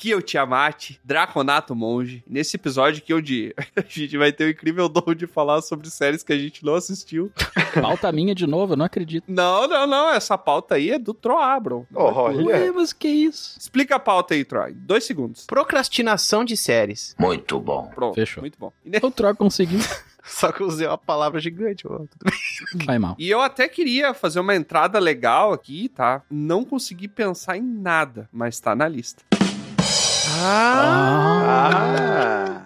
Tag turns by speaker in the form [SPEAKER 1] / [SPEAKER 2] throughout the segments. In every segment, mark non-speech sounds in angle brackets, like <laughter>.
[SPEAKER 1] Kyo é Tiamat, Draconato Monge. Nesse episódio que onde <laughs> a gente vai ter o incrível dom de falar sobre séries que a gente não assistiu.
[SPEAKER 2] Pauta minha de novo, eu não acredito.
[SPEAKER 1] Não, não, não. Essa pauta aí é do Troy Abram.
[SPEAKER 3] Olha.
[SPEAKER 2] Ué, mas que isso?
[SPEAKER 1] Explica a pauta aí, Troy. Dois segundos.
[SPEAKER 4] Procrastinação de séries.
[SPEAKER 5] Muito bom.
[SPEAKER 1] Pronto.
[SPEAKER 2] Fechou.
[SPEAKER 1] Muito bom. E ne-
[SPEAKER 2] O Troy conseguiu.
[SPEAKER 4] Só que eu usei uma palavra gigante, mano.
[SPEAKER 2] Vai mal.
[SPEAKER 1] E eu até queria fazer uma entrada legal aqui, tá? Não consegui pensar em nada, mas tá na lista.
[SPEAKER 3] Ah.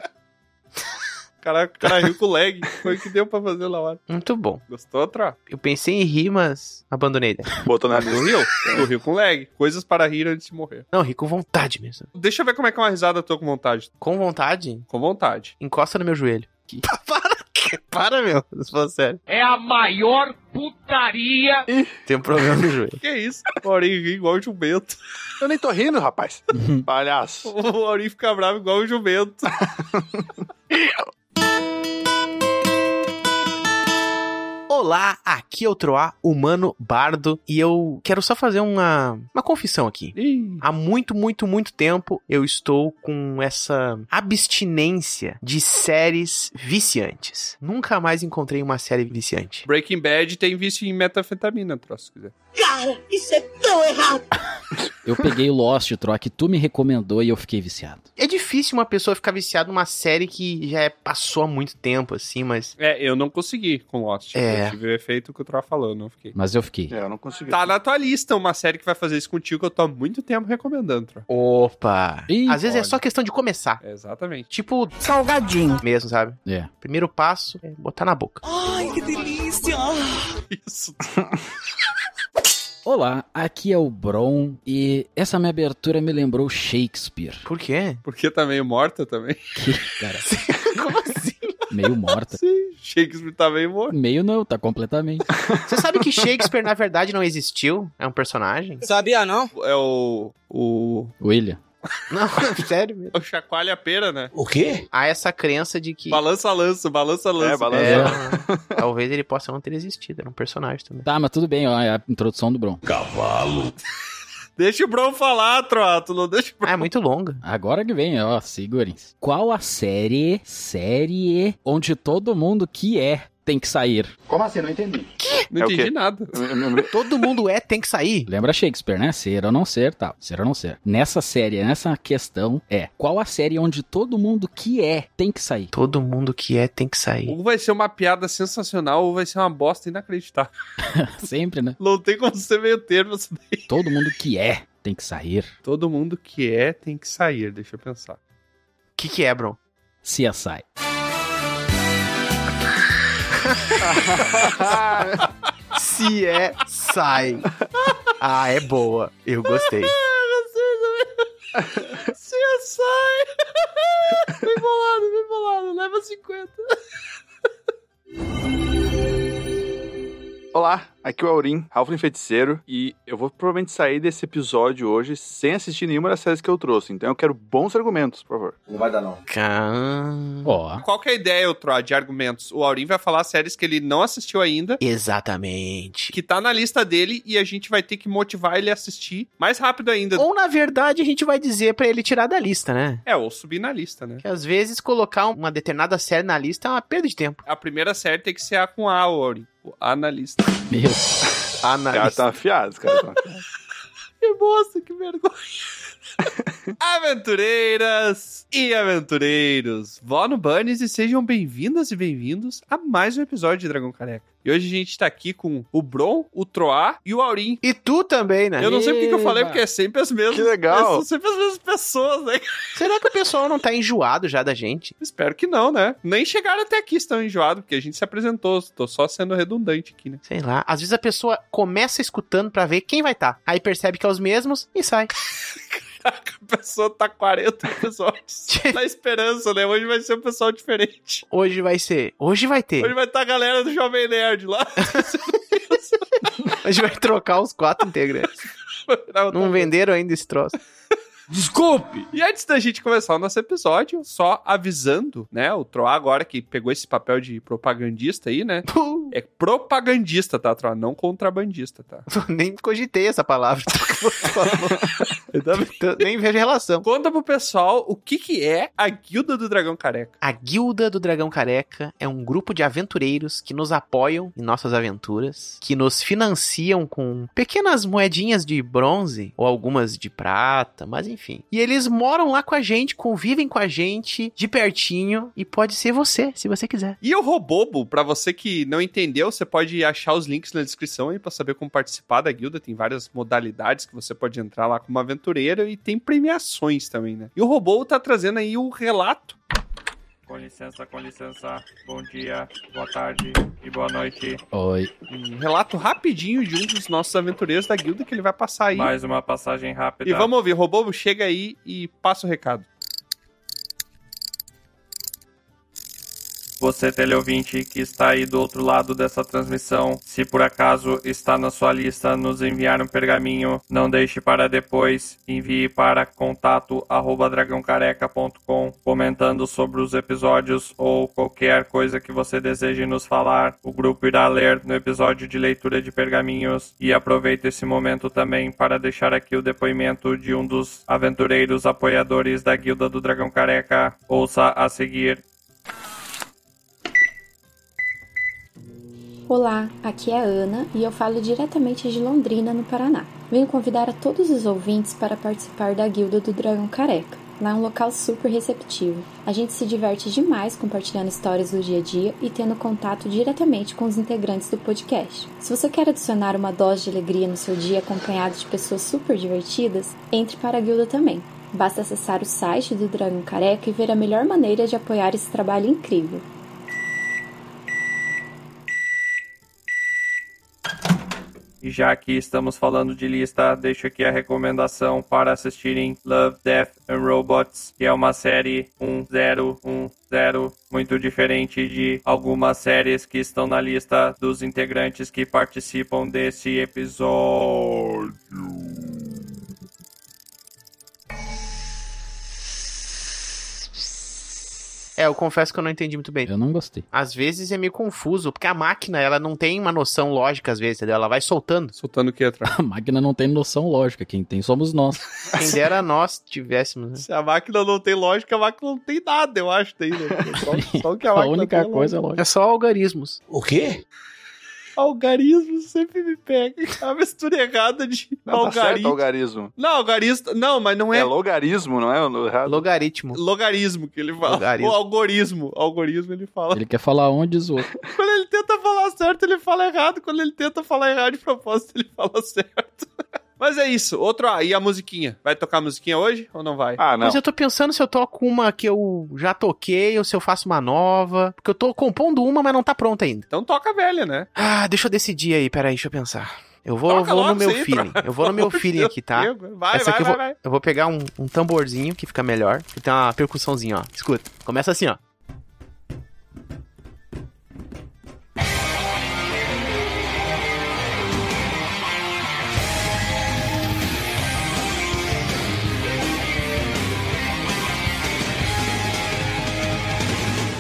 [SPEAKER 1] Caraca, o cara riu com lag. <laughs> Foi o que deu pra fazer na hora.
[SPEAKER 4] Muito bom.
[SPEAKER 1] Gostou, Tro?
[SPEAKER 4] Eu pensei em rir, mas abandonei. Né?
[SPEAKER 3] Botou na lista.
[SPEAKER 1] riu? Tu riu com lag. Coisas para rir antes de morrer.
[SPEAKER 4] Não, ri com vontade mesmo.
[SPEAKER 1] Deixa eu ver como é que é uma risada tua com vontade.
[SPEAKER 4] Com vontade,
[SPEAKER 1] Com vontade.
[SPEAKER 4] encosta no meu joelho. para, para, meu. Se for sério.
[SPEAKER 6] É a maior putaria.
[SPEAKER 4] Tem um problema no joelho.
[SPEAKER 1] Que é isso? O Aurim ri igual o jumento.
[SPEAKER 3] Eu nem tô rindo, rapaz. Palhaço.
[SPEAKER 1] O Aurim fica bravo igual o jumento.
[SPEAKER 4] Olá, aqui é o Troá, humano bardo, e eu quero só fazer uma, uma confissão aqui.
[SPEAKER 1] Ih.
[SPEAKER 4] Há muito, muito, muito tempo eu estou com essa abstinência de séries viciantes. Nunca mais encontrei uma série viciante.
[SPEAKER 1] Breaking Bad tem vício em metafetamina, Tro, se quiser.
[SPEAKER 2] Eu peguei o Lost, Troy, que tu me recomendou e eu fiquei viciado.
[SPEAKER 4] É difícil uma pessoa ficar viciada numa série que já é- passou há muito tempo, assim, mas.
[SPEAKER 1] É, eu não consegui com Lost.
[SPEAKER 4] É.
[SPEAKER 1] Eu tive o efeito que o Tro falou, não fiquei.
[SPEAKER 2] Mas eu fiquei.
[SPEAKER 3] É, eu não consegui.
[SPEAKER 1] Tá na tua lista uma série que vai fazer isso contigo que eu tô há muito tempo recomendando, Tro.
[SPEAKER 4] Opa!
[SPEAKER 2] Ih,
[SPEAKER 4] Às vezes é
[SPEAKER 1] olha.
[SPEAKER 4] só questão de começar.
[SPEAKER 1] É, Exatamente. <laughs>
[SPEAKER 4] Tipo, salgadinho mesmo, sabe?
[SPEAKER 2] É.
[SPEAKER 4] Primeiro passo é botar na boca.
[SPEAKER 1] Isso.
[SPEAKER 2] Olá, aqui é o Bron e essa minha abertura me lembrou Shakespeare.
[SPEAKER 4] Por quê?
[SPEAKER 1] Porque tá meio morta também.
[SPEAKER 2] Que, cara,
[SPEAKER 4] Como assim?
[SPEAKER 1] <laughs>
[SPEAKER 2] meio morta.
[SPEAKER 1] Sim, Shakespeare tá meio morto.
[SPEAKER 2] Meio não, tá completamente.
[SPEAKER 4] Você sabe que Shakespeare, na verdade, não existiu? É um personagem?
[SPEAKER 7] Sabia não?
[SPEAKER 1] É o. O.
[SPEAKER 2] William.
[SPEAKER 4] Não, <laughs> sério mesmo.
[SPEAKER 1] <laughs> O chacoalha a pera, né?
[SPEAKER 7] O quê?
[SPEAKER 4] Há essa crença de que.
[SPEAKER 1] Balança lança, balança lança.
[SPEAKER 3] É, balança
[SPEAKER 4] É,
[SPEAKER 3] É.
[SPEAKER 4] <laughs> talvez ele possa não ter existido, era um personagem também.
[SPEAKER 2] Tá, mas tudo bem, ó, é a introdução do Bron.
[SPEAKER 1] Deixa o Bron falar, Troato. Não deixa o Bron.
[SPEAKER 4] Ah, é muito longa.
[SPEAKER 2] Agora que vem, ó, segurem-se. Qual a série, série onde todo mundo que é tem que sair?
[SPEAKER 1] Não
[SPEAKER 3] É o
[SPEAKER 1] entendi
[SPEAKER 3] quê?
[SPEAKER 1] nada.
[SPEAKER 3] Eu- eu lembrei.
[SPEAKER 4] Todo mundo é, tem que sair.
[SPEAKER 2] Lembra Shakespeare, né? Ser ou não ser, tal. Ser ou não ser. Nessa série, nessa questão, é qual a série onde todo mundo que é tem que sair? <laughs>
[SPEAKER 4] Todo mundo que é, tem que sair.
[SPEAKER 1] Ou vai ser uma piada sensacional ou vai ser uma bosta inacreditável.
[SPEAKER 2] Sempre, né?
[SPEAKER 1] Não tem como ser meio termo. isso daí.
[SPEAKER 2] Todo mundo que é tem que sair.
[SPEAKER 1] Todo mundo que é tem que sair, deixa eu pensar.
[SPEAKER 4] O que que é, bro?
[SPEAKER 2] CSI.
[SPEAKER 4] Se é, sai. Ah, é boa. Eu gostei.
[SPEAKER 1] Se eu sai! <laughs> Vem bolado, vem bolado, leva 50.
[SPEAKER 3] Olá, aqui é o Aurim, Halfling Feiticeiro, e eu vou provavelmente sair desse episódio hoje sem assistir nenhuma das séries que eu trouxe, então eu quero bons argumentos, por favor.
[SPEAKER 4] Can-
[SPEAKER 2] Ó.
[SPEAKER 1] Qual que é a ideia, Tro, de argumentos? O Aurim vai falar séries que ele não assistiu ainda,
[SPEAKER 4] Exatamente.
[SPEAKER 1] que tá na lista dele, e a gente vai ter que motivar ele a assistir mais rápido ainda.
[SPEAKER 4] Ou, na verdade, a gente vai dizer pra ele tirar da lista, né?
[SPEAKER 1] É, ou subir na lista, né?
[SPEAKER 4] Que às vezes colocar uma determinada série na lista é uma perda de tempo.
[SPEAKER 1] A primeira série tem que ser a com A, o Aurim. O analista.
[SPEAKER 2] Meu,
[SPEAKER 4] Ah,
[SPEAKER 3] Os caras estão afiados, os caras estão afiados.
[SPEAKER 1] Que bosta, que
[SPEAKER 3] <laughs>
[SPEAKER 1] vergonha. Aventureiras e aventureiros, vó no Bunnies e sejam bem-vindas e bem-vindos a mais um episódio de Dragão Careca. E hoje a gente tá aqui com o Bron, o Troá e o Aurim.
[SPEAKER 4] E tu também, né?
[SPEAKER 1] Eu não sei porque que eu falei,
[SPEAKER 2] Eba.
[SPEAKER 1] porque é sempre as mesmas.
[SPEAKER 3] Que legal.
[SPEAKER 1] São sempre as mesmas pessoas, né?
[SPEAKER 4] Será que o pessoal não tá enjoado já da gente?
[SPEAKER 1] Espero que não, né? Nem chegaram até aqui, estão enjoados, porque a gente se apresentou. Tô só sendo redundante aqui, né?
[SPEAKER 4] Sei lá. Às vezes a pessoa começa escutando pra ver quem vai tá. Aí percebe que é os mesmos e sai.
[SPEAKER 1] A <laughs> pessoa tá 40 episódios. Na esperança, né? Hoje vai ser um pessoal diferente.
[SPEAKER 4] Hoje vai ser. Hoje vai
[SPEAKER 1] Hoje
[SPEAKER 4] ter.
[SPEAKER 1] vai estar a galera do Jovem Nerd lá. <laughs>
[SPEAKER 4] Hoje vai trocar os quatro integrantes. Não venderam ainda esse troço.
[SPEAKER 5] Desculpe!
[SPEAKER 1] E antes da gente começar o nosso episódio, só avisando, né? O Troá agora que pegou esse papel de propagandista aí, né?
[SPEAKER 4] Pum,
[SPEAKER 1] É propagandista, tá, Troá? Não contrabandista, tá?
[SPEAKER 4] nem cogitei essa palavra. <laughs> Então, nem vejo relação.
[SPEAKER 1] Conta pro pessoal o que que é a Guilda do Dragão Careca.
[SPEAKER 4] A Guilda do Dragão Careca é um grupo de aventureiros que nos apoiam em nossas aventuras, que nos financiam com pequenas moedinhas de bronze ou algumas de prata, mas enfim. E eles moram lá com a gente, convivem com a gente de pertinho e pode ser você, se você quiser.
[SPEAKER 1] E o Robobo, pra você que não entendeu, você pode achar os links na descrição aí pra saber como participar da guilda. Tem várias modalidades que você pode entrar lá como aventureiro e tem premiações também, né? E o Robobo tá trazendo aí o relato.
[SPEAKER 7] Com licença, com licença. Bom dia, boa tarde e boa noite.
[SPEAKER 2] Oi.
[SPEAKER 1] Um relato rapidinho de um dos nossos aventureiros da guilda que ele vai passar aí.
[SPEAKER 7] Mais uma passagem rápida.
[SPEAKER 1] E vamos ouvir, Robobo, chega aí e passa o recado.
[SPEAKER 7] Você, teleouvinte, que está aí do outro lado dessa transmissão, se por acaso está na sua lista nos enviar um pergaminho, não deixe para depois. Envie para contato arroba dragãocareca.com comentando sobre os episódios ou qualquer coisa que você deseje nos falar. O grupo irá ler no episódio de leitura de pergaminhos e aproveito esse momento também para deixar aqui o depoimento de um dos aventureiros apoiadores da Guilda do Dragão Careca. Ouça a seguir
[SPEAKER 8] Olá, aqui é a Ana e eu falo diretamente de Londrina, no Paraná. Venho convidar a todos os ouvintes para participar da Guilda do Dragão Careca. Lá é um local super receptivo. A gente se diverte demais compartilhando histórias do dia a dia e tendo contato diretamente com os integrantes do podcast. Se você quer adicionar uma dose de alegria no seu dia acompanhado de pessoas super divertidas, entre para a Guilda também. Basta acessar o site do Dragão Careca e ver a melhor maneira de apoiar esse trabalho incrível.
[SPEAKER 7] E já que estamos falando de lista, deixo aqui a recomendação para assistirem Love, Death and Robots, que é uma série 1010, muito diferente de algumas séries que estão na lista dos integrantes que participam desse episódio.
[SPEAKER 4] É, eu confesso que eu não entendi muito bem.
[SPEAKER 2] Eu não gostei. <laughs>
[SPEAKER 4] Às vezes é meio confuso, porque a máquina, ela não tem uma noção lógica às vezes, entendeu? Ela vai soltando.
[SPEAKER 1] Soltando o que atrás?
[SPEAKER 2] A máquina não tem noção lógica. Quem tem somos
[SPEAKER 4] <laughs>
[SPEAKER 2] nós. <laughs>
[SPEAKER 4] Quem dera nós tivéssemos, né?
[SPEAKER 1] <laughs> Se a máquina não tem lógica, a máquina não tem nada, eu acho, tem, né? Só, só o que a,
[SPEAKER 2] <laughs> A
[SPEAKER 1] máquina
[SPEAKER 2] única
[SPEAKER 1] tem é
[SPEAKER 2] coisa é lógica.
[SPEAKER 4] É só algarismos.
[SPEAKER 5] O quê?
[SPEAKER 1] Algarismo sempre me pega. <laughs> A mistura errada de
[SPEAKER 3] Não, tá certo,
[SPEAKER 1] algarismo.
[SPEAKER 3] algarismo.
[SPEAKER 1] Não, algarista. Não, mas não
[SPEAKER 3] É.
[SPEAKER 1] é,
[SPEAKER 3] logarismo, não é? Lo- errado.
[SPEAKER 4] Logaritmo.
[SPEAKER 1] logarismo que ele fala.
[SPEAKER 4] Algarismo.
[SPEAKER 1] O algoritmo. Algoritmo ele fala.
[SPEAKER 2] Ele quer falar onde zoou.
[SPEAKER 1] Quando ele tenta falar certo, ele fala errado. Quando ele tenta falar errado de propósito, ele fala <laughs> certo. Mas é isso. Outro, ah, e a musiquinha? Vai tocar a musiquinha hoje ou não vai?
[SPEAKER 3] Ah, não.
[SPEAKER 4] Mas eu tô pensando se eu toco uma que eu já toquei ou se eu faço uma nova. Porque eu tô compondo uma, mas não tá pronta ainda.
[SPEAKER 1] Então toca a velha, né?
[SPEAKER 4] Ah, deixa eu decidir aí, peraí, deixa eu pensar. Eu vou,
[SPEAKER 1] Toca
[SPEAKER 4] eu vou
[SPEAKER 1] logo
[SPEAKER 4] no meu
[SPEAKER 1] isso aí,
[SPEAKER 4] feeling. Eu vou no
[SPEAKER 1] <laughs>
[SPEAKER 4] meu
[SPEAKER 1] Pelo amor de
[SPEAKER 4] feeling
[SPEAKER 1] Deus,
[SPEAKER 4] aqui, tá?
[SPEAKER 1] Diego. Vai,
[SPEAKER 4] Essa
[SPEAKER 1] vai,
[SPEAKER 4] aqui eu
[SPEAKER 1] vai,
[SPEAKER 4] vou-
[SPEAKER 1] vai.
[SPEAKER 4] Eu vou pegar um, um tamborzinho que fica melhor. Que tem uma percussãozinha, ó. Escuta. Começa assim, ó.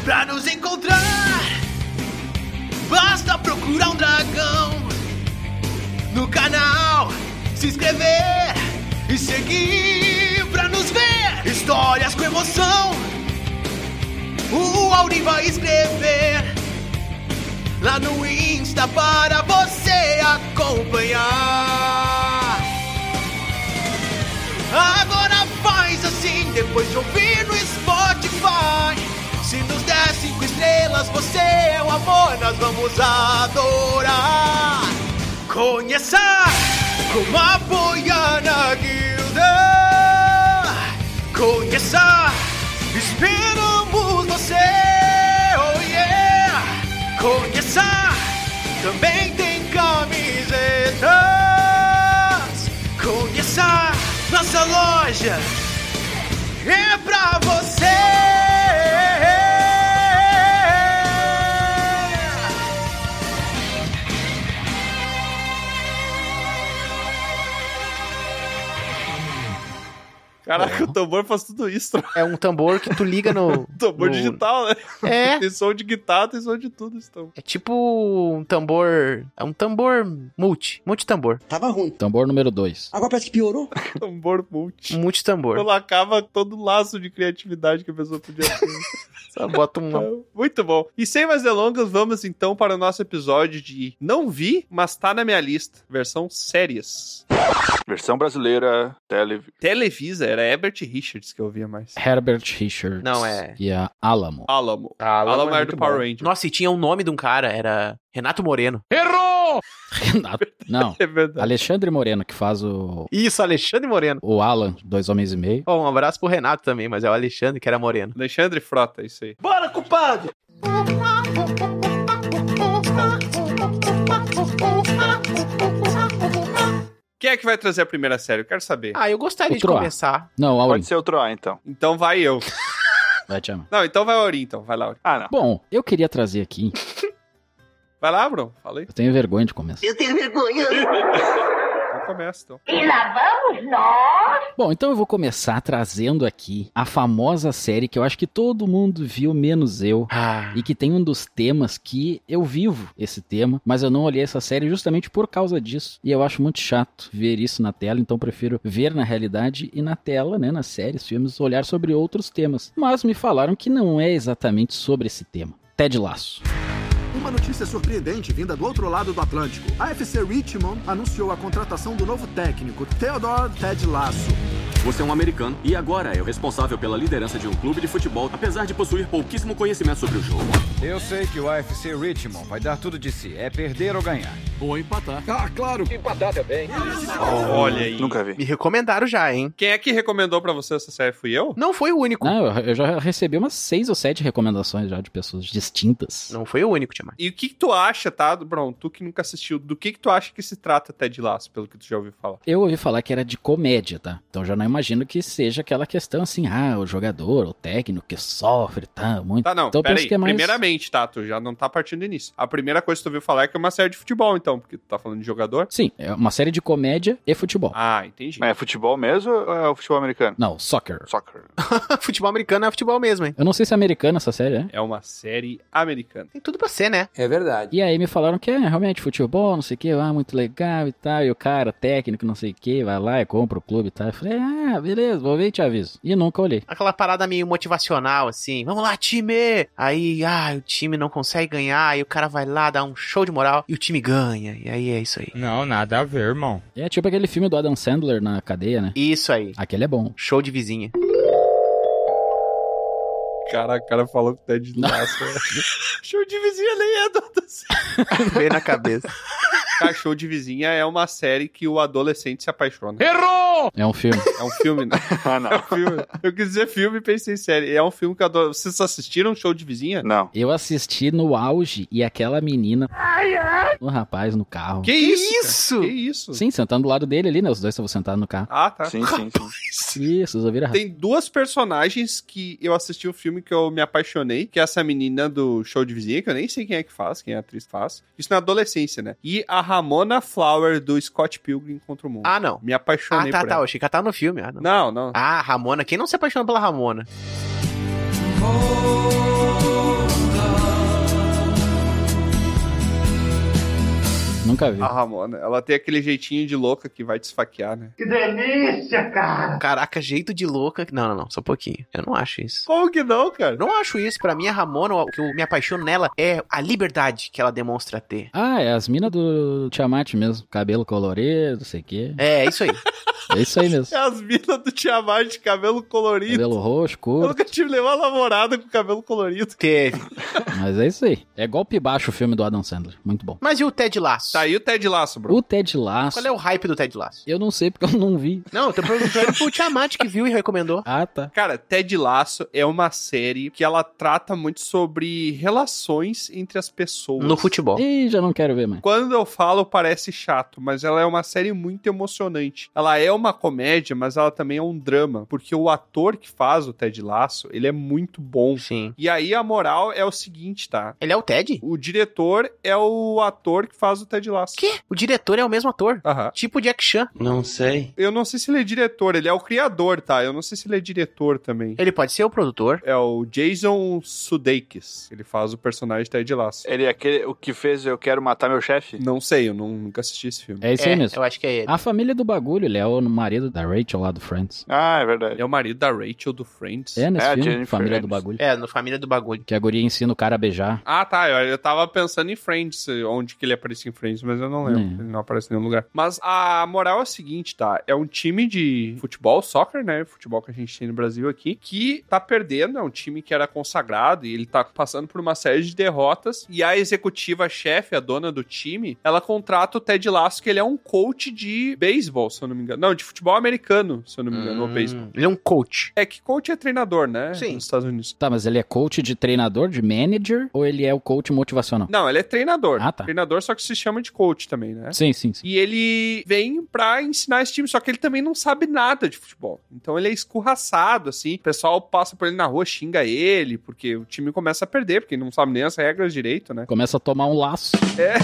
[SPEAKER 9] Pra nos encontrar, basta procurar um dragão no canal, se inscrever e seguir pra nos ver histórias com emoção. O Auri vai escrever lá no Insta para você acompanhar. Agora faz assim, depois de ouvir no Spotify. Se nos der cinco estrelas, você é o amor, nós vamos adorar. Conheça como apoiar na guilda. Conheça, esperamos você. Oh yeah! Conheça, também tem camisetas. Conheça nossa loja é pra você.
[SPEAKER 1] Caraca, o tambor faz tudo isso. <laughs> troca.
[SPEAKER 4] É um tambor que tu liga no.
[SPEAKER 1] Tambor
[SPEAKER 4] No-
[SPEAKER 1] digital, né?
[SPEAKER 4] É.
[SPEAKER 1] Tem som de guitarra, tem som de tudo. Esse tambor.
[SPEAKER 4] É tipo um tambor. É um tambor multi. Multitambor.
[SPEAKER 5] Tava ruim.
[SPEAKER 2] Tambor número 2.
[SPEAKER 5] Agora parece que piorou.
[SPEAKER 1] tambor multi.
[SPEAKER 4] Um multitambor.
[SPEAKER 1] Quando acaba todo o laço de criatividade que a pessoa podia
[SPEAKER 4] <laughs>
[SPEAKER 1] ter.
[SPEAKER 4] Só bota um.
[SPEAKER 1] Muito bom. E sem mais delongas, vamos então para o nosso episódio de Não Vi, mas tá na minha lista. Versão séries.
[SPEAKER 3] Versão brasileira, tele...
[SPEAKER 1] Televisa era Herbert Richards que eu via mais.
[SPEAKER 2] Herbert Richards.
[SPEAKER 4] Não, é.
[SPEAKER 2] E a Alamo. <laughs>
[SPEAKER 1] Alamo.
[SPEAKER 2] Ah,
[SPEAKER 1] Alamo,
[SPEAKER 2] é
[SPEAKER 1] era é do Power Ranger.
[SPEAKER 4] Nossa, e tinha o nome de um cara, era Renato Moreno.
[SPEAKER 2] Renato-
[SPEAKER 4] <laughs>
[SPEAKER 2] Não.
[SPEAKER 1] É verdade.
[SPEAKER 2] Alexandre Moreno, que faz o,
[SPEAKER 4] Isso, Alexandre Moreno.
[SPEAKER 2] o Alan, dois homens e meio.
[SPEAKER 4] Ó, um abraço pro Renato também, mas é o Alexandre que era moreno.
[SPEAKER 1] Alexandre Frota, isso aí.
[SPEAKER 9] Bora, culpado!
[SPEAKER 1] Quem é que vai trazer a primeira série? Eu quero saber.
[SPEAKER 4] Ah, eu gostaria
[SPEAKER 2] O
[SPEAKER 4] de
[SPEAKER 2] Troá.
[SPEAKER 4] começar.
[SPEAKER 2] Não, Aurim.
[SPEAKER 3] Pode ser o Troá, então.
[SPEAKER 1] Então vai eu.
[SPEAKER 2] Vai te amar.
[SPEAKER 1] Não, então vai Ori, então. Vai lá, Ori.
[SPEAKER 3] Ah, não.
[SPEAKER 2] Bom, eu queria trazer aqui.
[SPEAKER 1] Vai lá, Bruno. Fala aí.
[SPEAKER 2] Eu tenho vergonha de começar.
[SPEAKER 5] Eu tenho vergonha.
[SPEAKER 1] Então começa, então.
[SPEAKER 6] E lá vamos nós!
[SPEAKER 2] Bom, então eu vou começar trazendo aqui a famosa série que eu acho que todo mundo viu, menos eu.
[SPEAKER 4] Ah,
[SPEAKER 2] E que tem um dos temas que eu vivo esse tema, mas eu não olhei essa série justamente por causa disso. E eu acho muito chato ver isso na tela, então eu prefiro ver na realidade e na tela, né, nas séries, filmes, olhar sobre outros temas. Mas me falaram que não é exatamente sobre esse tema. Ted Laço.
[SPEAKER 10] Uma notícia surpreendente vinda do outro lado do Atlântico. A FC Richmond anunciou a contratação do novo técnico, Theodore Ted Lasso.
[SPEAKER 11] Você é um americano e agora é o responsável pela liderança de um clube de futebol, apesar de possuir pouquíssimo conhecimento sobre o jogo.
[SPEAKER 10] Eu sei que o AFC Richmond vai dar tudo de si, é perder ou ganhar.
[SPEAKER 11] Ou empatar.
[SPEAKER 10] Ah, claro!
[SPEAKER 1] Olha aí.
[SPEAKER 3] Nunca vi.
[SPEAKER 4] me recomendaram já, hein?
[SPEAKER 1] Quem é que recomendou pra você essa série? Fui eu?
[SPEAKER 4] Não foi o único.
[SPEAKER 2] Não, eu, eu já recebi umas seis ou sete recomendações já de pessoas distintas.
[SPEAKER 4] Não foi o único, Tiamat.
[SPEAKER 1] E o que, que tu acha, tá, Bruno? Tu que nunca assistiu, do que, que tu acha que se trata Ted Lasso, pelo que tu já ouviu falar?
[SPEAKER 2] Eu ouvi falar que era de comédia, tá? Então já não imagino que seja aquela questão assim, ah, o jogador, o técnico que sofre, tá? Muito.
[SPEAKER 1] Tá, não,
[SPEAKER 2] Então eu penso
[SPEAKER 1] peraí.
[SPEAKER 2] que é mais-
[SPEAKER 1] Primeiramente, tá, tu já não tá partindo do início. A primeira coisa que tu ouviu falar é que é uma série de futebol, então, porque tu tá falando de jogador.
[SPEAKER 2] Sim, é uma série de comédia e futebol.
[SPEAKER 1] Ah, entendi.
[SPEAKER 3] Mas é futebol mesmo ou é o futebol americano?
[SPEAKER 2] Não, soccer.
[SPEAKER 3] Soccer.
[SPEAKER 4] <laughs> futebol americano é futebol mesmo, hein?
[SPEAKER 2] Eu não sei se é americana essa série, é?
[SPEAKER 1] É uma série americana.
[SPEAKER 4] Tem tudo pra ser, né?
[SPEAKER 5] É verdade.
[SPEAKER 2] E aí me falaram que é realmente futebol, não sei o que, ah, muito legal e tal. E o cara, técnico, não sei o que, vai lá e compra o clube e tal. Eu falei, ah, beleza, vou ver e te aviso. E nunca olhei.
[SPEAKER 4] Aquela parada meio motivacional, assim. Vamos lá, time! Aí, ah, o time não consegue ganhar. Aí o cara vai lá, dá um show de moral e o time ganha. E aí é isso aí.
[SPEAKER 1] Hum.
[SPEAKER 11] Não, nada a ver, irmão.
[SPEAKER 2] É tipo aquele filme do Adam Sandler na cadeia, né?
[SPEAKER 4] Isso aí.
[SPEAKER 2] Aquele é bom.
[SPEAKER 4] Show de vizinha.
[SPEAKER 1] Cara, o cara falou que é Ted Lasso. <laughs> show de vizinha nem é do
[SPEAKER 4] Bem na cabeça.
[SPEAKER 1] Cara, show de vizinha é uma série que o adolescente se apaixona.
[SPEAKER 2] É um filme.
[SPEAKER 1] É um filme, né?
[SPEAKER 3] <laughs> Ah,
[SPEAKER 1] É um
[SPEAKER 3] não.
[SPEAKER 1] filme. Eu quis dizer filme e pensei em série. É um filme que eu adoro. Vocês assistiram show de vizinha?
[SPEAKER 3] Não.
[SPEAKER 2] Eu assisti no auge e aquela menina, o rapaz no carro.
[SPEAKER 1] Que isso? cara?
[SPEAKER 4] isso?
[SPEAKER 1] Que isso?
[SPEAKER 2] Sim, sentando do lado dele ali, né? Os dois estavam sentados no carro.
[SPEAKER 1] Ah, tá.
[SPEAKER 3] Sim, sim, sim.
[SPEAKER 2] Isso, vocês ouviram?
[SPEAKER 1] Tem duas personagens que eu assisti o filme que eu me apaixonei, que é essa menina do show de vizinha, que eu nem sei quem é que faz, quem a atriz faz. Isso na adolescência, né? E a Ramona Flower do Scott Pilgrim contra o Mundo.
[SPEAKER 4] Ah, não.
[SPEAKER 1] Me
[SPEAKER 4] Ah,
[SPEAKER 1] apaixonei
[SPEAKER 4] tá,
[SPEAKER 1] por
[SPEAKER 4] tá.
[SPEAKER 1] ela.
[SPEAKER 4] O Chica tá no filme. Ah, não.
[SPEAKER 1] Não, não.
[SPEAKER 4] Ah, Ramona. Quem não se apaixonou pela Ramona?
[SPEAKER 2] Nunca vi.
[SPEAKER 1] A Ramona, ela tem aquele jeitinho de louca que vai te esfaquear, né?
[SPEAKER 6] Que delícia, cara!
[SPEAKER 4] Caraca, jeito de louca. Não, não, não. Só um pouquinho. Eu não acho isso.
[SPEAKER 1] Como que não, cara?
[SPEAKER 4] Eu não acho isso. Pra mim, a Ramona, o que eu me apaixono nela é a liberdade que ela demonstra ter.
[SPEAKER 2] Ah, é as minas do Tiamat mesmo. Cabelo colorido, não sei o quê.
[SPEAKER 4] É, isso aí. <laughs>
[SPEAKER 2] É isso aí
[SPEAKER 1] É
[SPEAKER 2] mesmo.
[SPEAKER 1] as minas do Tiamat de cabelo colorido.
[SPEAKER 2] Cabelo roxo,
[SPEAKER 1] Eu
[SPEAKER 2] curto.
[SPEAKER 1] nunca tive nenhuma namorada com cabelo colorido.
[SPEAKER 4] Teve.
[SPEAKER 2] Mas é isso aí. É golpe baixo o filme do Adam Sandler. Muito bom.
[SPEAKER 4] Mas e o Ted Lasso?
[SPEAKER 1] Tá aí o Ted Lasso, bro.
[SPEAKER 2] O Ted Lasso.
[SPEAKER 4] Qual é o hype do Ted Lasso?
[SPEAKER 2] Eu não sei porque eu não vi.
[SPEAKER 4] Não, eu tô perguntando pro Tiamat que viu e recomendou.
[SPEAKER 2] Ah, tá.
[SPEAKER 1] Cara, Ted Lasso é uma série que ela trata muito sobre relações entre as pessoas.
[SPEAKER 4] No futebol.
[SPEAKER 2] Ih, já não quero ver mais.
[SPEAKER 1] Quando eu falo, parece chato, mas ela é uma série muito emocionante. Ela é uma comédia, mas ela também é um drama, porque o ator que faz o Ted Lasso, ele é muito bom.
[SPEAKER 4] Sim.
[SPEAKER 1] E aí a moral é o seguinte, tá?
[SPEAKER 4] Ele é o Ted?
[SPEAKER 1] O diretor é o ator que faz o Ted Ted Lasso.
[SPEAKER 4] Quê? O diretor é o mesmo ator.
[SPEAKER 1] Aham.
[SPEAKER 4] Tipo Jack Chan.
[SPEAKER 1] Não sei. Eu não sei se ele é diretor, ele é o criador, tá? Eu não sei se ele é diretor também.
[SPEAKER 4] Ele pode ser o produtor.
[SPEAKER 1] É o Jason Sudeikis. Ele faz o personagem Ted Lasso.
[SPEAKER 3] Ele é aquele, o que fez Eu Quero Matar Meu Chefe?
[SPEAKER 1] Não sei, eu não- nunca assisti esse filme.
[SPEAKER 2] É isso aí mesmo.
[SPEAKER 4] Eu acho que é ele.
[SPEAKER 2] A família do bagulho, ele é o marido da Rachel lá do Friends.
[SPEAKER 3] Ah, é verdade.
[SPEAKER 1] Ele é o marido da Rachel do Friends.
[SPEAKER 2] É nesse
[SPEAKER 3] É, a
[SPEAKER 2] filme,
[SPEAKER 3] Jennifer
[SPEAKER 2] Família do
[SPEAKER 3] Aniston.
[SPEAKER 2] Bagulho.
[SPEAKER 4] É, no Família do Bagulho.
[SPEAKER 2] Que a guria ensina o cara a beijar.
[SPEAKER 1] Ah, tá. Eu, eu tava pensando em Friends, onde que ele aparecia em Friends, mas eu não lembro.
[SPEAKER 2] É.
[SPEAKER 1] Ele não aparece em nenhum lugar. Mas a moral é o seguinte, tá? É um time de futebol, soccer, né? Futebol que a gente tem no Brasil aqui, que tá perdendo. É um time que era consagrado e ele tá passando por uma série de derrotas. E a executiva chefe, a dona do time, ela contrata o Ted Lasso, que ele é um coach de beisebol, se eu não me engano. Não, de futebol americano, se eu não me engano, ou beisebol.
[SPEAKER 4] Hum, ele é um coach.
[SPEAKER 1] É que coach é treinador, né?
[SPEAKER 4] Sim.
[SPEAKER 1] Nos Estados Unidos.
[SPEAKER 2] Tá, mas ele é coach de treinador, de manager, ou ele é o coach motivacional?
[SPEAKER 1] Não, ele é treinador.
[SPEAKER 2] Ah, tá.
[SPEAKER 1] Treinador, só que se chama de coach também, né?
[SPEAKER 2] Sim, sim, sim.
[SPEAKER 1] E ele vem pra ensinar esse time, só que ele também não sabe nada de futebol. Então ele é escorraçado, assim. O pessoal passa por ele na rua, xinga ele, porque o time começa a perder, porque ele não sabe nem as regras direito, né? <laughs>
[SPEAKER 2] Começa a tomar um laço.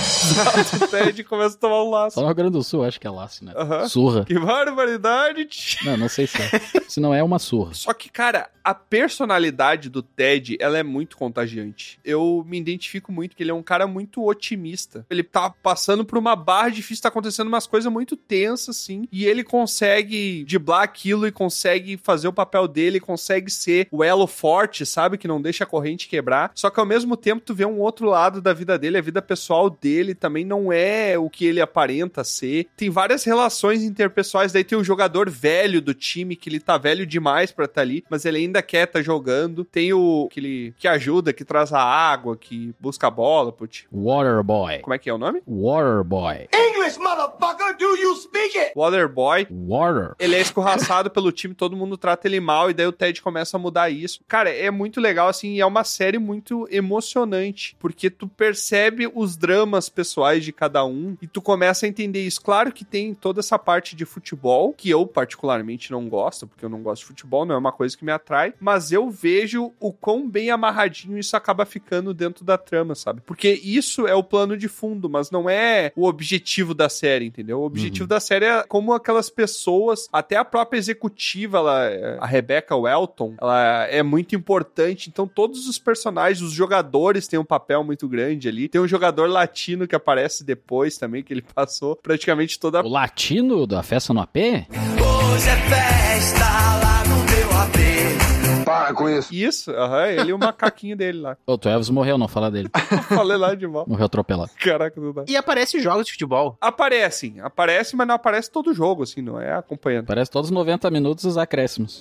[SPEAKER 1] Exato, o Ted começa a tomar um
[SPEAKER 2] Só
[SPEAKER 1] laço.
[SPEAKER 2] no Rio Grande do Sul, acho que é laço, né?
[SPEAKER 1] Aham.
[SPEAKER 2] Surra.
[SPEAKER 1] Que barbaridade! tch.
[SPEAKER 2] Não, não sei se
[SPEAKER 1] <laughs>
[SPEAKER 2] é. Se não é uma surra.
[SPEAKER 1] Só que, cara, a personalidade do Ted, ela é muito contagiante. Eu me identifico muito que ele é um cara muito otimista. Ele tá passando por uma barra difícil, tá acontecendo umas coisas muito tensas, assim, e ele consegue driblar aquilo e consegue fazer o papel dele, consegue ser o elo forte, sabe? Que não deixa a corrente quebrar. Só que ao mesmo tempo, tu vê um outro lado da vida dele, a vida pessoal dele também não é o que ele aparenta ser. Tem várias relações interpessoais, daí tem o jogador velho do time, que ele tá velho demais pra estar ali, mas ele ainda quer tá jogando. Tem o aquele que ajuda, que traz a água, que busca a bola, putz.
[SPEAKER 2] Water Boy.
[SPEAKER 1] Como é que é o nome?
[SPEAKER 2] Water Boy.
[SPEAKER 9] English, motherfucker, do you speak it?
[SPEAKER 1] Waterboy.
[SPEAKER 2] Water.
[SPEAKER 1] Ele é escorraçado pelo time, todo mundo trata ele mal, e daí o Ted começa a mudar isso. Cara, é muito legal, assim, e é uma série muito emocionante, porque tu percebe os dramas pessoais de cada um e tu começa a entender isso. Claro que tem toda essa parte de futebol, que eu particularmente não gosto, porque eu não gosto de futebol, não é uma coisa que me atrai, mas eu vejo o quão bem amarradinho isso acaba ficando dentro da trama, sabe? Porque isso é o plano de fundo, mas não é o objetivo da série, entendeu? O objetivo da série é como aquelas pessoas, até a própria executiva, ela, é, a Rebecca Welton, ela é muito importante. Então, todos os personagens, os jogadores têm um papel muito grande ali. Tem um jogador latino que aparece depois também, que ele passou praticamente toda a
[SPEAKER 2] O latino da festa no AP?
[SPEAKER 9] Hoje é festa lá no meu AP.
[SPEAKER 1] Isso, aham, ele e o macaquinho dele lá. <laughs>
[SPEAKER 2] Ô, tu Elvis morreu, não fala dele.
[SPEAKER 1] Falei lá de mal.
[SPEAKER 2] Morreu atropelado.
[SPEAKER 1] Caraca, não dá.
[SPEAKER 4] E aparece jogos de futebol.
[SPEAKER 1] Aparecem, aparece, mas não aparece todo jogo, assim, não é acompanhando.
[SPEAKER 2] Parece todos os 90 minutos os acréscimos.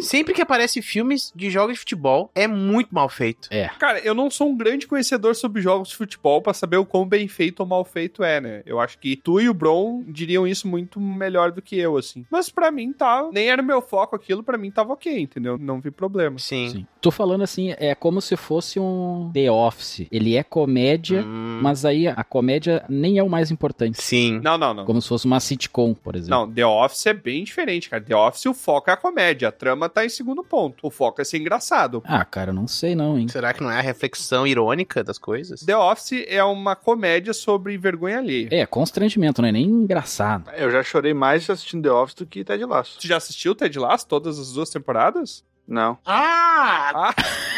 [SPEAKER 4] Sempre que aparece filmes de jogos de futebol, é muito mal feito.
[SPEAKER 2] É.
[SPEAKER 1] Cara, eu não sou um grande conhecedor sobre jogos de futebol pra saber o quão bem feito ou mal feito é, né? Eu acho que tu e o Bron diriam isso muito melhor do que eu, assim. Mas pra mim tá, nem era o meu foco aquilo, pra mim tava ok, entendeu? Não vi problema.
[SPEAKER 4] Sim.
[SPEAKER 2] Sim. Tô falando assim, é como se fosse um The Office. Ele é comédia,
[SPEAKER 4] Hum,
[SPEAKER 2] mas aí a comédia nem é o mais importante.
[SPEAKER 4] Sim.
[SPEAKER 1] Não, não, não.
[SPEAKER 2] Como se fosse uma sitcom, por exemplo.
[SPEAKER 1] Não, The Office é bem diferente, cara. The Office o foco é a comédia, a trama tá em segundo ponto. O foco é ser engraçado.
[SPEAKER 2] Ah, cara, não sei não, hein?
[SPEAKER 4] Será que não é a reflexão irônica das coisas?
[SPEAKER 1] The Office é uma comédia sobre vergonha alheia.
[SPEAKER 2] É, constrangimento, não é nem engraçado.
[SPEAKER 3] Eu já chorei mais assistindo The Office do que Ted Lasso.
[SPEAKER 1] Tu já assistiu Ted Lasso todas as duas temporadas?
[SPEAKER 3] Não.
[SPEAKER 4] Ah!
[SPEAKER 2] <laughs>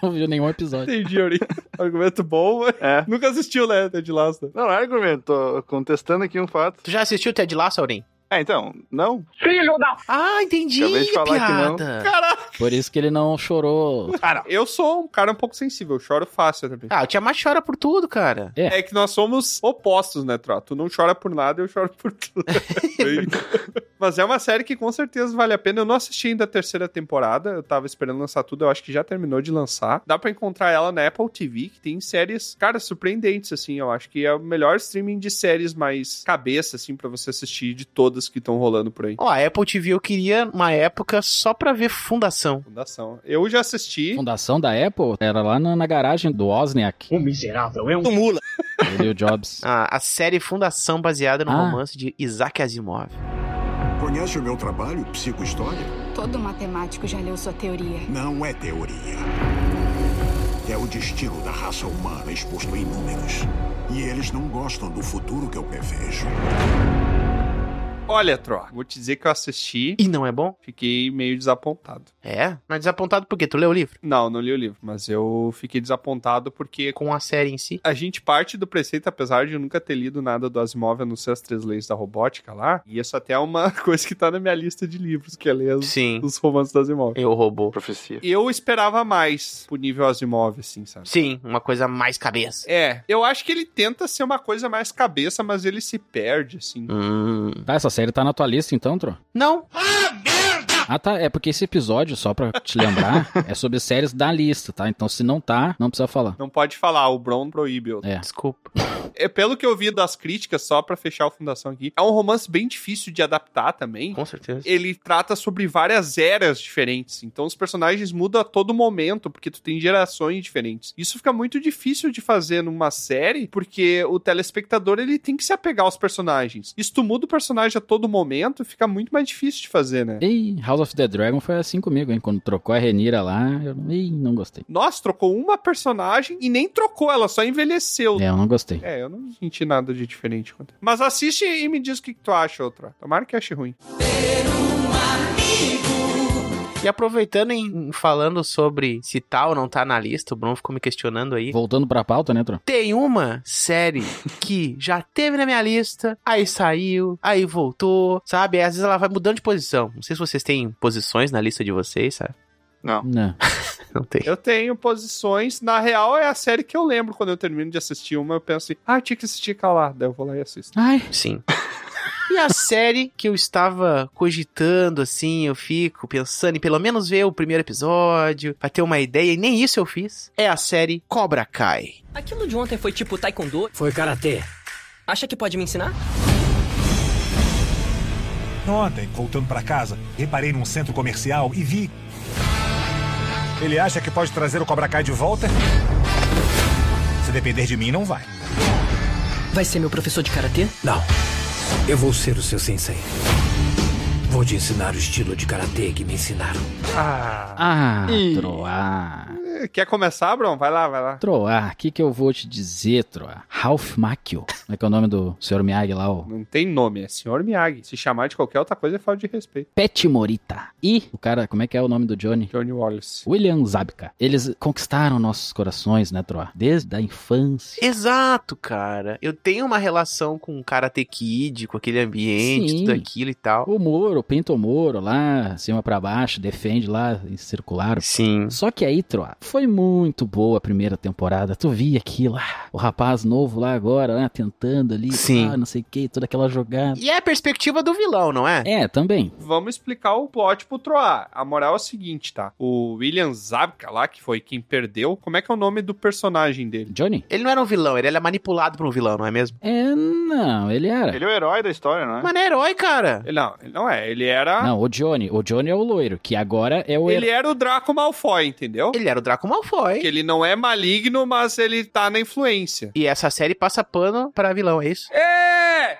[SPEAKER 2] Não viu nenhum episódio.
[SPEAKER 1] Entendi, Ori. <laughs> Argumento bom, mas
[SPEAKER 3] É.
[SPEAKER 1] nunca assistiu, né, Ted Lasso?
[SPEAKER 3] Não, não é argumento. Tô contestando aqui um fato.
[SPEAKER 4] Tu já assistiu Ted Lasso, Aurim?
[SPEAKER 3] Ah, então, não.
[SPEAKER 4] Ah, entendi
[SPEAKER 3] Acabei de
[SPEAKER 4] a
[SPEAKER 3] falar que não.
[SPEAKER 4] piada.
[SPEAKER 2] Por isso que ele não chorou.
[SPEAKER 1] Eu sou um cara um pouco sensível, eu choro fácil também.
[SPEAKER 4] Ah, o Tiamat chora por tudo, cara.
[SPEAKER 1] É que nós somos opostos, né, Tro? Tu não chora por nada, eu choro por tudo. Bem- Mas é uma série que com certeza vale a pena. Eu não assisti ainda a terceira temporada, eu tava esperando lançar tudo, eu acho que já terminou de lançar. Dá pra encontrar ela na Apple TV, que tem séries, cara, surpreendentes, assim. Eu acho que é o melhor streaming de séries mais cabeça, assim, pra você assistir de todas que estão rolando por aí.
[SPEAKER 4] Ó, a Apple TV eu queria uma época só pra ver Fundação.
[SPEAKER 1] Fundação. Eu já assisti.
[SPEAKER 2] Fundação da Apple era lá na, na garagem do Wozniak.
[SPEAKER 9] O miserável é um mula.
[SPEAKER 2] Ele e o Jobs.
[SPEAKER 4] Ah, a série Fundação baseada no
[SPEAKER 2] Ah.
[SPEAKER 4] romance de Isaac Asimov.
[SPEAKER 10] Conhece o meu trabalho, psicohistória?
[SPEAKER 8] Todo matemático já leu sua teoria.
[SPEAKER 10] Não é teoria.
[SPEAKER 5] É o destino da raça humana exposto em números. E eles não gostam do futuro que eu prevejo.
[SPEAKER 1] Olha, Tro, vou te dizer que eu assisti.
[SPEAKER 4] E não é bom?
[SPEAKER 1] Fiquei meio desapontado.
[SPEAKER 4] É? Mas desapontado por quê? Tu leu o livro?
[SPEAKER 1] Não, não li o livro, mas eu fiquei desapontado porque
[SPEAKER 4] Com a série em si?
[SPEAKER 1] a gente parte do preceito, apesar de eu nunca ter lido nada do Asimov, a não ser as três leis da robótica lá, e isso até é uma <laughs> coisa que tá na minha lista de livros, que é ler os,
[SPEAKER 4] Sim.
[SPEAKER 1] os romances do Asimov.
[SPEAKER 4] Eu roubou.
[SPEAKER 3] Profecia.
[SPEAKER 1] Eu esperava mais pro nível Asimov, assim, sabe?
[SPEAKER 4] Sim, uma coisa mais cabeça.
[SPEAKER 1] É, eu acho que ele tenta ser uma coisa mais cabeça, mas ele se perde, assim.
[SPEAKER 4] Hum.
[SPEAKER 2] Tá, essa série tá na tua lista então, Tro?
[SPEAKER 4] Não.
[SPEAKER 2] Ah, tá. É porque esse episódio, só pra te lembrar, é sobre séries da lista, tá? Então se não tá, não precisa falar.
[SPEAKER 1] Não pode falar, "Ah, o Brown proíbe. eu-
[SPEAKER 2] É.
[SPEAKER 4] Desculpa.
[SPEAKER 1] É pelo que eu vi das críticas, só pra fechar o Fundação aqui. É um romance bem difícil de adaptar também.
[SPEAKER 4] Com certeza.
[SPEAKER 1] Ele trata sobre várias eras diferentes. Então os personagens mudam a todo momento, porque tu tem gerações diferentes. Isso fica muito difícil de fazer numa série, porque o telespectador ele tem que se apegar aos personagens. E se tu muda o personagem a todo momento, fica muito mais difícil de fazer, né?
[SPEAKER 2] Ei, House of the Dragon foi assim comigo, hein? Quando trocou a Renira lá, eu Ei, não gostei.
[SPEAKER 1] Nossa, trocou uma personagem e nem trocou, ela só envelheceu.
[SPEAKER 2] É, eu não gostei.
[SPEAKER 1] É, eu não senti nada de diferente. quanto- Mas assiste e me diz o que que tu acha, outra. Tomara que ache ruim.
[SPEAKER 4] E aproveitando em em falando sobre se tal não tá na lista, o Bruno ficou me questionando aí.
[SPEAKER 2] Voltando pra pauta, né, Tro?
[SPEAKER 4] Tem uma série que já teve na minha lista, aí saiu, aí voltou, sabe? Às vezes ela vai mudando de posição. Não sei se vocês têm posições na lista de vocês, sabe? <laughs>
[SPEAKER 2] Não.
[SPEAKER 4] Não tem.
[SPEAKER 1] Eu tenho posições, na real é a série que eu lembro quando eu termino de assistir uma, eu penso assim, ah, tinha que assistir aquela lá, daí eu vou lá e assisto.
[SPEAKER 2] Ai,
[SPEAKER 4] Sim. E a série que eu estava cogitando, assim, eu fico pensando em pelo menos ver o primeiro episódio, pra ter uma ideia, e nem isso eu fiz, é a série Cobra Kai.
[SPEAKER 12] Aquilo de ontem foi tipo taekwondo? Foi karatê. Acha que pode me ensinar?
[SPEAKER 9] Ontem, voltando para casa, reparei num centro comercial e vi. Ele acha que pode trazer o Cobra Kai de volta? Se depender de mim, não vai.
[SPEAKER 12] Vai ser meu professor de karatê?
[SPEAKER 9] Não. Eu vou ser o seu sensei. Vou te ensinar o estilo de karatê que me ensinaram.
[SPEAKER 2] ah,
[SPEAKER 3] Ih.
[SPEAKER 2] Troá.
[SPEAKER 1] Eh, Quer começar, Bruno? Vai lá, vai lá.
[SPEAKER 2] Troá, o que que eu vou te dizer, Troá? Ralph Macchio. Como é que é o nome do senhor Miyagi lá, o
[SPEAKER 1] Não tem nome, é Senhor Miyagi. Se chamar de qualquer outra coisa é falta de respeito.
[SPEAKER 2] Pet Morita. E o cara, como é que é o nome do Johnny?
[SPEAKER 1] Johnny Wallace.
[SPEAKER 2] William Zabka. Eles conquistaram nossos corações, né, Troá? Desde a infância.
[SPEAKER 4] Exato, cara. Eu tenho uma relação com o Karate Kid, com aquele ambiente,
[SPEAKER 2] Sim.
[SPEAKER 4] tudo aquilo e tal.
[SPEAKER 2] O Moro, pinta o Moro lá, cima pra baixo, defende lá em circular.
[SPEAKER 4] Sim.
[SPEAKER 2] Só que aí, Troá, foi muito boa a primeira temporada. Tu via aquilo, ah, o rapaz novo lá agora, né, tentando ali,
[SPEAKER 4] Sim.
[SPEAKER 2] ah, não sei o que, toda aquela jogada.
[SPEAKER 4] E é a perspectiva do vilão, não é?
[SPEAKER 2] É, também.
[SPEAKER 1] Vamos explicar o plot pro Troar. A moral é o seguinte, tá? O William Zabka lá, que foi quem perdeu, como é que é o nome do personagem dele?
[SPEAKER 2] Johnny?
[SPEAKER 4] Ele não era um vilão, ele era manipulado por um vilão, não é mesmo?
[SPEAKER 2] É, não, ele era.
[SPEAKER 3] Ele é o herói da história, não é?
[SPEAKER 4] Mas não é herói, cara.
[SPEAKER 1] Ele- Não, ele não é. Ele
[SPEAKER 4] Ah.
[SPEAKER 1] era...
[SPEAKER 2] Não, o Johnny. O Johnny é o loiro, que agora é o
[SPEAKER 1] Ele era o Draco Malfoy, entendeu?
[SPEAKER 4] Ele era o Draco Malfoy.
[SPEAKER 1] Que ele não é maligno, mas ele tá na influência.
[SPEAKER 4] E essa série passa pano pra vilão, é isso?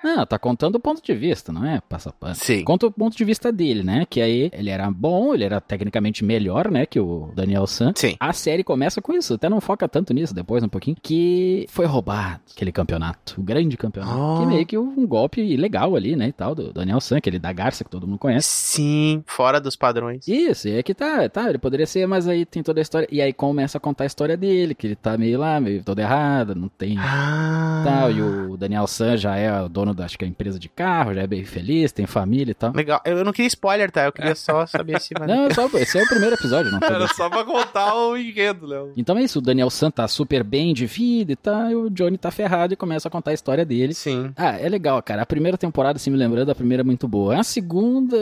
[SPEAKER 2] Ah, tá contando o ponto de vista, não é? Passa pano.
[SPEAKER 4] Sim.
[SPEAKER 2] Conta o ponto de vista dele, né? Que aí ele era bom, ele era tecnicamente melhor, né? Que o Daniel San.
[SPEAKER 4] Sim.
[SPEAKER 2] A série começa com isso, até não foca tanto nisso depois um pouquinho, que foi roubado aquele campeonato, o grande campeonato.
[SPEAKER 4] Ah.
[SPEAKER 2] Que meio que um golpe legal ali, né? E tal, do Daniel San, aquele da Garça que todo mundo conhece.
[SPEAKER 4] Sim, fora dos padrões.
[SPEAKER 2] Isso, É. e é que tá, tá, ele poderia ser, mas aí tem toda a história. E aí começa a contar a história dele, que ele tá meio lá, meio todo errado, não tem
[SPEAKER 4] Ah.
[SPEAKER 2] tal, e o Daniel San já é o dono da, acho que é a empresa de carro, já é bem feliz, tem família e tal.
[SPEAKER 4] Legal. Eu eu não queria spoiler, tá? Eu queria só saber se...
[SPEAKER 2] Não, é só, esse é o primeiro episódio, não
[SPEAKER 1] Era
[SPEAKER 2] foi
[SPEAKER 1] só pra contar o enredo, Léo.
[SPEAKER 2] Então é isso, o Daniel San tá super bem de vida e tal, e o Johnny tá ferrado e começa a contar a história dele.
[SPEAKER 4] Sim.
[SPEAKER 2] Ah, é legal, cara. A primeira temporada, assim, me lembrando, a primeira é muito boa. A segunda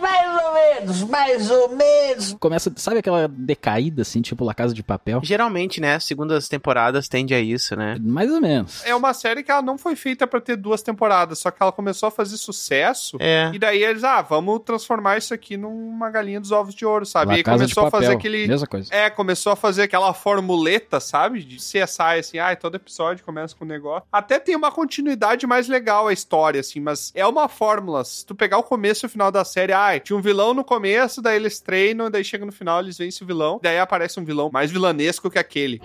[SPEAKER 6] Mais ou menos, mais ou menos.
[SPEAKER 2] começa, sabe aquela decaída, assim, tipo La Casa de Papel?
[SPEAKER 4] Geralmente, né? Segundas temporadas tende a isso, né?
[SPEAKER 2] Mais ou menos.
[SPEAKER 1] É uma série que ela não foi feita pra ter duas temporadas, só que ela começou a fazer sucesso.
[SPEAKER 4] É.
[SPEAKER 1] E daí eles, ah, vamos transformar isso aqui numa galinha dos ovos de ouro, sabe? e
[SPEAKER 2] La
[SPEAKER 1] aí
[SPEAKER 2] Casa de
[SPEAKER 1] começou a fazer
[SPEAKER 2] Papel,
[SPEAKER 1] aquele. <laughs>
[SPEAKER 2] Mesma coisa.
[SPEAKER 1] É, começou a fazer aquela formuleta, sabe? De CSI, assim, ah, todo episódio começa com um negócio. Até tem uma continuidade mais legal a história, assim, mas é uma fórmula. Se tu pegar o começo e o final da série, ah, tinha um vilão no começo, daí eles treinam, daí chega no final, eles vencem o vilão, daí aparece um vilão mais vilanesco que aquele.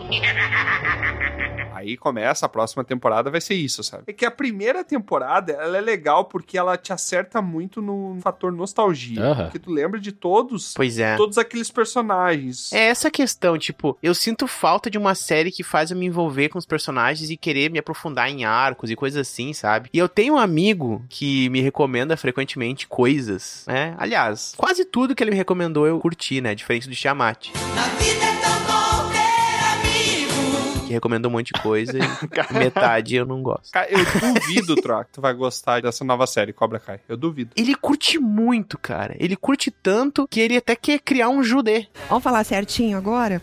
[SPEAKER 1] Aí começa a próxima temporada, vai ser isso, sabe? É que a primeira temporada, ela é legal porque ela te acerta muito no fator nostalgia.
[SPEAKER 4] Aham.
[SPEAKER 1] Porque tu lembra de todos,
[SPEAKER 4] Pois é.
[SPEAKER 1] todos aqueles personagens.
[SPEAKER 4] É essa questão, tipo, eu sinto falta de uma série que faz eu me envolver com os personagens e querer me aprofundar em arcos e coisas assim, sabe? E eu tenho um amigo que me recomenda frequentemente coisas, né? Aliás, quase tudo que ele me recomendou eu curti, né? Diferente do Tiamat, que recomendou um monte de coisa e metade eu não gosto.
[SPEAKER 1] Cara, eu duvido, Troca, que tu vai gostar dessa nova série, Cobra Kai. Eu duvido.
[SPEAKER 4] Ele curte muito, cara. Ele curte tanto que ele até quer criar um judê.
[SPEAKER 13] Vamos falar certinho agora?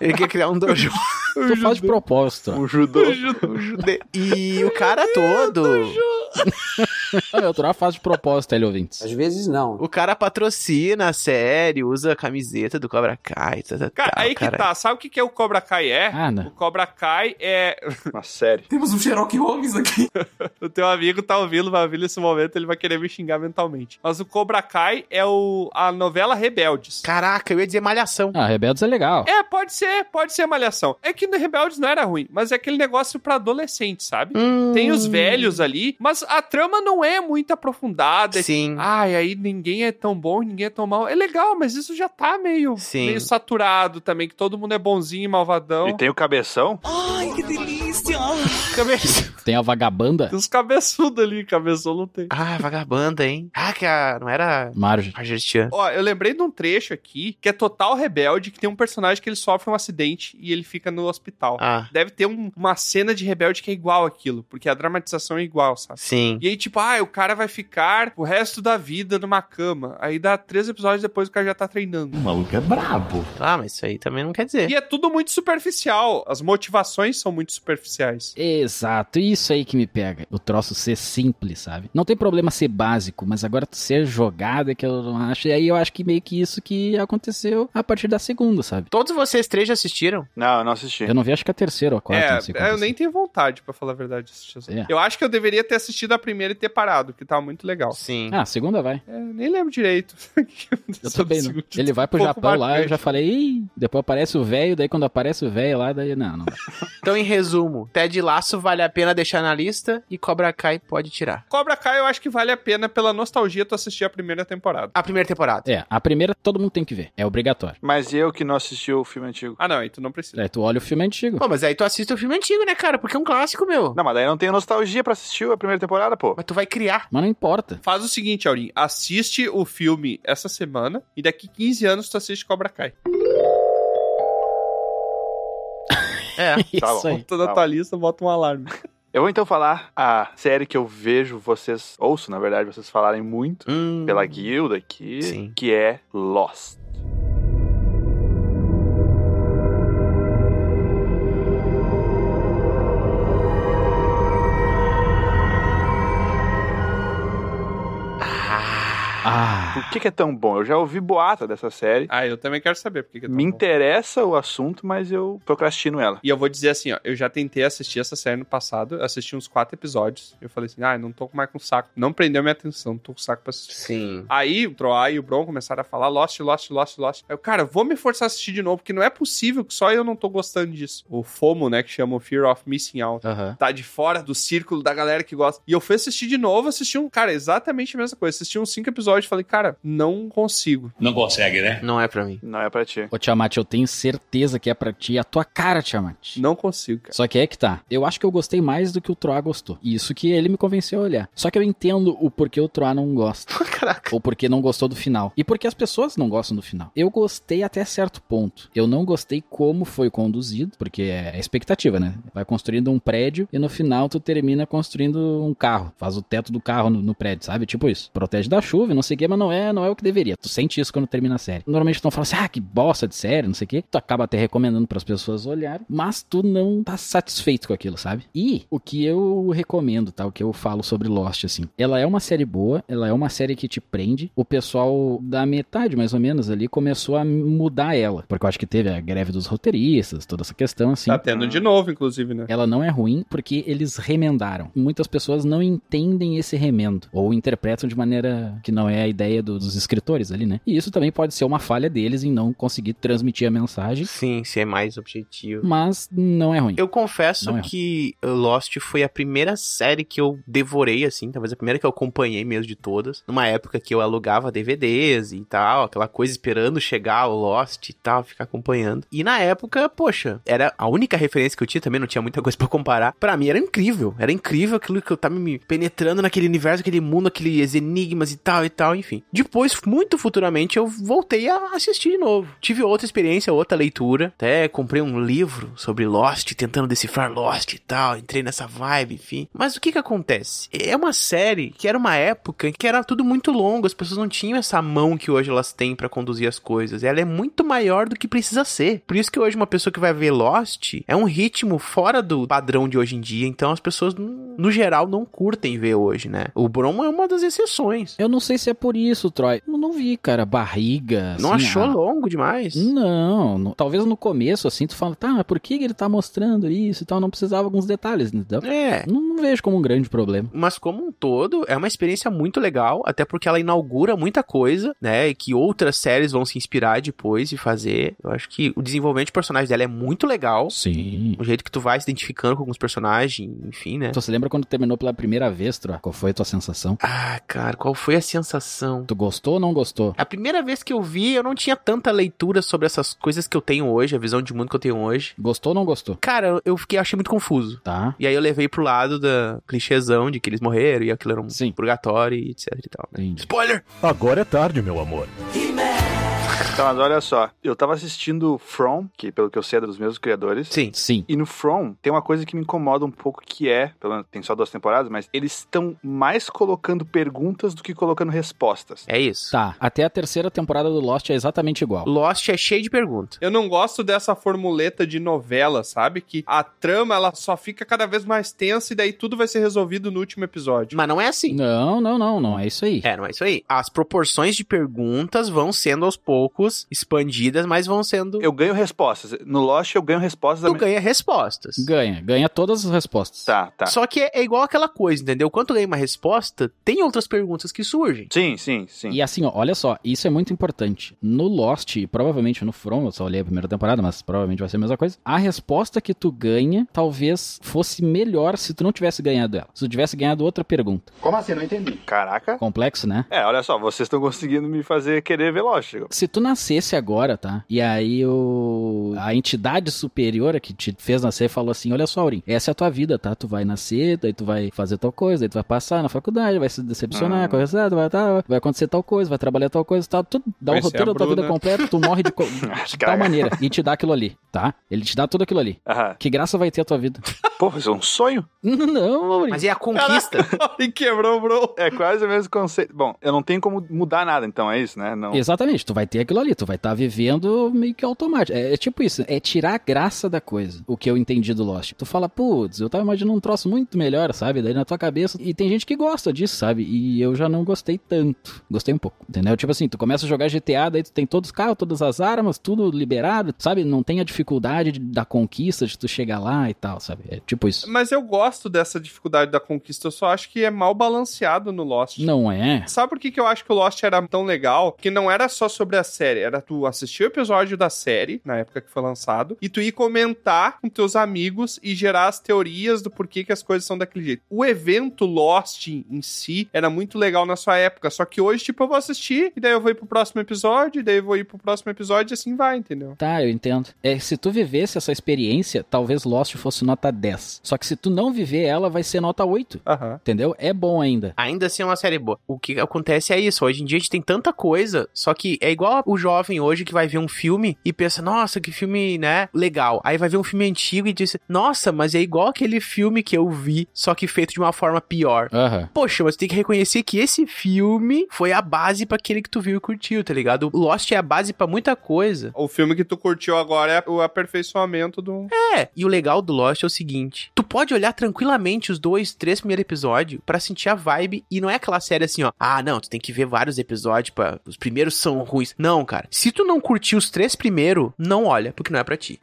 [SPEAKER 4] Ele quer criar um dojo.
[SPEAKER 2] Tu faz de propósito.
[SPEAKER 3] O judô.
[SPEAKER 4] E o cara todo.
[SPEAKER 2] Eu tô na fase de propósito, ele ouvintes.
[SPEAKER 4] Às vezes não. O cara patrocina a série, usa a camiseta do Cobra Kai. Tá, tá,
[SPEAKER 1] Cara,
[SPEAKER 4] tá,
[SPEAKER 1] aí
[SPEAKER 4] cara.
[SPEAKER 1] que tá. Sabe o que, que é o Cobra Kai é?
[SPEAKER 2] Ah, não.
[SPEAKER 1] O Cobra Kai é.
[SPEAKER 3] Uma série.
[SPEAKER 1] Temos um Sherlock Holmes aqui. o teu amigo tá ouvindo, vai ouvir nesse momento, ele vai querer me xingar mentalmente. Mas o Cobra Kai é o... a novela Rebeldes.
[SPEAKER 4] Caraca, eu ia dizer Malhação.
[SPEAKER 2] Ah, Rebeldes é legal.
[SPEAKER 1] É, pode ser, pode ser malhação. É que no Rebeldes não era ruim, mas é aquele negócio pra adolescente, sabe? Tem
[SPEAKER 4] Hum.
[SPEAKER 1] os velhos ali, mas a trama não é muito aprofundada.
[SPEAKER 4] Sim.
[SPEAKER 1] Ai, aí ninguém é tão bom, ninguém é tão mal. É legal, mas isso já tá meio,
[SPEAKER 4] Sim.
[SPEAKER 1] meio saturado também, que todo mundo é bonzinho e malvadão.
[SPEAKER 3] E tem o cabeção?
[SPEAKER 1] Ai, que delícia! <laughs> Cabeça...
[SPEAKER 2] Tem a vagabanda.
[SPEAKER 1] Tem uns cabeçudos ali, cabeção não tem.
[SPEAKER 4] Ah, vagabanda, hein? Ah, que a... não era.
[SPEAKER 2] Marge.
[SPEAKER 4] Margeristiana.
[SPEAKER 1] Ó, eu lembrei de um trecho aqui que é total rebelde, que tem um personagem que ele sofre um acidente e ele fica no hospital.
[SPEAKER 4] Ah.
[SPEAKER 1] Deve ter um- uma cena de rebelde que é igual aquilo, porque a dramatização é igual, sabe?
[SPEAKER 4] Sim.
[SPEAKER 1] E aí, tipo, ah, o cara vai ficar o resto da vida numa cama. Aí dá três episódios depois o cara já tá treinando.
[SPEAKER 4] O maluco é brabo. Ah, mas isso aí também não quer dizer.
[SPEAKER 1] E é tudo muito superficial. As motivações são muito superficiais.
[SPEAKER 2] Exato, isso aí que me pega. O troço ser simples, sabe? Não tem problema ser básico, mas agora ser jogado é que eu não acho. E aí eu acho que meio que isso que aconteceu a partir da segunda, sabe?
[SPEAKER 4] Todos vocês três já assistiram?
[SPEAKER 3] Não, eu não assisti.
[SPEAKER 2] Eu não vi, acho que a terceira ou a quarta, não sei qual.
[SPEAKER 1] É, eu nem tenho vontade, pra falar a verdade, de assistir essa.
[SPEAKER 2] É.
[SPEAKER 1] Eu acho que eu deveria ter assistido a primeira e ter parado, que tava muito legal.
[SPEAKER 4] Sim.
[SPEAKER 2] Ah, a segunda vai.
[SPEAKER 1] É, nem lembro direito. <laughs>
[SPEAKER 2] Eu
[SPEAKER 1] né?
[SPEAKER 2] também não. Ele vai pro
[SPEAKER 1] pouco
[SPEAKER 2] Japão lá, eu
[SPEAKER 1] marcante.
[SPEAKER 2] já falei, Ih, depois aparece o velho, daí quando aparece o velho lá, daí não, não. dá.
[SPEAKER 4] Então, em resumo, Ted Laço vale a pena deixar na lista e Cobra Kai pode tirar.
[SPEAKER 1] Cobra Kai eu acho que vale a pena pela nostalgia tu assistir a primeira temporada.
[SPEAKER 4] A primeira temporada.
[SPEAKER 2] É, a primeira todo mundo tem que ver, é obrigatório.
[SPEAKER 3] Mas eu que não assisti o filme antigo.
[SPEAKER 1] Ah, não, aí tu não precisa.
[SPEAKER 2] Daí tu olha o filme
[SPEAKER 1] É.
[SPEAKER 2] antigo.
[SPEAKER 4] Pô, mas aí tu assiste o filme antigo, né, cara? Porque é um clássico, meu.
[SPEAKER 3] Não, mas daí não tenho nostalgia pra assistir a primeira temporada, pô.
[SPEAKER 4] Mas tu vai criar.
[SPEAKER 2] Mas não importa.
[SPEAKER 1] Faz o seguinte, Aurim, assiste o filme essa semana e daqui 15 anos tu assiste Cobra Kai.
[SPEAKER 4] É.
[SPEAKER 3] Tá
[SPEAKER 2] Isso
[SPEAKER 3] bom.
[SPEAKER 2] aí.
[SPEAKER 1] Tá na
[SPEAKER 3] Tá.
[SPEAKER 1] tua lista, bota um alarme.
[SPEAKER 3] Eu vou então falar a série que eu vejo vocês, ouço na verdade, vocês falarem muito
[SPEAKER 4] Hum.
[SPEAKER 3] pela guilda aqui,
[SPEAKER 4] Sim.
[SPEAKER 3] que é Lost.
[SPEAKER 2] Ah,
[SPEAKER 3] Por que, que é tão bom? Eu já ouvi boata dessa série.
[SPEAKER 1] <laughs> Ah, eu também quero saber porque que é tão
[SPEAKER 3] Me
[SPEAKER 1] bom.
[SPEAKER 3] interessa o assunto, mas eu procrastino ela.
[SPEAKER 1] E eu vou dizer assim, ó, eu já tentei assistir essa série no passado, eu assisti uns quatro episódios. Eu falei assim, ah, eu não tô mais com saco. Não prendeu minha atenção, não tô com saco pra assistir.
[SPEAKER 4] Sim.
[SPEAKER 1] Aí o Troá e o Bron começaram a falar Lost, Lost, Lost, Lost. Aí Eu, cara, vou me forçar a assistir de novo, porque não é possível que só eu não tô gostando disso. O FOMO, né, que chama o Fear of Missing Out.
[SPEAKER 4] Aham.
[SPEAKER 1] Tá de fora do círculo da galera que gosta. E eu fui assistir de novo, assisti um, cara, exatamente a mesma coisa. Assisti uns cinco episódios e falei, cara, não consigo.
[SPEAKER 14] Não consegue, né?
[SPEAKER 4] Não é pra mim.
[SPEAKER 3] Não é pra ti.
[SPEAKER 2] Ô, Tiamat, eu tenho certeza que é pra ti, é a tua cara, Tiamat.
[SPEAKER 1] Não consigo, cara.
[SPEAKER 2] Só que é que tá. Eu acho que eu gostei mais do que o Troá gostou. Isso que ele me convenceu a olhar. Só que eu entendo o porquê o Troá não gosta.
[SPEAKER 4] Caraca.
[SPEAKER 2] Ou porque não gostou do final. E porque as pessoas não gostam do final. Eu gostei até certo ponto. Eu não gostei como foi conduzido, porque é expectativa, né? Vai construindo um prédio e no final tu termina construindo um carro. Faz o teto do carro no, no prédio, sabe? Tipo isso. Protege da chuva, e não sei o que, mas não é é, não é o que deveria. Tu sente isso quando termina a série. Normalmente tu não fala assim, ah, que bosta de série, não sei o quê. Tu acaba até recomendando para as pessoas olharem, mas tu não tá satisfeito com aquilo, sabe? E o que eu recomendo, tá? O que eu falo sobre Lost, assim. Ela é uma série boa, ela é uma série que te prende. O pessoal da metade, mais ou menos, ali, começou a mudar ela. Porque eu acho que teve a greve dos roteiristas, toda essa questão, assim.
[SPEAKER 1] Tá tendo de novo, inclusive, né?
[SPEAKER 2] Ela não é ruim porque eles remendaram. Muitas pessoas não entendem esse remendo ou interpretam de maneira que não é a ideia do- dos escritores ali, né? E isso também pode ser uma falha deles em não conseguir transmitir a mensagem,
[SPEAKER 4] Sim, ser mais objetivo.
[SPEAKER 2] mas não é ruim.
[SPEAKER 4] Eu confesso
[SPEAKER 2] Não é.
[SPEAKER 4] que Lost foi a primeira série que eu devorei, assim, talvez a primeira que eu acompanhei mesmo de todas. Numa época que eu alugava DVDs e tal, aquela coisa esperando chegar o Lost e tal, ficar acompanhando. E na época, poxa, era a única referência que eu tinha também, não tinha muita coisa pra comparar. Pra mim era incrível, era incrível aquilo que eu tava me penetrando naquele universo, aquele mundo, aqueles enigmas e tal e tal, enfim. Depois, muito futuramente, eu voltei a assistir de novo. Tive outra experiência, outra leitura. Até comprei um livro sobre Lost, tentando decifrar Lost e tal. Entrei nessa vibe, enfim. Mas o que que acontece? É uma série que era uma época em que era tudo muito longo, as pessoas não tinham essa mão que hoje elas têm pra conduzir as coisas. Ela é muito maior do que precisa ser. Por isso que hoje uma pessoa que vai ver Lost é um ritmo fora do padrão de hoje em dia, então as pessoas n- no geral não curtem ver hoje, né? O Brom é uma das exceções.
[SPEAKER 2] Eu não sei se é por isso, Troy. Eu não vi, cara, barriga.
[SPEAKER 4] Não
[SPEAKER 2] assim,
[SPEAKER 4] achou
[SPEAKER 2] ah,
[SPEAKER 4] longo demais?
[SPEAKER 2] Não, no- talvez no começo, assim, tu fala, tá, mas por que que ele tá mostrando isso e tal? Não precisava de alguns detalhes, entendeu?
[SPEAKER 4] É.
[SPEAKER 2] Não, não vejo como um grande problema.
[SPEAKER 4] Mas como um todo, é uma experiência muito legal, até porque ela inaugura muita coisa, né? E que outras séries vão se inspirar depois e fazer. Eu acho que o desenvolvimento de personagens dela é muito legal.
[SPEAKER 2] Sim.
[SPEAKER 4] O jeito que tu vai se identificando com alguns personagens, enfim, né?
[SPEAKER 2] Então, você lembra quando terminou pela primeira vez, Troy? Qual foi a tua sensação?
[SPEAKER 4] Ah, cara, qual foi a sensação?
[SPEAKER 2] Tu gostou ou não gostou?
[SPEAKER 4] A primeira vez que eu vi, eu não tinha tanta leitura sobre essas coisas que eu tenho hoje, a visão de mundo que eu tenho hoje.
[SPEAKER 2] Gostou ou não gostou?
[SPEAKER 4] Cara, eu fiquei, achei muito confuso.
[SPEAKER 2] Tá.
[SPEAKER 4] E aí eu levei pro lado da clichêzão de que eles morreram e aquilo era um purgatório e etc e tal. Né? Spoiler!
[SPEAKER 14] Agora é tarde, meu amor.
[SPEAKER 3] Tá, mas olha só, eu tava assistindo From, que pelo que eu sei é dos mesmos criadores.
[SPEAKER 4] Sim.
[SPEAKER 2] Sim.
[SPEAKER 3] E no From tem uma coisa que me incomoda um pouco que é, pelo menos tem só duas temporadas, mas eles estão mais colocando perguntas do que colocando respostas.
[SPEAKER 4] É isso.
[SPEAKER 2] Tá. Até a terceira temporada do Lost é exatamente igual.
[SPEAKER 4] Lost é cheio de perguntas.
[SPEAKER 1] Eu não gosto dessa formuleta de novela, sabe? Que a trama ela só fica cada vez mais tensa e daí tudo vai ser resolvido no último episódio.
[SPEAKER 4] Mas não é assim.
[SPEAKER 2] Não, não, não, não é isso aí.
[SPEAKER 4] É, não é isso aí. As proporções de perguntas vão sendo aos poucos expandidas, mas vão sendo.
[SPEAKER 3] Eu ganho respostas. No Lost eu ganho respostas.
[SPEAKER 4] Tu ganha respostas.
[SPEAKER 2] Ganha, ganha todas as respostas.
[SPEAKER 3] Tá, tá.
[SPEAKER 4] Só que é é igual aquela coisa, entendeu? Quando ganha uma resposta, tem outras perguntas que surgem.
[SPEAKER 3] Sim, sim, sim.
[SPEAKER 2] E assim, ó, olha só, isso é muito importante. No Lost, e provavelmente no From, eu só olhei a primeira temporada, mas provavelmente vai ser a mesma coisa. A resposta que tu ganha talvez fosse melhor se tu não tivesse ganhado ela. Se tu tivesse ganhado outra pergunta.
[SPEAKER 3] Como assim? Não entendi. Caraca.
[SPEAKER 2] Complexo, né?
[SPEAKER 3] É, olha só, vocês estão conseguindo me fazer querer ver Lost.
[SPEAKER 2] Se tu nascesse agora, tá? E aí o... a entidade superior que te fez nascer falou assim: olha só, Aurim, essa é a tua vida, tá? Tu vai nascer, daí tu vai fazer tal coisa, daí tu vai passar na faculdade, vai se decepcionar,
[SPEAKER 1] Ah.
[SPEAKER 2] com a resultado, vai, tá, vai acontecer tal coisa, vai trabalhar tal coisa, tal, tudo, dá
[SPEAKER 1] Vai
[SPEAKER 2] o
[SPEAKER 1] ser
[SPEAKER 2] roteiro
[SPEAKER 1] a
[SPEAKER 2] da tua vida
[SPEAKER 1] Bruna. é.
[SPEAKER 2] completa, tu
[SPEAKER 1] <laughs>
[SPEAKER 2] morre de, co- de tal
[SPEAKER 1] cara.
[SPEAKER 2] maneira. E te dá aquilo ali, tá? Ele te dá tudo aquilo ali.
[SPEAKER 3] Aham.
[SPEAKER 2] Que graça vai ter a tua vida? <laughs>
[SPEAKER 3] Porra, isso é um sonho?
[SPEAKER 2] Não, Aurim.
[SPEAKER 4] Mas é a conquista.
[SPEAKER 1] <laughs> e quebrou, bro.
[SPEAKER 3] É quase o mesmo conceito. Bom, eu não tenho como mudar nada, então é isso, né? Não.
[SPEAKER 2] Exatamente, tu vai ter aquilo ali, tu vai estar vivendo meio que automático. É, é tipo isso, é tirar a graça da coisa, o que eu entendi do Lost. Tu fala, putz, eu tava imaginando um troço muito melhor, sabe? Daí na tua cabeça. E tem gente que gosta disso, sabe? E eu já não gostei tanto. Gostei um pouco, entendeu? Tipo assim, tu começa a jogar GTA, daí tu tem todos os carros, todas as armas, tudo liberado, sabe? Não tem a dificuldade de- da conquista de tu chegar lá e tal, sabe? É tipo isso.
[SPEAKER 1] Mas eu gosto dessa dificuldade da conquista, eu só acho que é mal balanceado no Lost.
[SPEAKER 2] Não é?
[SPEAKER 1] Sabe por que, que eu acho que o Lost era tão legal? Que não era só sobre a série, era tu assistir o episódio da série, na época que foi lançado, e tu ir comentar com teus amigos e gerar as teorias do porquê que as coisas são daquele jeito. O evento Lost em si era muito legal na sua época, só que hoje, tipo, eu vou assistir, e daí eu vou ir pro próximo episódio, e daí eu vou ir pro próximo episódio, e assim vai, entendeu?
[SPEAKER 2] Tá, eu entendo. É, se tu vivesse essa experiência, talvez Lost fosse nota 10. Só que se tu não viver ela, vai ser nota 8. Entendeu? É bom ainda.
[SPEAKER 4] Ainda assim é uma série boa. O que acontece é isso. Hoje em dia a gente tem tanta coisa, só que é igual o jovem hoje que vai ver um filme e pensa, nossa, que filme filme, né, legal. Aí vai ver um filme antigo e diz, nossa, mas é igual aquele filme que eu vi, só que feito de uma forma pior.
[SPEAKER 2] Aham.
[SPEAKER 4] Poxa, mas tem que reconhecer que esse filme foi a base pra aquele que tu viu e curtiu, tá ligado? O Lost é a base pra muita coisa.
[SPEAKER 1] O filme que tu curtiu agora é o aperfeiçoamento do.
[SPEAKER 4] É, e o legal do Lost é o seguinte: tu pode olhar tranquilamente os dois, três primeiros episódios pra sentir a vibe e não é aquela série assim, ó. Ah, não, tu tem que ver vários episódios, pra... os primeiros são ruins. Não, cara. Se tu não curtir os três primeiros, não olha, porque não é pra ti.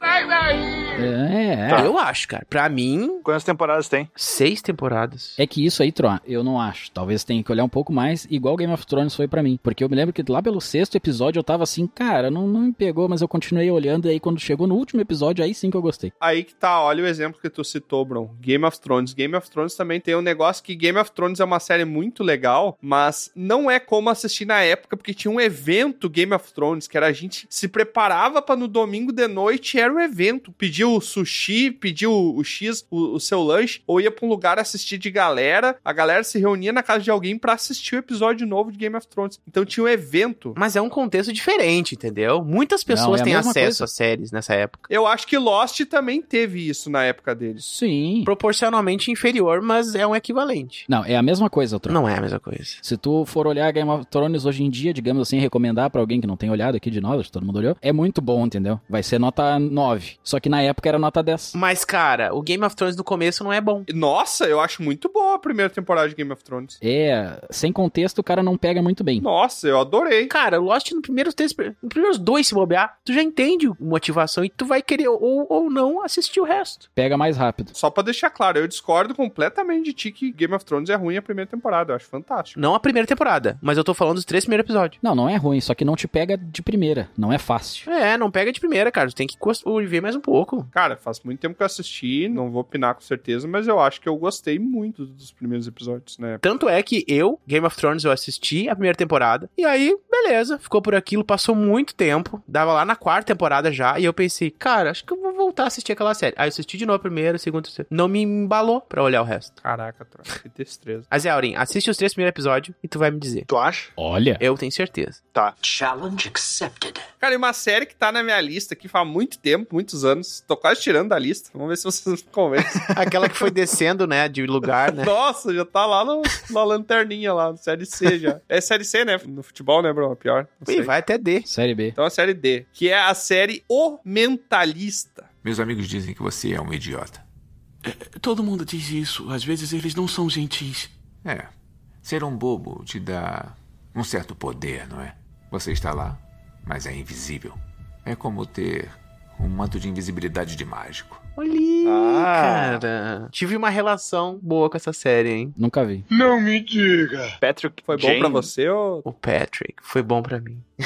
[SPEAKER 2] É,
[SPEAKER 4] Eu acho, cara. Pra mim.
[SPEAKER 3] Quantas temporadas tem?
[SPEAKER 4] Seis temporadas.
[SPEAKER 2] É que isso aí, Tron, eu não acho. Talvez tenha que olhar um pouco mais, igual Game of Thrones foi pra mim. Porque eu me lembro que lá pelo sexto episódio eu tava assim, cara, não, não me pegou, mas eu continuei olhando. E aí quando chegou no último episódio, aí sim que eu gostei.
[SPEAKER 1] Aí que tá, olha o exemplo que tu citou, Bron. Game of Thrones. Game of Thrones também tem um negócio que Game of Thrones é uma série muito legal, mas não é como assistir na época, porque tinha um evento Game of Thrones, que era a gente se preparava pra no domingo de noite, era o evento. Pediu o sushi, pediu o X, o, o seu lanche, ou ia pra um lugar assistir de galera. A galera se reunia na casa de alguém pra assistir o episódio novo de Game of Thrones. Então tinha um evento.
[SPEAKER 4] Mas é um contexto diferente, entendeu? Muitas pessoas
[SPEAKER 2] é a
[SPEAKER 4] têm
[SPEAKER 2] mesma
[SPEAKER 4] acesso
[SPEAKER 2] coisa.
[SPEAKER 4] a séries nessa época.
[SPEAKER 1] Eu acho que Lost também teve isso na época deles.
[SPEAKER 2] Sim.
[SPEAKER 4] Proporcionalmente inferior, mas é um equivalente.
[SPEAKER 2] Não, é a mesma coisa, Tron.
[SPEAKER 4] Não é a mesma coisa.
[SPEAKER 2] Se tu for olhar Game of Thrones hoje em dia, digamos assim, recomendar pra alguém que não tem olhado aqui de nós, acho que todo mundo olhou, é muito bom, entendeu? Vai ser nota 9. Só que na época era nota 10.
[SPEAKER 4] Mas, cara, o Game of Thrones no começo não é bom.
[SPEAKER 1] Nossa, eu acho muito boa a primeira temporada de Game of Thrones.
[SPEAKER 2] É, sem contexto o cara não pega muito bem.
[SPEAKER 1] Nossa, eu adorei.
[SPEAKER 4] Cara, Lost no primeiro três, nos primeiros dois se bobear, tu já entende a motivação e tu vai querer ou, ou não assistir o resto.
[SPEAKER 2] Pega mais rápido.
[SPEAKER 1] Só pra deixar claro, eu discordo completamente de ti que Game of Thrones é ruim a primeira temporada. Eu acho fantástico.
[SPEAKER 4] Não a primeira temporada, mas eu tô falando dos três primeiros episódios.
[SPEAKER 2] Não, não é ruim, só que não te pega de primeira. Não é fácil.
[SPEAKER 4] É, não pega de primeira, cara. Tu tem que cos- ver mais um pouco.
[SPEAKER 1] Cara, faz muito tempo que eu assisti, não vou opinar com certeza, mas eu acho que eu gostei muito dos primeiros episódios, né?
[SPEAKER 4] Tanto é que eu, Game of Thrones, eu assisti a primeira temporada. E aí, beleza, ficou por aquilo, passou muito tempo. Dava lá na quarta temporada já. E eu pensei, cara, acho que eu vou voltar a assistir aquela série. Aí eu assisti de novo a primeira, a segunda, a terceira. Não me embalou pra olhar o resto.
[SPEAKER 1] Caraca, troca, que destreza.
[SPEAKER 4] Mas é, Aurim, assiste os três primeiros episódios e tu vai me dizer.
[SPEAKER 3] Tu acha?
[SPEAKER 2] Olha.
[SPEAKER 4] Eu tenho certeza.
[SPEAKER 3] Tá.
[SPEAKER 9] Challenge accepted.
[SPEAKER 1] Cara, e uma série que tá na minha lista aqui faz muito tempo, muitos anos. Tô quase tirando da lista. Vamos ver se vocês <laughs> me convencem.
[SPEAKER 4] Aquela que foi descendo, né, de lugar, né?
[SPEAKER 1] Nossa, já tá lá no, na lanterninha lá, no Série C já. É Série C, né? No futebol, né, Bruno? Pior. não
[SPEAKER 4] E
[SPEAKER 1] sei.
[SPEAKER 4] vai até D.
[SPEAKER 2] Série B.
[SPEAKER 1] Então a série D, que é a série O Mentalista.
[SPEAKER 14] Meus amigos dizem que você é um idiota.
[SPEAKER 15] É, Todo mundo diz isso. Às vezes eles não são gentis.
[SPEAKER 14] É. Ser um bobo te dá um certo poder, não é? Você está lá, mas é invisível. É como ter um manto de invisibilidade de mágico.
[SPEAKER 4] Olha,
[SPEAKER 3] Ah.
[SPEAKER 4] cara. Tive uma relação boa com essa série, hein?
[SPEAKER 2] Nunca vi.
[SPEAKER 5] Não me diga.
[SPEAKER 3] Patrick
[SPEAKER 1] Foi bom
[SPEAKER 3] Jane.
[SPEAKER 1] pra você ou
[SPEAKER 4] O Patrick foi bom pra mim. <laughs>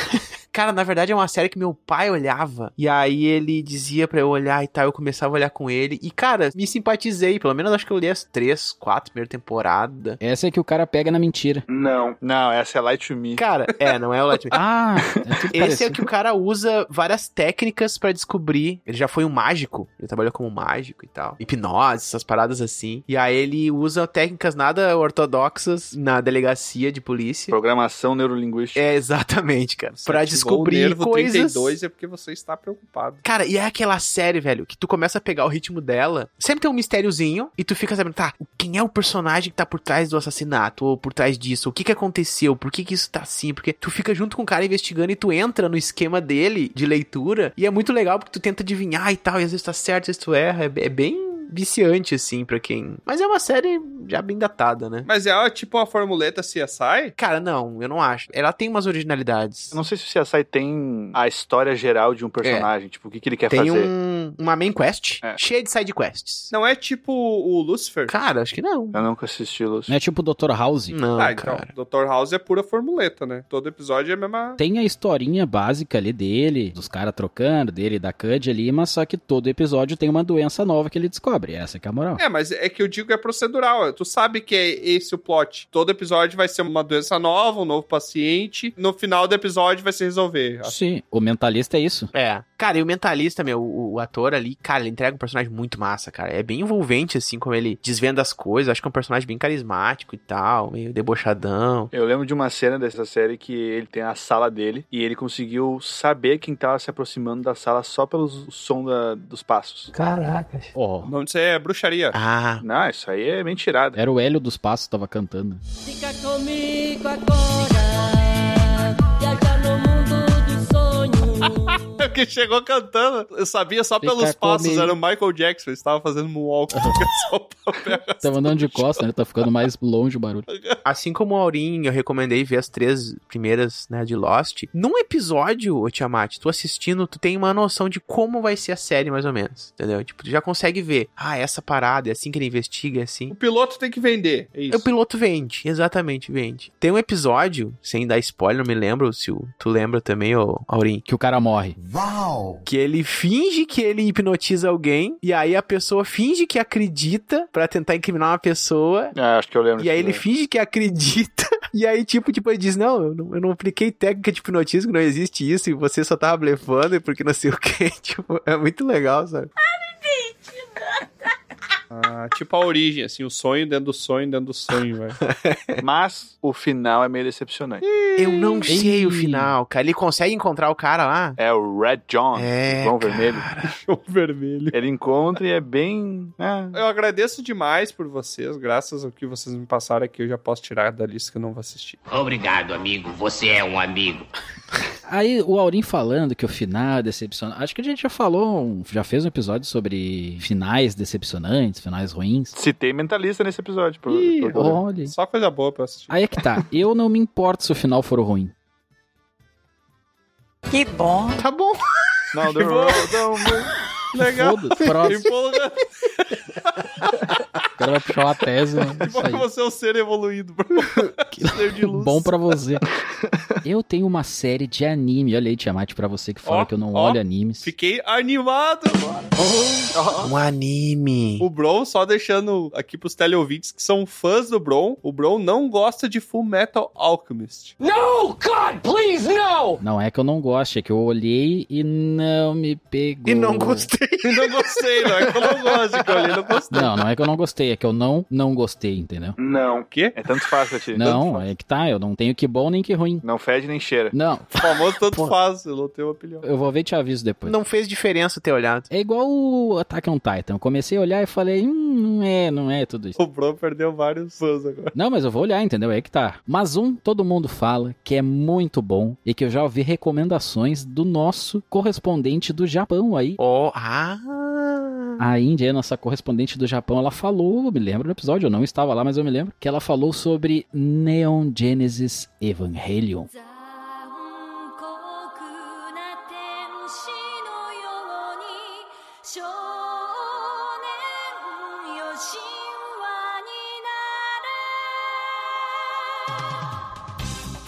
[SPEAKER 4] Cara, na verdade é uma série que meu pai olhava. E aí ele dizia pra eu olhar e tal. Eu começava a olhar com ele. E, cara, me simpatizei. Pelo menos acho que eu li as três, quatro primeira temporada.
[SPEAKER 2] Essa é que o cara pega na mentira.
[SPEAKER 3] Não. Não, essa é Light to Me.
[SPEAKER 4] <laughs> Cara, é, não é o Lightning.
[SPEAKER 2] Ah, é tudo
[SPEAKER 4] Esse
[SPEAKER 2] parecido.
[SPEAKER 4] é que o cara usa várias técnicas pra descobrir. Ele já foi um mágico, ele trabalhou como mágico e tal. Hipnose, essas paradas assim. E aí ele usa técnicas nada ortodoxas na delegacia de polícia.
[SPEAKER 3] Programação neurolinguística.
[SPEAKER 4] É exatamente, cara.
[SPEAKER 1] Você
[SPEAKER 4] Pra
[SPEAKER 1] ativou
[SPEAKER 4] descobrir
[SPEAKER 1] o nervo
[SPEAKER 4] coisas.
[SPEAKER 1] 32 é porque você está preocupado.
[SPEAKER 4] Cara, e é aquela série, velho, que tu começa a pegar o ritmo dela. Sempre tem um mistériozinho e tu fica sabendo, tá, quem é o personagem que tá por trás do assassinato, ou por trás disso, o que que aconteceu, por que que isso tá assim, porque tu fica junto com o cara investigando e tu entra no esquema dele de leitura e é muito legal porque tu tenta adivinhar e tal, e às vezes tu acerta, às vezes tu erra, é, be- é bem viciante, assim, pra quem... Mas é uma série já bem datada, né?
[SPEAKER 1] Mas é ó, tipo uma formuleta CSI?
[SPEAKER 4] Cara, não, eu não acho. Ela tem umas originalidades.
[SPEAKER 3] Eu não sei se o CSI tem a história geral de um personagem, tipo, o que, que ele quer
[SPEAKER 4] É. tem
[SPEAKER 3] fazer.
[SPEAKER 4] um, uma main quest
[SPEAKER 3] É.
[SPEAKER 4] cheia de side quests.
[SPEAKER 1] Não é tipo o Lucifer?
[SPEAKER 4] Cara, acho que não.
[SPEAKER 3] Eu nunca assisti Luz.
[SPEAKER 4] Né?
[SPEAKER 2] Não é tipo o Dr. House.
[SPEAKER 4] Não,
[SPEAKER 1] ah, então,
[SPEAKER 4] cara.
[SPEAKER 1] Dr. House é pura formuleta, né? Todo episódio é a mesma...
[SPEAKER 2] Tem a historinha básica ali dele, dos caras trocando, dele e da Cud ali, mas só que todo episódio tem uma doença nova que ele descobre. pobre, essa que é a moral.
[SPEAKER 1] É, mas é que eu digo que é procedural. Tu sabe que é esse o plot. Todo episódio vai ser uma doença nova, um novo paciente. No final do episódio vai se resolver.
[SPEAKER 2] Sim, o mentalista é isso.
[SPEAKER 4] É. Cara, e o mentalista, meu, o, o ator ali, cara, ele entrega um personagem muito massa, cara. É bem envolvente, assim, como ele desvenda as coisas. Acho que é um personagem bem carismático e tal, meio debochadão.
[SPEAKER 3] Eu lembro de uma cena dessa série que ele tem a sala dele e ele conseguiu saber quem tava se aproximando da sala só pelo som da- dos passos.
[SPEAKER 1] Caracas. O nome disso é bruxaria.
[SPEAKER 4] Ah.
[SPEAKER 3] Não, isso aí é mentirada.
[SPEAKER 2] Era o Hélio dos Passos que tava cantando.
[SPEAKER 16] Fica comigo agora, viajar no mundo dos sonhos.
[SPEAKER 1] <laughs> que chegou cantando. Eu sabia só
[SPEAKER 2] Fica
[SPEAKER 1] pelos passos.
[SPEAKER 2] comigo.
[SPEAKER 1] Era o Michael Jackson. Ele estava fazendo moonwalk. Só o papel.
[SPEAKER 2] Tava andando de costas, né? Tá ficando mais longe o barulho.
[SPEAKER 4] <laughs> Assim como o Aurim, eu recomendei ver as três primeiras, né, de Lost. Num episódio, ô Tiamat, tu assistindo, tu tem uma noção de como vai ser a série, mais ou menos. Entendeu? Tipo, tu já consegue ver. Ah, essa parada, é assim que ele investiga, é assim.
[SPEAKER 1] O piloto tem que vender. É isso.
[SPEAKER 4] O piloto vende, exatamente, vende. Tem um episódio, sem dar spoiler, não me lembro se o- tu lembra também, ô Aurim.
[SPEAKER 2] Que o cara morre.
[SPEAKER 4] Uau! Que ele finge que ele hipnotiza alguém, e aí a pessoa finge que acredita pra tentar incriminar uma pessoa,
[SPEAKER 3] Ah, acho que eu lembro
[SPEAKER 4] É. e aí ele
[SPEAKER 3] disso
[SPEAKER 1] né?
[SPEAKER 3] também.
[SPEAKER 4] finge que acredita. <laughs> E aí, tipo, tipo, ele diz, não, eu não, eu não apliquei técnica de hipnotismo, não existe isso, e você só tava blefando e porque não sei o quê. <laughs> Tipo, é muito legal, sabe?
[SPEAKER 1] Ah, tipo a origem, assim. O sonho dentro do sonho dentro do sonho,
[SPEAKER 2] <laughs>
[SPEAKER 1] velho.
[SPEAKER 4] <laughs>
[SPEAKER 3] Mas o final é meio decepcionante.
[SPEAKER 4] Eu não sei o final, cara. Ele consegue encontrar o cara lá?
[SPEAKER 3] É o Red John,
[SPEAKER 4] É,
[SPEAKER 3] o João Vermelho.
[SPEAKER 1] João Vermelho.
[SPEAKER 3] Ele encontra e é bem. É.
[SPEAKER 1] Eu agradeço demais por vocês. Graças ao que vocês me passaram aqui, eu já posso tirar da lista que eu não vou assistir.
[SPEAKER 17] Obrigado, amigo. Você é um amigo.
[SPEAKER 2] Aí o Aurim falando que o final é decepcionante. Acho que a gente já falou, um- já fez um episódio sobre finais decepcionantes, finais ruins.
[SPEAKER 3] Citei mentalista nesse episódio. Por, por- por-
[SPEAKER 2] olha.
[SPEAKER 1] Só coisa boa pra assistir.
[SPEAKER 2] Aí é que tá. Eu não me importo se o final for ruim.
[SPEAKER 6] <laughs> Que bom.
[SPEAKER 4] Tá bom.
[SPEAKER 3] Não,
[SPEAKER 1] deu um bom. Legal. <laughs>
[SPEAKER 2] Foda-se, próximo.
[SPEAKER 1] Empolga-
[SPEAKER 2] O cara vai puxar uma tese. né? Isso
[SPEAKER 1] Empolga
[SPEAKER 2] aí.
[SPEAKER 1] você é um ser evoluído,
[SPEAKER 2] <laughs>
[SPEAKER 1] bro. Ser de luz.
[SPEAKER 2] Bom pra você. Eu tenho uma série de anime. Olha aí, Tiamat, pra você que fala que eu não
[SPEAKER 1] ó.
[SPEAKER 2] olho animes.
[SPEAKER 1] Fiquei animado agora.
[SPEAKER 4] Um anime.
[SPEAKER 1] O Bron, só deixando aqui pros teleouvintes que são fãs do Bron, o Bron não gosta de Full Metal Alchemist. <laughs>
[SPEAKER 16] No, God, please, no!
[SPEAKER 2] Não é que eu não goste, é que eu olhei e não me pegou.
[SPEAKER 1] não gostei, não é que eu não gosto, que eu olhei, não gostei.
[SPEAKER 2] Não, não é que eu não gostei, é que eu não não gostei, entendeu?
[SPEAKER 3] Não. O
[SPEAKER 1] quê?
[SPEAKER 3] É tanto fácil, Tati.
[SPEAKER 2] Não, é que tá, eu não tenho que bom nem que ruim.
[SPEAKER 3] Não fede nem cheira.
[SPEAKER 2] Não,
[SPEAKER 1] O famoso tanto faz, eu não tenho opinião.
[SPEAKER 2] eu vou ver e te aviso depois.
[SPEAKER 4] Não fez diferença ter olhado.
[SPEAKER 2] É igual o Attack on Titan. Eu comecei a olhar e falei, hum, não é, não é tudo isso.
[SPEAKER 1] O Bron perdeu vários fãs agora.
[SPEAKER 2] Não, mas eu vou olhar, entendeu? É aí que tá. Mas um, todo mundo fala que é muito bom e que eu já ouvi recomendações do nosso correspondente do Japão aí.
[SPEAKER 4] Oh, ah.
[SPEAKER 2] A Índia, nossa correspondente do Japão, ela falou, eu me lembro do episódio, eu não estava lá, mas eu me lembro, que ela falou sobre Neon Genesis Evangelion.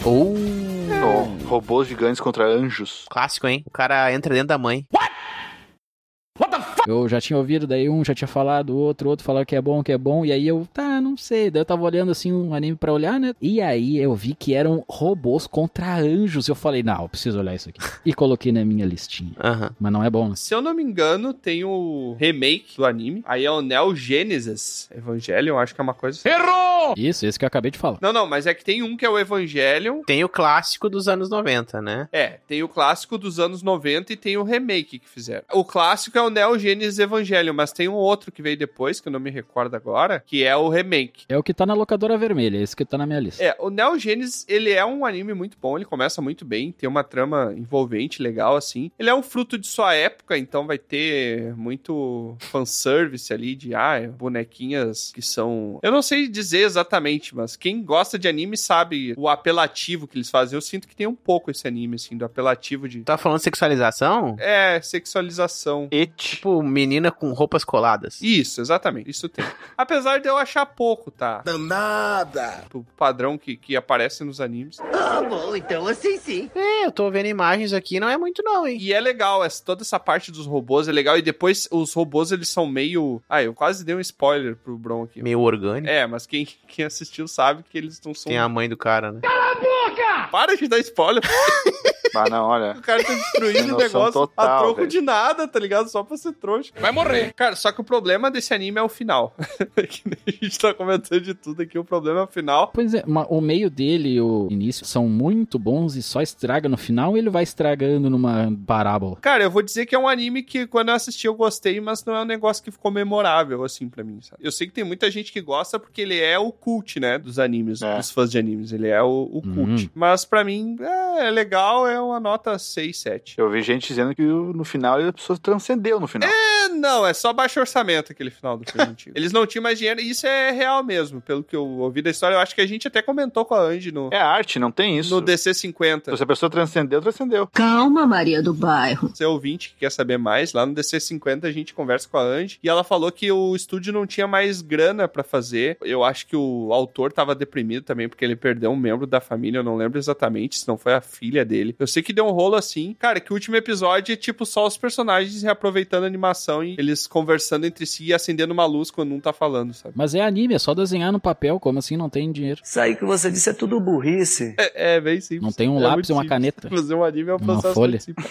[SPEAKER 4] Ou.
[SPEAKER 3] Oh, robôs gigantes contra anjos.
[SPEAKER 4] Clássico, hein? O cara entra dentro da mãe.
[SPEAKER 2] Eu já tinha ouvido, daí um já tinha falado, o outro, o outro falava que é bom, que é bom, e aí eu, tá, não sei. Daí eu tava olhando assim um anime pra olhar, né? E aí eu vi que eram robôs contra anjos. Eu falei, não, eu preciso olhar isso aqui. E coloquei na minha listinha. Mas não é bom, né?
[SPEAKER 1] Se eu não me engano, tem o remake do anime. Aí é o Neo Genesis Evangelion, acho que é uma coisa. Errou!
[SPEAKER 2] Isso, esse que eu acabei de falar.
[SPEAKER 1] Não, não, mas é que tem um que é o Evangelion.
[SPEAKER 4] Tem o clássico dos anos 90, né?
[SPEAKER 1] É, tem o clássico dos anos 90 e tem o remake que fizeram. O clássico é o Neo Genesis Evangelion, mas tem um outro que veio depois, que eu não me recordo agora, que é o remake.
[SPEAKER 2] É o que tá na locadora vermelha, esse que tá na minha lista.
[SPEAKER 1] É, o Neo Genesis, ele é um anime muito bom, ele começa muito bem, tem uma trama envolvente, legal, assim. Ele é um fruto de sua época, então vai ter muito fanservice ali de, ah, bonequinhas que são... Eu não sei dizer exatamente, mas quem gosta de anime sabe o apelativo que eles fazem. Eu sinto que tem um pouco esse anime, assim, do apelativo de...
[SPEAKER 4] Tá falando sexualização?
[SPEAKER 1] É, sexualização.
[SPEAKER 3] It.
[SPEAKER 4] Tipo, menina com roupas coladas.
[SPEAKER 1] Isso, exatamente. Isso tem. Apesar de eu achar pouco, tá? Danada! O padrão que, que aparece nos animes.
[SPEAKER 6] Ah, bom, então assim sim.
[SPEAKER 4] É, eu tô vendo imagens aqui, não é muito não, hein?
[SPEAKER 1] E é legal, essa, toda essa parte dos robôs é legal. E depois os robôs, eles são meio... Ah, eu quase dei um spoiler pro Bron aqui.
[SPEAKER 4] Meio orgânico.
[SPEAKER 1] É, mas quem, quem assistiu sabe que eles não são...
[SPEAKER 4] Tem a mãe do cara, né?
[SPEAKER 1] Para de dar spoiler.
[SPEAKER 3] Ah, não, olha.
[SPEAKER 1] O cara tá
[SPEAKER 3] Sem
[SPEAKER 1] destruindo o
[SPEAKER 3] noção
[SPEAKER 1] negócio a
[SPEAKER 3] total,
[SPEAKER 1] troco
[SPEAKER 3] velho.
[SPEAKER 1] de nada, tá ligado? Só pra ser trouxa. Vai morrer. Cara, só que o problema desse anime é o final. <laughs> Que nem a gente tá comentando de tudo aqui, o problema é o final.
[SPEAKER 2] Pois é, ma- o meio dele e o início são muito bons e só estraga no final ele vai estragando numa parábola.
[SPEAKER 1] Cara, eu vou dizer que é um anime que quando eu assisti eu gostei, mas não é um negócio que ficou memorável, assim, pra mim, sabe? Eu sei que tem muita gente que gosta porque ele é o cult, né? Dos animes, dos fãs de animes. Ele é o, o cult. Mas pra mim, é, é legal, é uma nota 6, 7.
[SPEAKER 3] Eu vi gente dizendo que o- no final a pessoa transcendeu no final.
[SPEAKER 1] É, não, é só baixo orçamento aquele final do
[SPEAKER 3] <laughs>
[SPEAKER 1] filme antigo. Eles não tinham mais dinheiro, e isso é real mesmo. Pelo que eu ouvi da história, eu acho que a gente até comentou com a Andy no,
[SPEAKER 3] É arte, não tem isso.
[SPEAKER 1] no DC50.
[SPEAKER 3] Então, se a pessoa transcendeu, transcendeu.
[SPEAKER 1] Calma, Maria do Bairro. Seu é ouvinte que quer saber mais, lá no DC50 a gente conversa com a Andy e ela falou que o estúdio não tinha mais grana pra fazer. Eu acho que o autor tava deprimido também porque ele perdeu um membro da família, eu não lembro exatamente se não foi a filha dele. Eu sei que deu um rolo assim. Cara, que o último episódio é tipo só os personagens reaproveitando a animação e eles conversando entre si e acendendo uma luz quando um tá falando, sabe?
[SPEAKER 2] Mas é anime, é só desenhar no papel, como assim não tem dinheiro?
[SPEAKER 1] Isso aí que você disse é tudo burrice. É, bem simples.
[SPEAKER 2] Não tem um
[SPEAKER 1] É muito
[SPEAKER 2] lápis e uma
[SPEAKER 1] simples.
[SPEAKER 2] caneta.
[SPEAKER 1] Fazer um anime é um
[SPEAKER 2] Uma
[SPEAKER 1] processo muito
[SPEAKER 2] folha.
[SPEAKER 1] simples.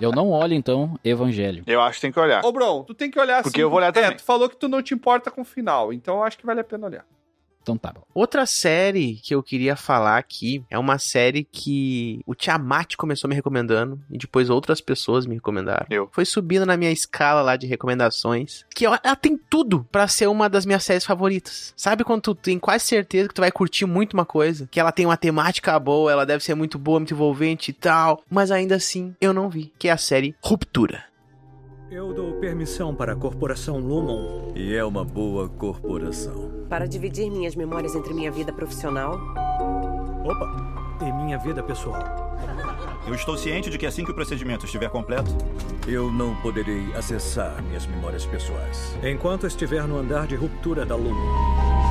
[SPEAKER 2] Eu não olho então Evangelho.
[SPEAKER 3] Eu acho que tem que olhar.
[SPEAKER 1] Ô, Bron, tu tem que olhar
[SPEAKER 3] Porque eu vou olhar
[SPEAKER 1] É, tu falou que tu não te importa com o final, então eu acho que vale a pena olhar.
[SPEAKER 2] Então tá bom.
[SPEAKER 4] Outra série que eu queria falar aqui é uma série que o Tiamat começou me recomendando e depois outras pessoas me recomendaram.
[SPEAKER 3] Eu.
[SPEAKER 4] Foi subindo na minha escala lá de recomendações, que ela, ela tem tudo pra ser uma das minhas séries favoritas. Sabe quando tu tem quase certeza que tu vai curtir muito uma coisa, que ela tem uma temática boa, ela deve ser muito boa, muito envolvente e tal, mas ainda assim eu não vi, que é a série Ruptura.
[SPEAKER 18] Eu dou permissão para a corporação Lumon. E é uma boa corporação.
[SPEAKER 19] Para dividir minhas memórias entre minha vida profissional
[SPEAKER 18] Opa! E minha vida pessoal.
[SPEAKER 20] Eu estou ciente de que assim que o procedimento estiver completo,
[SPEAKER 18] Eu não poderei acessar minhas memórias pessoais. Enquanto estiver no andar de ruptura da Lumon.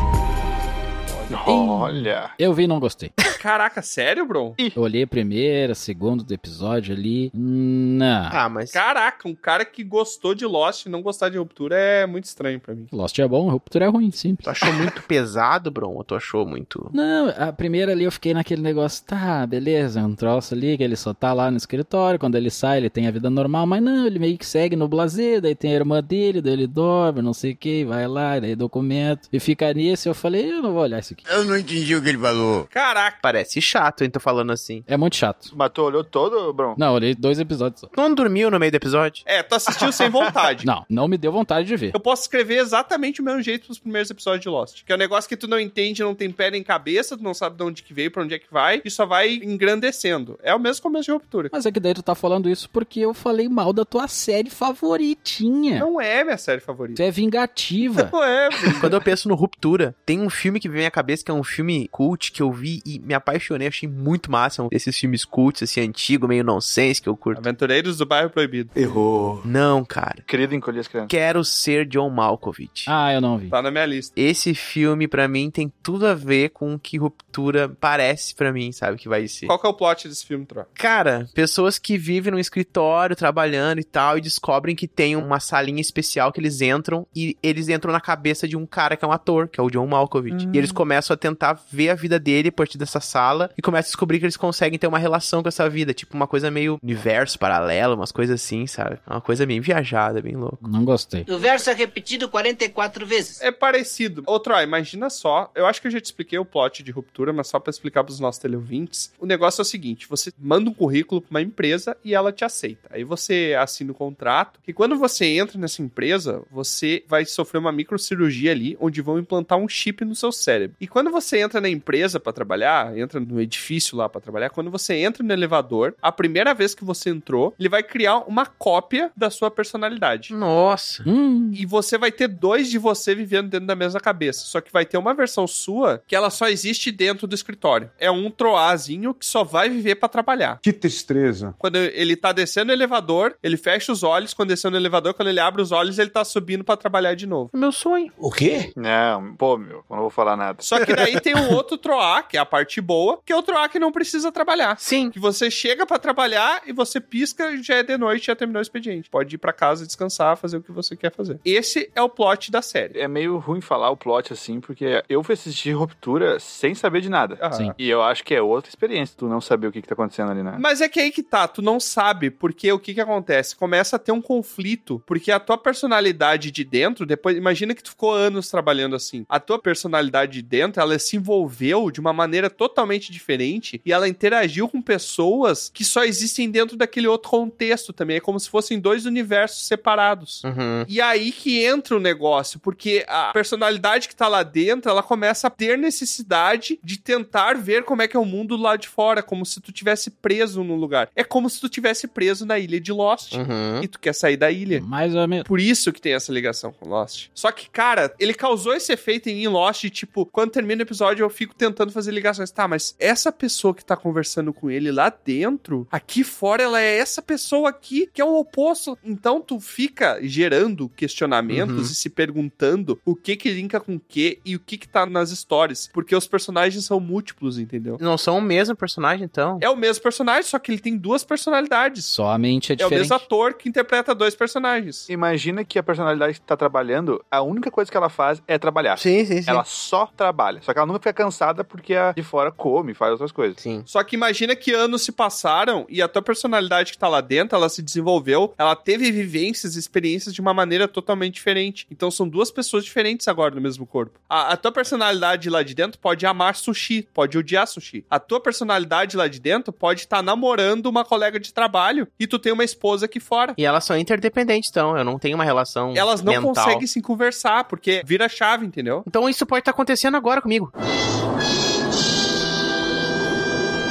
[SPEAKER 3] Olha.
[SPEAKER 2] Eu vi e não gostei.
[SPEAKER 1] Caraca, sério, Bron?
[SPEAKER 2] Eu olhei a primeira, a segunda do episódio ali. Não.
[SPEAKER 4] Ah, mas.
[SPEAKER 1] Caraca, um cara que gostou de Lost e não gostar de ruptura é muito estranho pra mim.
[SPEAKER 2] Lost é bom, Ruptura é ruim, simples.
[SPEAKER 4] Tu achou muito pesado, Bron? Ou tu achou muito.
[SPEAKER 2] Não, a primeira ali eu fiquei naquele negócio, tá, beleza, é um troço ali que ele só tá lá no escritório, quando ele sai ele tem a vida normal, mas não, ele meio que segue no blazer, daí tem a irmã dele, daí ele dorme, não sei o que, vai lá, daí documento, e fica nisso, eu falei, eu não vou olhar isso aqui.
[SPEAKER 4] Eu não entendi o que ele falou.
[SPEAKER 1] Caraca.
[SPEAKER 4] Parece chato, hein? Tô falando assim.
[SPEAKER 2] É muito chato.
[SPEAKER 3] Mas tu olhou todo, Bron?
[SPEAKER 2] Não, olhei dois episódios só.
[SPEAKER 4] Tu não dormiu no meio do episódio?
[SPEAKER 1] É, tu assistiu sem <laughs> vontade.
[SPEAKER 2] Não, não me deu vontade de ver.
[SPEAKER 1] Eu posso escrever exatamente o mesmo jeito pros primeiros episódios de Lost. Que é um negócio que tu não entende, não tem pé nem cabeça, tu não sabe de onde que veio, pra onde é que vai, e só vai engrandecendo. É o mesmo começo de ruptura.
[SPEAKER 2] Mas é que daí tu tá falando isso porque eu falei mal da tua série favoritinha.
[SPEAKER 1] Não é minha série favorita.
[SPEAKER 2] Tu é vingativa.
[SPEAKER 1] <laughs> Não é,
[SPEAKER 4] Quando eu penso no Ruptura, tem um filme que vem à minha cabeça que é um filme cult que eu vi e me apaixonei, achei muito massa. Um desses filmes cults, assim, antigo, meio nonsense que eu curto.
[SPEAKER 1] Aventureiros do Bairro Proibido.
[SPEAKER 4] Errou. Não, cara.
[SPEAKER 3] Querido encolher as crianças.
[SPEAKER 4] Quero ser John Malkovich.
[SPEAKER 2] Ah, eu não vi.
[SPEAKER 1] Tá na minha lista.
[SPEAKER 4] Esse filme, pra mim, tem tudo a ver com o que Ruptura parece pra mim, sabe? Que vai ser.
[SPEAKER 1] Qual que é o plot desse filme, Tro?
[SPEAKER 4] Cara, pessoas que vivem num escritório trabalhando e tal e descobrem que tem uma salinha especial que eles entram e eles entram na cabeça de um cara que é um ator, que é o John Malkovich. E eles começam a tentar ver a vida dele a partir dessa sala e começam a descobrir que eles conseguem ter uma relação com essa vida, tipo uma coisa meio universo paralelo, umas coisas assim, sabe? Uma coisa bem viajada, bem louca.
[SPEAKER 2] Não gostei.
[SPEAKER 6] O verso é repetido 44 vezes.
[SPEAKER 1] É parecido. Ô, Troy, imagina só. Eu acho que eu já te expliquei o plot de ruptura, mas só pra explicar pros nossos teleouvintes. O negócio é o seguinte: você manda um currículo pra uma empresa e ela te aceita. Aí você assina o contrato. E quando você entra nessa empresa, você vai sofrer uma microcirurgia ali, onde vão implantar um chip no seu cérebro. E E quando você entra na empresa para trabalhar, entra no edifício lá para trabalhar, quando você entra no elevador, a primeira vez que você entrou, ele vai criar uma cópia da sua personalidade.
[SPEAKER 4] Nossa.
[SPEAKER 2] Hum,
[SPEAKER 1] E você vai ter dois de você vivendo dentro da mesma cabeça. Só que vai ter uma versão sua que ela só existe dentro do escritório. É um troazinho que só vai viver para trabalhar.
[SPEAKER 21] Que tristeza.
[SPEAKER 1] Quando ele tá descendo o elevador, ele fecha os olhos. Quando descendo o elevador, quando ele abre os olhos, ele tá subindo pra trabalhar de novo.
[SPEAKER 4] É Meu sonho.
[SPEAKER 3] O quê? Não, pô, meu, eu não vou falar nada.
[SPEAKER 1] Só que daí tem um outro Troá, que é a parte boa, que é o Troá que não precisa trabalhar.
[SPEAKER 4] Sim.
[SPEAKER 1] Que você chega pra trabalhar e você pisca e já é de noite, já terminou o expediente. Pode ir pra casa, descansar, fazer o que você quer fazer. Esse é o plot da série.
[SPEAKER 3] É meio ruim falar o plot assim, porque eu fui assistir Ruptura sem saber de nada.
[SPEAKER 1] Ah. Sim.
[SPEAKER 3] E eu acho que é outra experiência tu não saber o que, que tá acontecendo ali, né?
[SPEAKER 1] Mas é que aí que tá, tu não sabe, porque o que que acontece? Começa a ter um conflito, porque a tua personalidade de dentro, depois, imagina que tu ficou anos trabalhando assim. A tua personalidade de dentro, ela se envolveu de uma maneira totalmente diferente e ela interagiu com pessoas que só existem dentro daquele outro contexto também. É como se fossem dois universos separados.
[SPEAKER 4] Uhum.
[SPEAKER 1] E aí que entra o negócio, porque a personalidade que tá lá dentro, ela começa a ter necessidade de tentar ver como é que é o mundo lá de fora, como se tu tivesse preso num lugar. É como se tu tivesse preso na ilha de Lost
[SPEAKER 4] Uhum.
[SPEAKER 1] e tu quer sair da ilha.
[SPEAKER 2] Mais ou menos.
[SPEAKER 1] Por isso que tem essa ligação com Lost. Só que, cara, ele causou esse efeito em mim em Lost, de, tipo, quando termina o episódio eu fico tentando fazer ligações. Tá, mas essa pessoa que tá conversando com ele lá dentro, aqui fora, ela é essa pessoa aqui que é o oposto. Então tu fica gerando questionamentos
[SPEAKER 4] Uhum.
[SPEAKER 1] e se perguntando o que que linka com o que e o que que tá nas histórias. Porque os personagens são múltiplos, entendeu?
[SPEAKER 4] Não são o mesmo personagem, então?
[SPEAKER 1] É o mesmo personagem, só que ele tem duas personalidades.
[SPEAKER 2] Só a mente é
[SPEAKER 1] É o
[SPEAKER 2] diferente.
[SPEAKER 1] mesmo ator que interpreta dois personagens.
[SPEAKER 3] Imagina que a personalidade que tá trabalhando, a única coisa que ela faz é trabalhar.
[SPEAKER 4] Sim, sim, sim.
[SPEAKER 3] Ela só trabalha. Só que ela nunca fica cansada porque a de fora come, faz outras coisas.
[SPEAKER 4] Sim.
[SPEAKER 1] Só que imagina que anos se passaram e a tua personalidade que tá lá dentro, ela se desenvolveu, ela teve vivências e experiências de uma maneira totalmente diferente. Então são duas pessoas diferentes agora no mesmo corpo. A, a tua personalidade lá de dentro pode amar sushi, pode odiar sushi. A tua personalidade lá de dentro pode estar namorando uma colega de trabalho e tu tem uma esposa aqui fora.
[SPEAKER 4] E elas são interdependentes, então. Eu não tenho uma relação
[SPEAKER 1] Elas não
[SPEAKER 4] mental.
[SPEAKER 1] conseguem se conversar, porque vira chave, entendeu?
[SPEAKER 4] Então isso pode estar acontecendo agora comigo.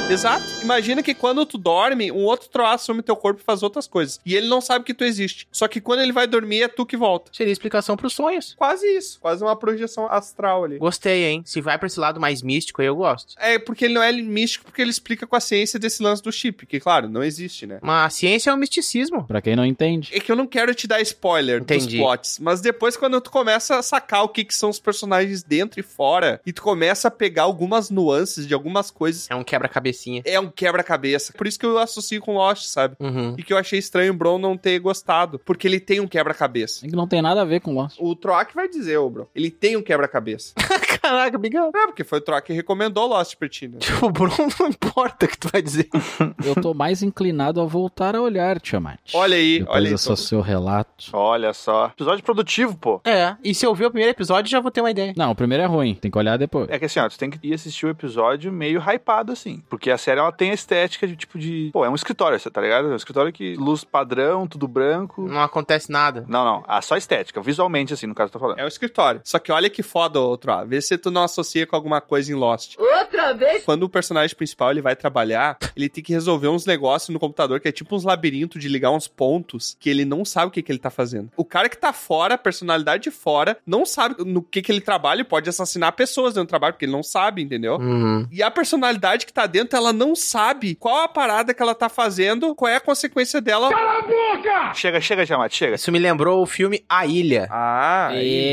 [SPEAKER 1] Exato. Imagina que quando tu dorme, um outro troá assume teu corpo e faz outras coisas. E ele não sabe que tu existe. Só que quando ele vai dormir, é tu que volta.
[SPEAKER 4] Seria explicação pros sonhos.
[SPEAKER 1] Quase isso. Quase uma projeção astral ali.
[SPEAKER 4] Gostei, hein? Se vai pra esse lado mais místico, aí eu gosto.
[SPEAKER 1] É porque ele não é místico, porque ele explica com a ciência desse lance do chip, que, claro, não existe, né?
[SPEAKER 4] Mas a ciência é um misticismo.
[SPEAKER 2] Pra quem não entende.
[SPEAKER 1] É que eu não quero te dar spoiler
[SPEAKER 4] Entendi.
[SPEAKER 1] dos plots, mas depois quando tu começa a sacar o que, que são os personagens dentro e fora, e tu começa a pegar algumas nuances de algumas coisas,
[SPEAKER 4] É um quebra-cabecinha.
[SPEAKER 1] é um quebra-cabeça. Por isso que eu associo com Lost, sabe?
[SPEAKER 4] Uhum.
[SPEAKER 1] E que eu achei estranho o Bron não ter gostado, porque ele tem um quebra-cabeça.
[SPEAKER 2] É que não tem nada a ver com
[SPEAKER 1] <laughs>
[SPEAKER 2] Lost.
[SPEAKER 1] O Troak vai dizer, ô, Bron, ele tem um quebra-cabeça.
[SPEAKER 4] <laughs> Caraca, <laughs> obrigado.
[SPEAKER 1] <laughs> é, porque foi o Troak que recomendou Lost pra ti, né?
[SPEAKER 4] Tipo, Bruno, não importa o que tu vai dizer.
[SPEAKER 2] Eu tô mais inclinado a voltar a olhar, Tiamat.
[SPEAKER 1] Olha aí,
[SPEAKER 2] Depois
[SPEAKER 1] olha aí.
[SPEAKER 2] desse seu relato.
[SPEAKER 3] Olha só. Episódio produtivo, pô.
[SPEAKER 4] É, e se eu ver o primeiro episódio, já vou ter uma ideia.
[SPEAKER 2] Não, o primeiro é ruim. Tem que olhar depois.
[SPEAKER 3] É que assim, ó, tu tem que ir assistir o episódio meio hypado, assim. Porque a série, ela tem a estética de tipo de... Pô, é um escritório, tá ligado? É um escritório que luz padrão, tudo branco.
[SPEAKER 4] Não acontece nada.
[SPEAKER 3] Não, não. Ah, só estética. Visualmente, assim, no caso, eu tô falando.
[SPEAKER 1] É um escritório. Só que olha que foda, ô, Troá. Vê se tu não associa com alguma coisa em Lost.
[SPEAKER 16] Outra vez?
[SPEAKER 1] Quando o personagem principal ele vai trabalhar, ele tem que resolver uns negócios no computador que é tipo uns labirintos de ligar uns pontos que ele não sabe o que, que ele tá fazendo. O cara que tá fora, a personalidade de fora, não sabe no que, que ele trabalha e pode assassinar pessoas dentro do trabalho, porque ele não sabe, entendeu?
[SPEAKER 4] Uhum.
[SPEAKER 1] E a personalidade que tá dentro, ela não sabe qual a parada que ela tá fazendo, qual é a consequência dela.
[SPEAKER 3] Chega, chega, Jamat, chega.
[SPEAKER 4] Isso me lembrou o filme A Ilha.
[SPEAKER 1] Ah,
[SPEAKER 4] Me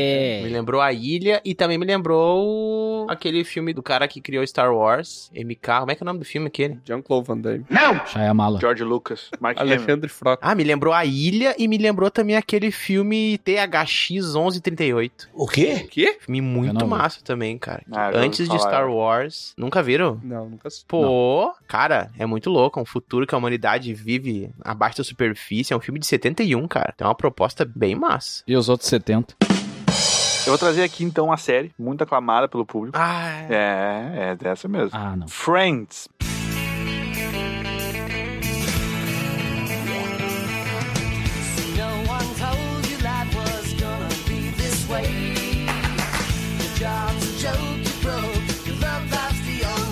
[SPEAKER 2] É.
[SPEAKER 4] lembrou A Ilha e também me lembrou aquele filme do cara que criou Star Wars, MK. Como é que é o nome do filme aquele?
[SPEAKER 1] Jean-Claude Van <laughs> Damme.
[SPEAKER 2] Shyamala.
[SPEAKER 3] George Lucas, Mark Hamill.
[SPEAKER 1] Alexandre Frota.
[SPEAKER 4] Ah, me lembrou A Ilha e me lembrou também aquele filme THX 1138.
[SPEAKER 16] O quê?
[SPEAKER 1] O quê?
[SPEAKER 4] Filme
[SPEAKER 2] Eu
[SPEAKER 4] muito
[SPEAKER 2] não vi.
[SPEAKER 4] massa também, cara.
[SPEAKER 3] Ah, eu
[SPEAKER 4] Antes
[SPEAKER 3] ouvi
[SPEAKER 4] de
[SPEAKER 3] falar.
[SPEAKER 4] Star Wars. Nunca viram?
[SPEAKER 1] Não, nunca assisti.
[SPEAKER 4] Pô, cara, é muito louco. É um futuro que a humanidade vive abaixo da superfície. É um filme de 71, cara. Tem uma proposta bem massa.
[SPEAKER 2] E os outros 70?
[SPEAKER 3] Eu vou trazer aqui, então, uma série muito aclamada pelo público.
[SPEAKER 4] Ah,
[SPEAKER 3] É, é dessa mesmo.
[SPEAKER 2] Ah, não.
[SPEAKER 3] Friends.
[SPEAKER 16] No one told you life was gonna be this way. Your job's a joke, you broke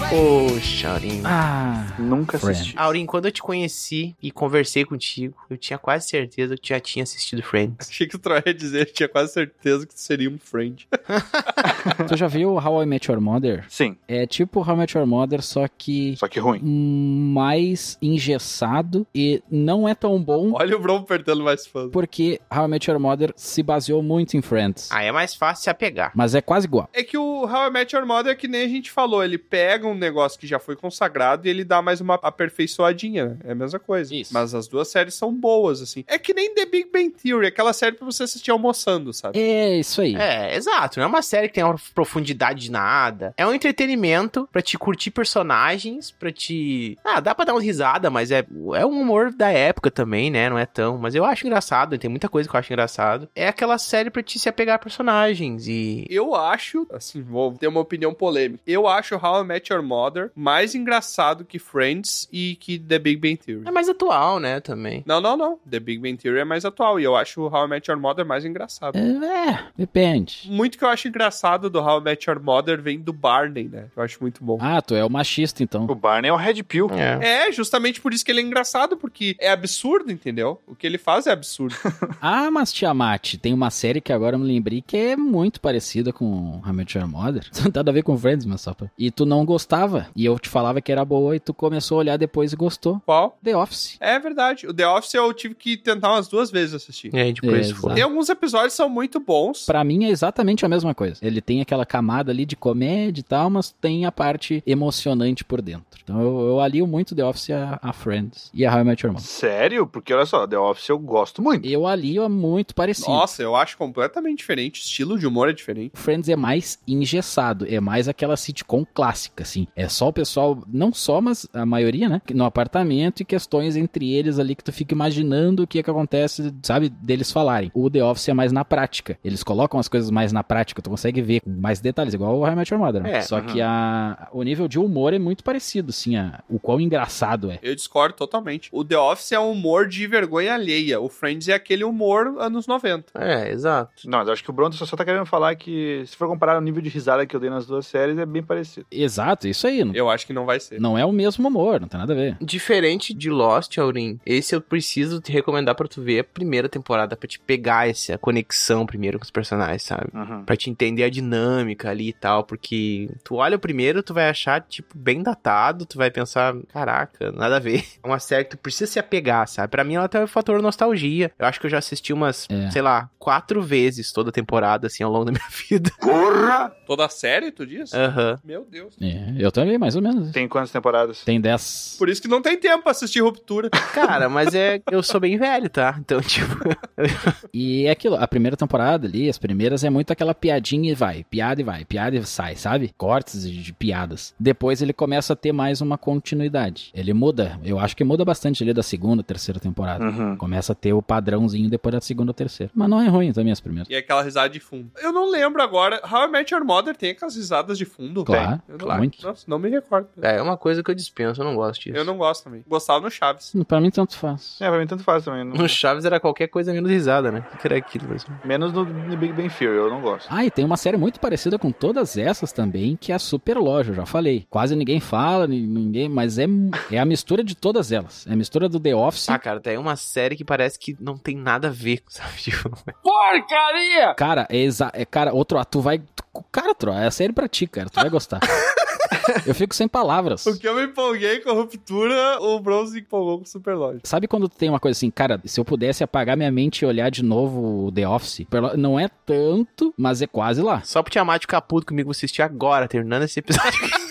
[SPEAKER 3] É.
[SPEAKER 4] Poxa, Aurim.
[SPEAKER 2] Ah,
[SPEAKER 3] Nunca
[SPEAKER 2] Friends.
[SPEAKER 3] assisti.
[SPEAKER 4] Aurim, quando eu te conheci e conversei contigo, eu tinha quase certeza que tu já tinha assistido Friends.
[SPEAKER 1] Achei que o Troy ia dizer, eu tinha quase certeza que seria um friend. <laughs>
[SPEAKER 2] tu já viu How I Met Your Mother?
[SPEAKER 3] Sim.
[SPEAKER 2] É tipo How I Met Your Mother, só que
[SPEAKER 3] Só que ruim.
[SPEAKER 2] mais engessado e não é tão bom
[SPEAKER 1] Olha o Bron perdendo mais fãs.
[SPEAKER 2] porque How I Met Your Mother se baseou muito em Friends.
[SPEAKER 1] Ah.
[SPEAKER 4] Aí é mais fácil se apegar.
[SPEAKER 2] Mas é quase igual.
[SPEAKER 1] É que o How I Met Your Mother, é que nem a gente falou, ele pega um negócio que já foi consagrado e ele dá mais uma aperfeiçoadinha, né? É a mesma coisa.
[SPEAKER 2] Isso.
[SPEAKER 1] Mas as duas séries são boas, assim. É que nem The Big Bang Theory, aquela série pra você assistir almoçando, sabe?
[SPEAKER 2] É isso aí.
[SPEAKER 4] É, exato. Não é uma série que tem uma profundidade de nada. É um entretenimento pra te curtir personagens, pra te. Ah, dá pra dar uma risada, mas é, é um humor da época também, né? Não é tão. Mas eu acho engraçado, tem muita coisa que eu acho engraçado. É aquela série pra te se apegar a personagens e.
[SPEAKER 1] Eu acho, assim, vou ter uma opinião polêmica. Eu acho How I Met Your Mother mais engraçado que Friends e que The Big Bang Theory.
[SPEAKER 4] É mais atual, né? Também.
[SPEAKER 1] Não, não, não. The Big Bang Theory é mais atual e eu acho How I Met Your Mother mais engraçado.
[SPEAKER 2] É, depende.
[SPEAKER 1] Muito que eu acho engraçado do How I Met Your Mother vem do Barney, né? Eu acho muito bom.
[SPEAKER 2] Ah, tu é o machista então.
[SPEAKER 3] O Barney é o Red Pill.
[SPEAKER 4] É.
[SPEAKER 1] É, justamente por isso que ele é engraçado, porque é absurdo, entendeu? O que ele faz é
[SPEAKER 2] <laughs>
[SPEAKER 1] absurdo.
[SPEAKER 2] Ah, mas Tiamat, tem uma série que agora eu me lembrei que é muito parecida com How I Met Your Mother. <laughs> Não tem nada a ver com Friends, mas só pra... E tu não gostava. E eu te falava que era boa e tu começou a olhar depois e gostou.
[SPEAKER 1] Qual?
[SPEAKER 2] The Office.
[SPEAKER 1] É verdade. O The Office eu tive que tentar umas duas vezes assistir.
[SPEAKER 4] E aí depois
[SPEAKER 2] É,
[SPEAKER 4] foi.
[SPEAKER 1] Tem alguns episódios que são muito bons.
[SPEAKER 2] Pra mim é exatamente a mesma coisa. Ele tem aquela camada ali de comédia e tal, mas tem a parte emocionante por dentro. Então eu, eu alio muito The Office a, a Friends e a How I Met Your Mother.
[SPEAKER 3] Sério? Porque olha só, The Office eu gosto muito.
[SPEAKER 2] Eu alio é muito parecido.
[SPEAKER 1] Nossa, eu acho completamente diferente. O estilo de humor é diferente.
[SPEAKER 2] Friends é mais engessado, é mais aquela sitcom clássica, assim. É só o pessoal, não só, mas a maioria, né? No apartamento e questões entre eles ali que tu fica imaginando o que é que acontece, sabe? Deles falarem. O The Office é mais na prática. Eles colocam as coisas mais na prática, tu consegue ver com mais detalhes, igual o How I Met Your Mother. né?
[SPEAKER 4] É,
[SPEAKER 2] só
[SPEAKER 3] uhum.
[SPEAKER 2] que a, o nível de humor é muito parecido, assim, a- o quão engraçado é.
[SPEAKER 1] Eu discordo totalmente. O The Office é um humor de vergonha alheia. O Friends é aquele humor anos 90.
[SPEAKER 4] É, exato.
[SPEAKER 3] Não, mas eu acho que o Bronto só, só tá querendo falar que, se for comparar o nível de risada que eu dei nas duas séries, é bem parecido.
[SPEAKER 2] Exato, é isso aí. Não,
[SPEAKER 1] Eu acho que não vai ser.
[SPEAKER 2] não é o mesmo humor, não tem nada a ver.
[SPEAKER 4] Diferente de Lost, Aurim, esse eu preciso te recomendar pra tu ver a primeira temporada, pra te pegar essa conexão primeiro com os personagens, sabe?
[SPEAKER 3] Uhum.
[SPEAKER 4] Pra te entender a dinâmica ali e tal, porque tu olha o primeiro, tu vai achar, tipo, bem datado, tu vai pensar, caraca, nada a ver. <laughs> É uma série que tu precisa se apegar, sabe? Pra mim ela tem o fator nostalgia. Eu acho que eu já assisti umas,
[SPEAKER 2] É.
[SPEAKER 4] sei lá, quatro vezes toda a temporada, assim, ao longo da minha <laughs> vida.
[SPEAKER 1] Toda série, tu diz?
[SPEAKER 4] Aham.
[SPEAKER 1] Meu Deus.
[SPEAKER 2] É, eu também, mais ou menos.
[SPEAKER 3] Tem quantas temporadas?
[SPEAKER 2] Tem 10.
[SPEAKER 1] Por isso que não tem tempo pra assistir
[SPEAKER 2] <laughs>
[SPEAKER 1] Ruptura.
[SPEAKER 4] Cara, mas é. Eu sou bem velho, tá? Então, <laughs> tipo.
[SPEAKER 2] E é aquilo, a primeira temporada ali, as primeiras é muito aquela piadinha e vai, piada e vai, piada e sai, sabe? Cortes de, de piadas. Depois ele começa a ter mais uma continuidade. Ele muda, eu acho que muda bastante ali da segunda, terceira temporada.
[SPEAKER 3] Uhum.
[SPEAKER 2] Começa a ter o padrãozinho depois da segunda ou terceira. Mas não é ruim também as primeiras.
[SPEAKER 1] E aquela risada de fundo. Eu não lembro agora. How I Met Your Mother tem aquelas risadas de fundo?
[SPEAKER 2] Claro,
[SPEAKER 1] tem. Eu não,
[SPEAKER 2] claro. Muito.
[SPEAKER 1] Nossa, não me recordo.
[SPEAKER 4] É uma coisa que eu dispenso, eu não gosto disso.
[SPEAKER 1] Eu não gosto também. Gostava no Chaves.
[SPEAKER 2] Pra mim tanto faz.
[SPEAKER 3] É, pra mim tanto faz também. Não-
[SPEAKER 4] No Chaves era qualquer coisa menos risada, né? O que era aquilo mesmo?
[SPEAKER 3] <laughs> Menos no, no Big Bang Theory, eu não gosto.
[SPEAKER 2] Ah, e tem uma série muito parecida com todas essas também, que é a Super Loja, eu já falei. Quase ninguém fala, ni- ninguém, mas é, é a mistura de todas elas. É a mistura do The Office.
[SPEAKER 4] Ah, cara, tem uma série que parece que não tem nada a ver, <laughs> sabe? Tipo,
[SPEAKER 2] Cara, é exa... é, cara, outro, ah, tu vai. tu- Cara, Tro, é a série pra ti, cara. Tu vai gostar. Eu fico sem palavras.
[SPEAKER 1] O que eu me empolguei com a ruptura, o Bronze empolgou com o Superlógico.
[SPEAKER 2] Sabe quando tu tem uma coisa assim, cara, se eu pudesse apagar minha mente e olhar de novo o The Office? Pelo- Não é tanto, mas é quase lá.
[SPEAKER 4] só pro Tiamat ficar puto comigo, vou assistir agora, terminando esse episódio.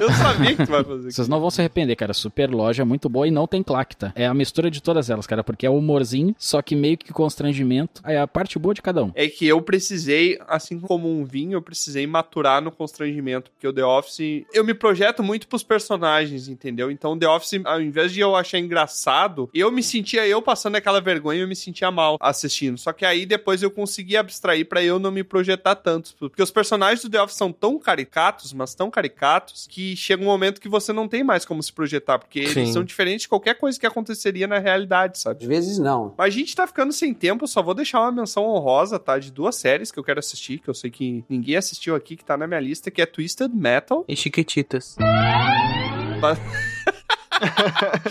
[SPEAKER 1] Eu sabia que tu vai
[SPEAKER 2] <laughs>
[SPEAKER 1] fazer isso.
[SPEAKER 2] Vocês não vão se arrepender, cara. Super loja é muito boa e não tem claque, tá? É a mistura de todas elas, cara, porque é o humorzinho, só que meio que constrangimento. É a parte boa de cada um.
[SPEAKER 1] É que eu precisei, assim como um vinho, eu precisei maturar no constrangimento. Porque o The Office. Eu me projeto muito pros personagens, entendeu? Então, The Office, ao invés de eu achar engraçado, eu me sentia eu passando aquela vergonha, eu me sentia mal assistindo. Só que aí depois eu consegui abstrair pra eu não me projetar tanto. Porque os personagens do The Office são tão caricatos, mas tão status que chega um momento que você não tem mais como se projetar, porque
[SPEAKER 21] Sim.
[SPEAKER 1] eles são diferentes de qualquer coisa que aconteceria na realidade, sabe?
[SPEAKER 21] Às vezes não.
[SPEAKER 1] Mas a gente tá ficando sem tempo, só vou deixar uma menção honrosa, tá? De duas séries que eu quero assistir, que eu sei que ninguém assistiu aqui, que tá na minha lista, que é Twisted Metal.
[SPEAKER 4] <laughs>
[SPEAKER 1] <laughs>
[SPEAKER 4] E Chiquititas.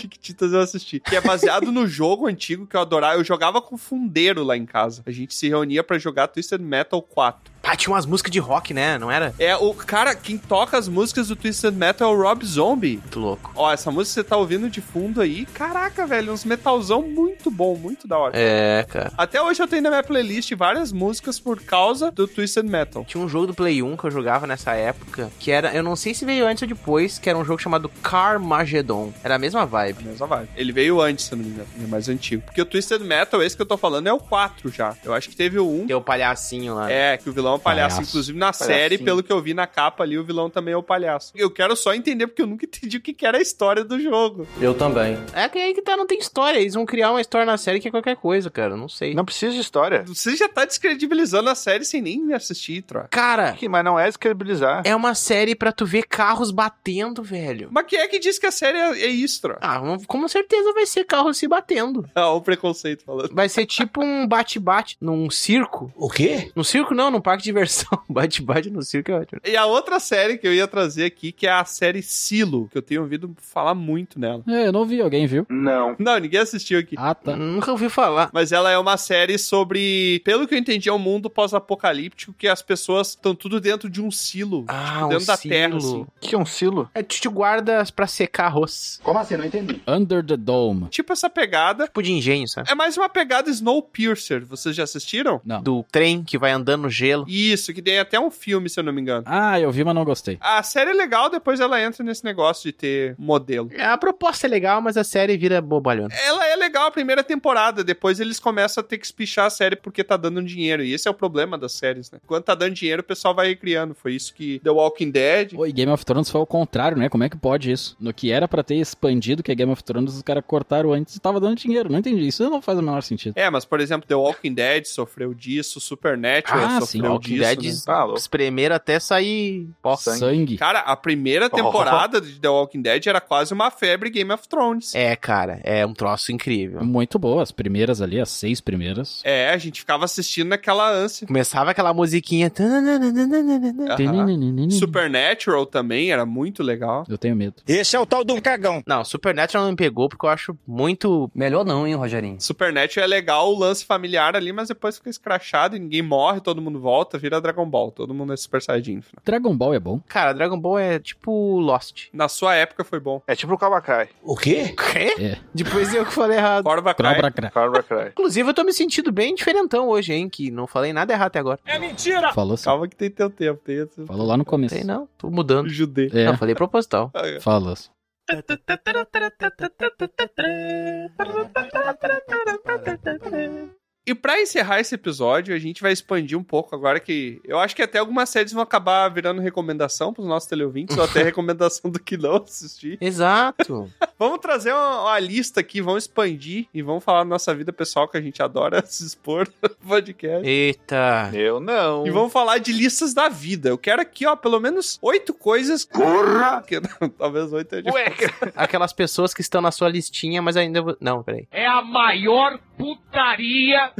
[SPEAKER 1] Chiquititas eu assisti. Que é baseado no jogo antigo que eu adorava. Eu jogava com fundeiro lá em casa. A gente se reunia pra jogar Twisted Metal 4.
[SPEAKER 4] Pá, tinha umas músicas de rock, né? Não era?
[SPEAKER 1] É, o cara, quem toca as músicas do Twisted Metal é o Rob Zombie.
[SPEAKER 4] Muito louco.
[SPEAKER 1] Ó, essa música que você tá ouvindo de fundo aí, caraca, velho, uns metalzão muito bom, muito da hora.
[SPEAKER 4] É, cara.
[SPEAKER 1] Até hoje eu tenho na minha playlist várias músicas por causa do Twisted Metal.
[SPEAKER 4] Tinha um jogo do Play 1 que eu jogava nessa época, que era, eu não sei se veio antes ou depois, que era um jogo chamado Carmageddon. Era a mesma vibe.
[SPEAKER 1] Mesma vibe. Ele veio antes, se eu não me engano, ele é mais antigo. Porque o Twisted Metal, esse que eu tô falando, é o 4 já. Eu acho que teve o 1.
[SPEAKER 4] Tem é o palhacinho lá.
[SPEAKER 1] É, que o vilão é um palhaço.
[SPEAKER 4] Palhaço.
[SPEAKER 1] Inclusive na
[SPEAKER 4] Palhacinho.
[SPEAKER 1] série, pelo que eu vi na capa ali, o vilão também é o palhaço. Eu quero só entender, porque eu nunca entendi o que que era a história do jogo.
[SPEAKER 21] Eu também.
[SPEAKER 4] É que aí que tá, não tem história. Eles vão criar uma história na série que é qualquer coisa, cara. Não sei.
[SPEAKER 3] Não precisa de história.
[SPEAKER 1] Você já tá descredibilizando a série sem nem assistir, troca.
[SPEAKER 4] Cara,
[SPEAKER 3] Que- Mas não é descredibilizar.
[SPEAKER 4] é uma série pra tu ver carros batendo, velho.
[SPEAKER 1] Mas quem é que diz que a série é, é isso, <laughs> troca?
[SPEAKER 4] Ah, com certeza vai ser carros se batendo.
[SPEAKER 1] Ah, o preconceito falando.
[SPEAKER 4] Vai ser tipo um bate-bate num circo.
[SPEAKER 21] O quê?
[SPEAKER 4] No circo não, num parque de diversão. <laughs> Bate-bate no circo é ótimo.
[SPEAKER 1] E a outra série que eu ia trazer aqui, que é a série Silo, que eu tenho ouvido falar muito nela.
[SPEAKER 2] É, eu não vi, alguém viu?
[SPEAKER 7] Não.
[SPEAKER 1] Não, ninguém assistiu aqui.
[SPEAKER 2] Ah, tá.
[SPEAKER 4] Nunca ouvi falar.
[SPEAKER 1] Mas ela é uma série sobre, pelo que eu entendi, é um mundo pós-apocalíptico que as pessoas estão tudo dentro de um silo,
[SPEAKER 4] Ah,
[SPEAKER 1] tipo,
[SPEAKER 4] um
[SPEAKER 1] dentro da terra,
[SPEAKER 4] silo.
[SPEAKER 1] assim.
[SPEAKER 3] O que é um silo?
[SPEAKER 4] É, tu te guardas pra secar arroz.
[SPEAKER 20] Como assim? Não entendi.
[SPEAKER 2] Under the Dome.
[SPEAKER 1] Tipo essa pegada.
[SPEAKER 4] Tipo de engenho, sabe?
[SPEAKER 1] É mais uma pegada Snowpiercer, vocês já assistiram?
[SPEAKER 2] Não.
[SPEAKER 4] Do trem que vai andando no gelo.
[SPEAKER 1] Isso, que tem até um filme, se eu não me engano.
[SPEAKER 2] Ah, eu vi, mas não gostei.
[SPEAKER 1] A série é legal, depois ela entra nesse negócio de ter modelo.
[SPEAKER 4] A proposta é legal, mas a série vira bobalhona.
[SPEAKER 1] Ela é legal a primeira temporada, depois eles começam a ter que espichar a série porque tá dando dinheiro. E esse é o problema das séries, né? Quando tá dando dinheiro, o pessoal vai criando. Foi isso que The Walking Dead.
[SPEAKER 2] Oi, Game of Thrones foi ao contrário, né? Como é que pode isso? No que era pra ter expandido, que é Game of Thrones, os caras cortaram antes e tava dando dinheiro. Não entendi. Isso não faz o menor sentido.
[SPEAKER 1] É, mas por exemplo, The Walking Dead sofreu disso, Supernatural
[SPEAKER 2] Ah,
[SPEAKER 1] sofreu
[SPEAKER 2] sim,
[SPEAKER 1] disso.
[SPEAKER 4] Walking Dead
[SPEAKER 1] né?
[SPEAKER 3] Tá louco.
[SPEAKER 4] espremer até sair pó.
[SPEAKER 3] Sangue.
[SPEAKER 2] Sangue.
[SPEAKER 1] Cara, a primeira temporada de The Walking Dead era quase uma febre Game of Thrones. É.
[SPEAKER 4] É, cara, é um troço incrível.
[SPEAKER 2] Muito boa, as primeiras ali, as seis primeiras.
[SPEAKER 1] É, a gente ficava assistindo naquela ânsia.
[SPEAKER 4] Começava aquela musiquinha. tananana.
[SPEAKER 1] É, Aham.
[SPEAKER 2] né,
[SPEAKER 1] Supernatural também era muito legal.
[SPEAKER 2] Eu tenho medo.
[SPEAKER 9] Esse é o tal do cagão.
[SPEAKER 4] Não, Supernatural não me pegou porque eu acho muito.
[SPEAKER 21] Melhor não, hein, Rogerinho?
[SPEAKER 1] Supernatural é legal o lance familiar ali, mas depois fica escrachado e ninguém morre, todo mundo volta, vira Dragon Ball, todo mundo é Super Saiyajin. no final.
[SPEAKER 2] Dragon Ball é bom.
[SPEAKER 4] Cara, Dragon Ball é tipo Lost.
[SPEAKER 1] Na sua época foi bom.
[SPEAKER 3] É tipo o Cobra Kai.
[SPEAKER 21] O quê?
[SPEAKER 4] Quê?
[SPEAKER 2] É.
[SPEAKER 4] Depois eu que falei errado.
[SPEAKER 1] Cobra Kai.
[SPEAKER 2] Cobra Kai. <laughs>
[SPEAKER 3] Cobra Kai.
[SPEAKER 4] Inclusive, eu tô me sentindo bem diferentão hoje, hein? Que não falei nada errado até agora.
[SPEAKER 2] Falou assim.
[SPEAKER 1] Calma que tem teu tempo, tem esse
[SPEAKER 2] Falou lá no
[SPEAKER 4] Não
[SPEAKER 2] começo.
[SPEAKER 4] sei, não. Tô mudando.
[SPEAKER 1] judeu.
[SPEAKER 2] É,
[SPEAKER 4] Não, falei proposital.
[SPEAKER 2] falou assim.
[SPEAKER 1] E pra encerrar esse episódio, a gente vai expandir um pouco agora que eu acho que até algumas séries vão acabar virando recomendação pros nossos teleouvintes, ou até recomendação do que não assistir.
[SPEAKER 4] Exato.
[SPEAKER 1] Vamos trazer uma, uma lista aqui, vamos expandir e vamos falar da nossa vida pessoal que a gente adora <laughs> se expor no podcast.
[SPEAKER 4] Eita.
[SPEAKER 3] Eu não.
[SPEAKER 1] E vamos falar de listas da vida. Eu quero aqui, ó, pelo menos oito coisas. Corra! Que, não, talvez oito é difícil.
[SPEAKER 3] Ué, cara.
[SPEAKER 4] Aquelas pessoas que estão na sua listinha, mas ainda. vo- Não, peraí.
[SPEAKER 16] É a maior putaria.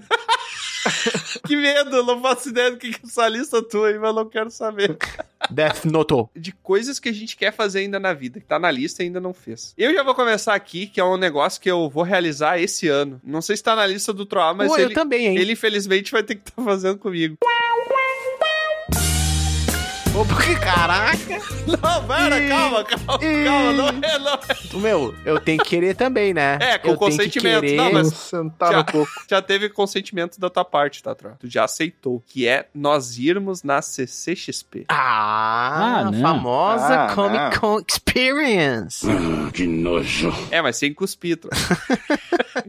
[SPEAKER 1] Que medo, eu não faço ideia do que que é essa lista tua aí, mas eu não quero saber.
[SPEAKER 4] Death Noto.
[SPEAKER 1] De coisas que a gente quer fazer ainda na vida, que tá na lista e ainda não fez. Eu já vou começar aqui, que é um negócio que eu vou realizar esse ano. Não sei se tá na lista do Troá, mas
[SPEAKER 4] Pô, eu
[SPEAKER 1] ele,
[SPEAKER 4] também, hein?
[SPEAKER 1] ele infelizmente vai ter que estar fazendo comigo.
[SPEAKER 4] Opa, que caraca!
[SPEAKER 1] <laughs> Não, pera,
[SPEAKER 4] Ih,
[SPEAKER 1] calma, calma,
[SPEAKER 4] ih.
[SPEAKER 1] calma. Não é, não
[SPEAKER 4] Meu, eu tenho que querer também, né?
[SPEAKER 1] é. É, com
[SPEAKER 4] Eu tenho que
[SPEAKER 1] consentimento.
[SPEAKER 4] querer.
[SPEAKER 1] Não, mas
[SPEAKER 3] sentar
[SPEAKER 1] Já.
[SPEAKER 3] no coco.
[SPEAKER 1] já teve consentimento da tua parte, tá, Troá? Tu já aceitou. Que é nós irmos na CCXP.
[SPEAKER 4] Ah,
[SPEAKER 2] Ah, não.
[SPEAKER 4] famosa
[SPEAKER 3] Ah,
[SPEAKER 4] Comic Con Experience.
[SPEAKER 5] Ah, que nojo.
[SPEAKER 1] <laughs> É, mas sem cuspir, Troá.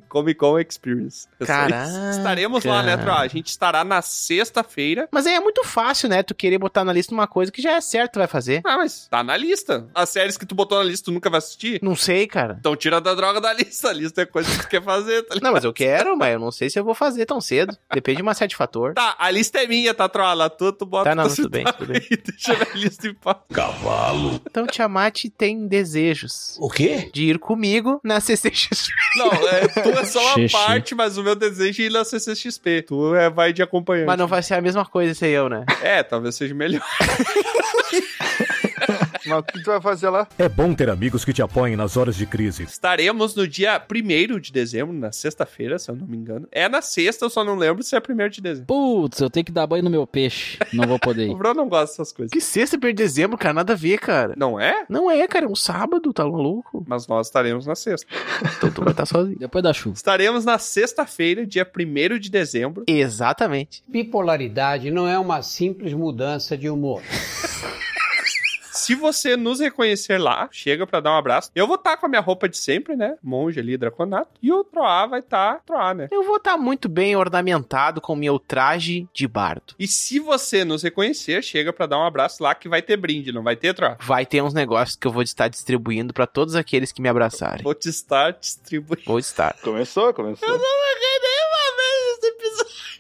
[SPEAKER 1] Comic Con Experience. É só
[SPEAKER 4] Caraca.
[SPEAKER 1] isso. Estaremos lá, né, Troá? A gente estará na sexta-feira.
[SPEAKER 4] Mas aí é muito fácil, né? Tu querer botar na lista uma coisa que já é certo que vai fazer.
[SPEAKER 1] Ah, mas tá na lista. As séries que tu botou na lista, tu nunca vai assistir?
[SPEAKER 4] Não sei, cara.
[SPEAKER 1] Então tira da droga da lista. A lista é coisa que tu quer fazer, tá ligado?
[SPEAKER 4] <laughs> Não, mas eu quero, mas eu não sei se eu vou fazer tão cedo. Depende de uma série de fator.
[SPEAKER 1] Tá, a lista é minha, tá, Troá? Lá tu, tu bota...
[SPEAKER 4] Tá, não,
[SPEAKER 1] tu
[SPEAKER 4] tudo bem, tudo bem.
[SPEAKER 1] <laughs> Deixa a lista em paz. Cavalo.
[SPEAKER 4] Então Tiamat tem desejos.
[SPEAKER 1] O quê?
[SPEAKER 4] De ir comigo na CCXP.
[SPEAKER 1] Não, é, tu é só uma
[SPEAKER 2] Xixi.
[SPEAKER 1] parte, mas o meu desejo é ir na CCXP. Tu é, vai de acompanhante.
[SPEAKER 4] Mas não vai ser a mesma coisa esse aí, eu, né?
[SPEAKER 1] É, talvez seja melhor.
[SPEAKER 3] Mas o que tu vai fazer lá?
[SPEAKER 18] É bom ter amigos que te apoiem nas horas de crise.
[SPEAKER 1] Estaremos no dia 1 de dezembro, na sexta-feira, se eu não me engano. É na sexta, eu só não lembro se é 1 de dezembro.
[SPEAKER 2] Putz, eu tenho que dar banho no meu peixe. Não vou poder
[SPEAKER 1] <laughs> O
[SPEAKER 2] ir.
[SPEAKER 1] Bruno não gosta dessas coisas.
[SPEAKER 4] Que sexta per dezembro, cara, nada a ver, cara.
[SPEAKER 1] Não é?
[SPEAKER 4] Não é, cara, é um sábado, tá maluco?
[SPEAKER 1] Mas nós estaremos na sexta.
[SPEAKER 4] Então tu vai estar sozinho.
[SPEAKER 2] Depois da chuva.
[SPEAKER 1] Estaremos na sexta-feira, dia 1 de dezembro.
[SPEAKER 4] <laughs> Exatamente.
[SPEAKER 21] Bipolaridade não é uma simples mudança de humor.
[SPEAKER 1] Se você nos reconhecer lá, chega pra dar um abraço. Eu vou estar com a minha roupa de sempre, né? Monge ali, draconato. E o Troá vai estar Troá, né?
[SPEAKER 4] Eu vou estar muito bem ornamentado com meu traje de bardo.
[SPEAKER 1] E se você nos reconhecer, chega pra dar um abraço lá que vai ter brinde, não vai ter, Troá?
[SPEAKER 4] Vai ter uns negócios que eu vou estar distribuindo pra todos aqueles que me abraçarem.
[SPEAKER 1] Vou te estar distribuindo.
[SPEAKER 4] Vou estar.
[SPEAKER 3] Começou, começou.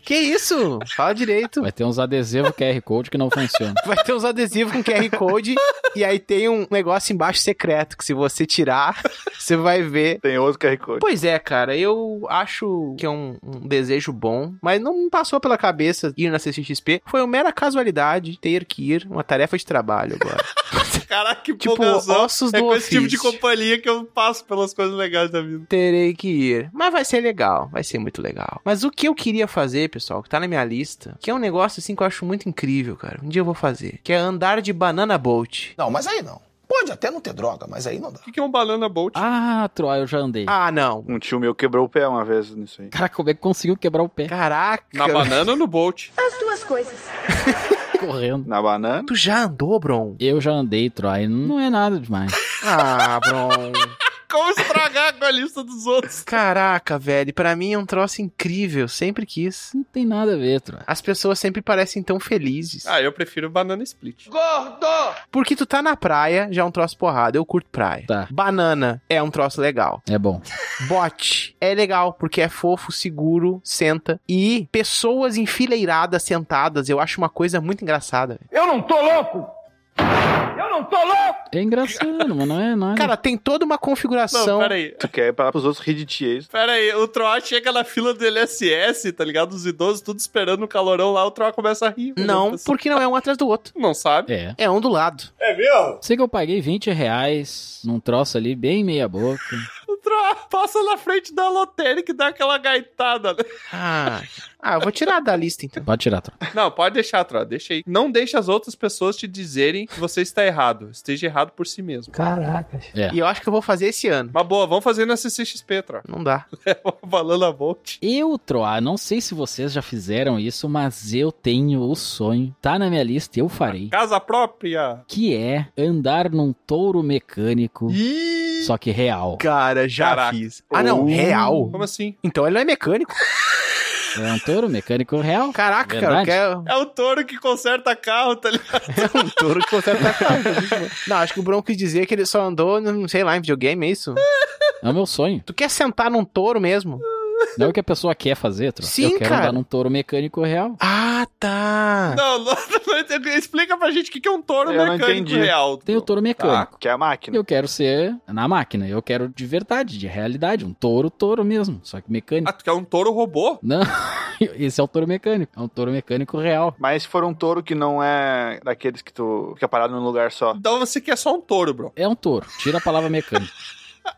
[SPEAKER 4] Que isso? Fala direito.
[SPEAKER 2] Vai ter uns adesivos QR Code que não
[SPEAKER 1] <laughs>
[SPEAKER 2] funcionam.
[SPEAKER 4] Vai ter uns adesivos com QR Code e aí tem um negócio embaixo secreto que se você tirar, você vai ver.
[SPEAKER 3] Tem outro QR Code.
[SPEAKER 4] Pois é, cara, eu acho que é um, um desejo bom, mas não me passou pela cabeça ir na CCXP. Foi uma mera casualidade ter que ir, uma tarefa de trabalho agora.
[SPEAKER 1] Caraca, que
[SPEAKER 4] Tipo,
[SPEAKER 1] empolgação.
[SPEAKER 4] ossos
[SPEAKER 1] É
[SPEAKER 4] do
[SPEAKER 1] com esse tipo de
[SPEAKER 4] ofício.
[SPEAKER 1] companhia que eu passo pelas coisas legais da vida.
[SPEAKER 4] Terei que ir. Mas vai ser legal, vai ser muito legal. Mas o que eu queria fazer, pessoal, que tá na minha lista, que é um negócio assim que eu acho muito incrível, cara. Um dia eu vou fazer. Que é andar de banana boat.
[SPEAKER 22] Não, mas aí não. Pode até não ter droga, mas aí não dá.
[SPEAKER 1] O que que é um banana bolt?
[SPEAKER 2] Ah, Troá, eu já andei.
[SPEAKER 4] Ah, não.
[SPEAKER 3] Um tio meu quebrou o pé uma vez nisso aí.
[SPEAKER 2] Cara, como é que conseguiu quebrar o pé?
[SPEAKER 4] Caraca.
[SPEAKER 1] Na banana ou no bolt?
[SPEAKER 19] As duas coisas.
[SPEAKER 2] Correndo.
[SPEAKER 3] Na banana.
[SPEAKER 4] Tu já andou, Bron?
[SPEAKER 2] Eu já andei, Troá, e não é nada demais.
[SPEAKER 4] Ah, Bron.
[SPEAKER 1] <laughs> Como estragar com a lista dos outros?
[SPEAKER 4] Caraca, velho. Pra mim é um troço incrível. Sempre quis.
[SPEAKER 2] Não tem nada a ver, Troá.
[SPEAKER 4] As pessoas sempre parecem tão felizes.
[SPEAKER 1] Ah, eu prefiro banana split.
[SPEAKER 4] Porque tu tá na praia, já é um troço porrada. Eu curto praia.
[SPEAKER 2] Tá.
[SPEAKER 4] Banana é um troço legal.
[SPEAKER 2] É bom.
[SPEAKER 4] Bote é legal, porque é fofo, seguro, senta. E pessoas enfileiradas, sentadas, eu acho uma coisa muito engraçada. velho.
[SPEAKER 2] É engraçado, mas não é nada.
[SPEAKER 4] Cara, tem toda uma
[SPEAKER 1] Não,
[SPEAKER 4] configuração.
[SPEAKER 1] peraí.
[SPEAKER 3] Tu quer ir pra lá pros outros rir de ti, é isso?
[SPEAKER 1] Pera aí, o Troá chega na fila do LSS, tá ligado? Os idosos, tudo esperando o calorão lá, o Troá começa a rir.
[SPEAKER 4] não, porque não é um atrás do outro.
[SPEAKER 1] Não sabe.
[SPEAKER 2] É.
[SPEAKER 4] É um do lado.
[SPEAKER 2] Sei que eu paguei 20 reais num troço ali, bem meia boca.
[SPEAKER 1] O Troá passa na frente da lotérica e dá aquela gaitada. né?
[SPEAKER 4] Ah, ah eu vou tirar da lista então.
[SPEAKER 2] Pode tirar, Troá.
[SPEAKER 1] <laughs> Não, pode deixar, Troá, deixa aí. Não deixe as outras pessoas te dizerem que você está errado. Esteja errado por si mesmo.
[SPEAKER 2] É.
[SPEAKER 4] E eu acho que eu vou fazer esse ano.
[SPEAKER 1] Mas boa, vamos fazer na CCXP, <laughs> Troá.
[SPEAKER 4] Não dá.
[SPEAKER 1] Banana Bolt.
[SPEAKER 2] Eu, Troá, não sei se vocês já fizeram isso, mas eu tenho o sonho. Tá na minha lista, eu farei.
[SPEAKER 1] Casa própria.
[SPEAKER 2] Que é andar num touro mecânico,
[SPEAKER 1] Ih!
[SPEAKER 2] só que real.
[SPEAKER 4] Cara, já
[SPEAKER 1] Caraca.
[SPEAKER 4] fiz. Ah, não,
[SPEAKER 1] Oh.
[SPEAKER 4] real.
[SPEAKER 1] Como assim?
[SPEAKER 4] Então ele não é mecânico.
[SPEAKER 2] É um touro mecânico real.
[SPEAKER 4] Caraca,
[SPEAKER 2] Verdade.
[SPEAKER 4] cara, eu
[SPEAKER 1] É o touro que conserta carro, tá ligado?
[SPEAKER 4] quero. É um touro que conserta carro. Não, acho que o Bron quis dizer que ele só andou, não sei lá, em videogame, é isso?
[SPEAKER 2] É o meu sonho.
[SPEAKER 4] Tu quer sentar num touro mesmo?
[SPEAKER 2] Não é o que a pessoa quer fazer, Troá.
[SPEAKER 4] Sim,
[SPEAKER 2] eu quero
[SPEAKER 4] cara.
[SPEAKER 2] andar num touro mecânico real.
[SPEAKER 4] Ah, tá.
[SPEAKER 1] Não, <laughs> não, não, explica pra gente o que que é um touro
[SPEAKER 3] Eu não
[SPEAKER 1] mecânico
[SPEAKER 3] entendi.
[SPEAKER 1] real.
[SPEAKER 2] Tem o touro
[SPEAKER 3] Tá,
[SPEAKER 2] mecânico.
[SPEAKER 3] que é a máquina.
[SPEAKER 2] Eu quero ser na máquina. Eu quero de verdade, de realidade. Um touro, touro mesmo. Só que mecânico.
[SPEAKER 1] Ah, tu quer um touro robô?
[SPEAKER 2] Não, <laughs> esse é o touro mecânico. É um touro mecânico real.
[SPEAKER 3] Mas se for um touro que não é daqueles que tu fica parado num lugar só.
[SPEAKER 1] Então você quer só um touro, bro. <laughs>
[SPEAKER 2] É um touro. Tira a palavra mecânico.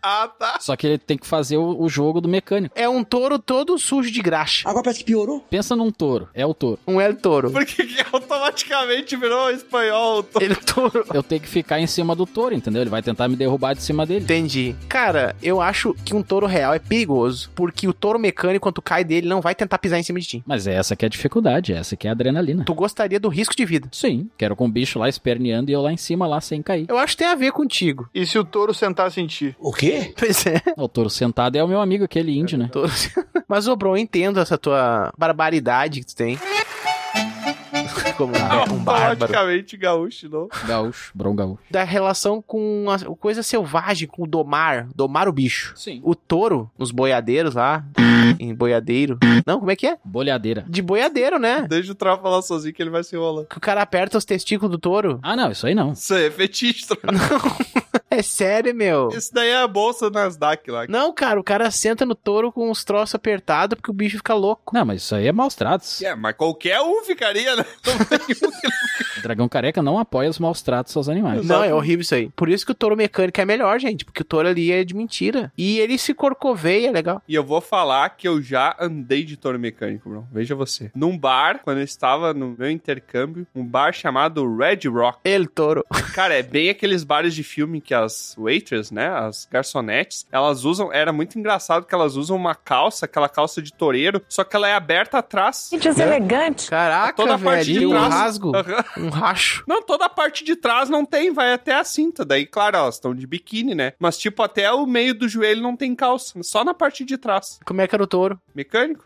[SPEAKER 1] Ah, tá.
[SPEAKER 2] Só que ele tem que fazer o, o jogo do mecânico.
[SPEAKER 4] É um touro todo sujo de graxa.
[SPEAKER 22] Agora parece que piorou.
[SPEAKER 2] Pensa num touro. É o touro.
[SPEAKER 4] Um El Toro.
[SPEAKER 1] Porque <laughs> que automaticamente virou espanhol. o touro?
[SPEAKER 4] Ele é touro.
[SPEAKER 2] Eu tenho que ficar em cima do touro, entendeu? Ele vai tentar me derrubar de cima dele.
[SPEAKER 4] Entendi. Cara, eu acho que um touro real é perigoso. Porque o touro mecânico, quando tu cai dele, não vai tentar pisar em cima de ti.
[SPEAKER 2] Mas é essa que é a dificuldade, essa que é a adrenalina.
[SPEAKER 4] Tu gostaria do risco de vida.
[SPEAKER 2] Sim, quero com o bicho lá esperneando e eu lá em cima lá sem cair.
[SPEAKER 4] Eu acho que tem a ver contigo.
[SPEAKER 3] E se o touro sentar em ti?
[SPEAKER 22] O quê?
[SPEAKER 4] Pois é.
[SPEAKER 2] O touro sentado é o meu amigo, aquele índio,
[SPEAKER 4] <laughs>
[SPEAKER 2] né?
[SPEAKER 4] Touro... Mas, ô, bro, eu entendo essa tua barbaridade que tu tem. <laughs> Como um, um bárbaro.
[SPEAKER 1] Praticamente gaúcho, não.
[SPEAKER 2] Gaúcho, brom gaúcho.
[SPEAKER 4] da relação com a coisa selvagem, com o domar, domar o bicho.
[SPEAKER 2] Sim.
[SPEAKER 4] O touro, nos boiadeiros lá, em boiadeiro. Não, como é que é?
[SPEAKER 2] Bolhadeira.
[SPEAKER 4] De boiadeiro, né?
[SPEAKER 1] Deixa o Tropa falar sozinho que ele vai se enrolar.
[SPEAKER 4] Que o cara aperta os testículos do touro.
[SPEAKER 2] Ah, não, isso aí não.
[SPEAKER 1] Isso aí é fetiche, Tropa.
[SPEAKER 4] É sério, meu.
[SPEAKER 1] Isso daí é a bolsa Nasdaq lá.
[SPEAKER 4] Não, cara, o cara senta no touro com os troços apertados porque o bicho fica louco.
[SPEAKER 2] Não, mas isso aí é maus tratos.
[SPEAKER 1] É, mas qualquer um ficaria, né? Não tem um que não-
[SPEAKER 2] O dragão careca não apoia os maus tratos aos animais.
[SPEAKER 4] Não, é horrível isso aí. Por isso que o touro mecânico é melhor, gente, porque o touro ali é de mentira. E ele se corcoveia, é legal.
[SPEAKER 1] E eu vou falar que eu já andei de touro mecânico, bro. Veja você. Num bar, quando eu estava no meu intercâmbio, um bar chamado Red Rock.
[SPEAKER 4] Ele touro.
[SPEAKER 1] Cara, é bem aqueles bares de filme que as waiters, né, as garçonetes, elas usam, era muito engraçado que elas usam uma calça, aquela calça de toureiro, só que ela é aberta atrás.
[SPEAKER 19] Gente, elegante.
[SPEAKER 4] Caraca,
[SPEAKER 1] Toda a
[SPEAKER 4] velho,
[SPEAKER 1] parte de
[SPEAKER 4] tem um
[SPEAKER 1] trás.
[SPEAKER 4] rasgo,
[SPEAKER 1] Aham.
[SPEAKER 4] um racho.
[SPEAKER 1] Não, toda a parte de trás não tem, vai até a cinta. Daí, claro, elas estão de biquíni, né? Mas, tipo, até o meio do joelho não tem calça, só na parte de trás.
[SPEAKER 4] Como é que era o touro?
[SPEAKER 1] Mecânico?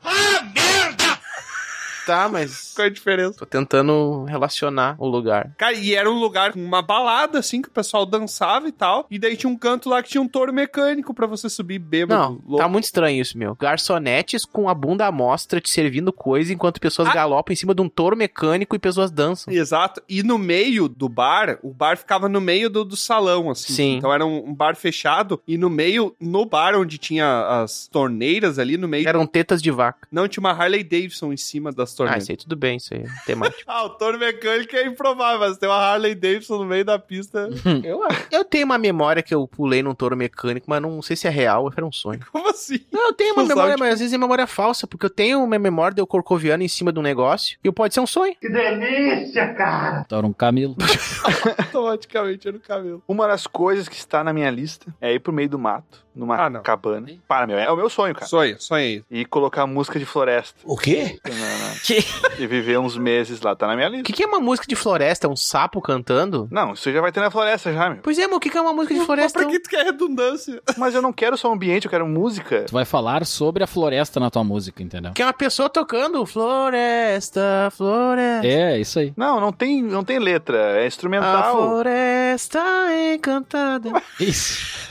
[SPEAKER 4] Tá, mas
[SPEAKER 1] Qual é a diferença?
[SPEAKER 4] tô tentando relacionar o lugar.
[SPEAKER 1] Cara, e era um lugar, uma balada, assim, que o pessoal dançava e tal. E daí tinha um canto lá que tinha um touro mecânico pra você subir bêbado.
[SPEAKER 4] Não, tá muito estranho isso, meu. Garçonetes com a bunda à mostra te servindo coisa enquanto pessoas
[SPEAKER 1] Ah!
[SPEAKER 4] galopam em cima de um touro mecânico e pessoas dançam.
[SPEAKER 1] Exato. E no meio do bar, o bar ficava no meio do, do salão, assim.
[SPEAKER 4] Sim.
[SPEAKER 1] Então era um, um bar fechado. E no meio, no bar onde tinha as torneiras ali, no meio.
[SPEAKER 4] Eram tetas de vaca.
[SPEAKER 1] Não, tinha uma Harley Davidson em cima das
[SPEAKER 4] Ah,
[SPEAKER 1] torneiras.
[SPEAKER 4] isso aí tudo bem, isso aí. é Temático.
[SPEAKER 1] Ah, o touro mecânico é improvável, mas tem uma Harley Davidson no meio da pista.
[SPEAKER 4] eu, eu tenho uma memória que eu pulei num touro mecânico, mas não sei se é real ou era um sonho.
[SPEAKER 1] <laughs> Como assim?
[SPEAKER 4] Não, eu tenho uma
[SPEAKER 1] Os
[SPEAKER 4] memória,
[SPEAKER 1] áudios-
[SPEAKER 4] mas às vezes é memória falsa, porque eu tenho uma memória de eu corcoviano em cima de um negócio e pode ser um sonho.
[SPEAKER 6] Que delícia, cara!
[SPEAKER 2] Touro um camelo.
[SPEAKER 1] Automaticamente era o cabelo.
[SPEAKER 3] Uma das coisas que está na minha lista é ir pro meio do mato, numa
[SPEAKER 1] Ah, não.
[SPEAKER 3] cabana. Para, meu, é o meu sonho, cara.
[SPEAKER 1] Sonha, sonha aí.
[SPEAKER 3] E colocar música de floresta.
[SPEAKER 22] O quê?
[SPEAKER 3] Não, não.
[SPEAKER 4] Que-
[SPEAKER 3] E viver uns meses lá, tá na minha
[SPEAKER 4] O
[SPEAKER 3] lista.
[SPEAKER 4] que, que é uma música de floresta? Um sapo cantando?
[SPEAKER 3] Não, isso já vai ter na floresta já, meu.
[SPEAKER 4] Pois é, mas o que, que é uma música de
[SPEAKER 1] Mas
[SPEAKER 4] floresta?
[SPEAKER 1] pra que tu quer redundância?
[SPEAKER 3] Mas eu não quero só um ambiente, eu quero música.
[SPEAKER 2] Tu vai falar sobre a floresta na tua música, entendeu?
[SPEAKER 4] Que é uma pessoa tocando floresta, floresta.
[SPEAKER 2] É, isso aí.
[SPEAKER 3] Não, não tem, não tem letra, é
[SPEAKER 4] A
[SPEAKER 3] instrumental.
[SPEAKER 4] floresta é encantada.
[SPEAKER 2] Isso.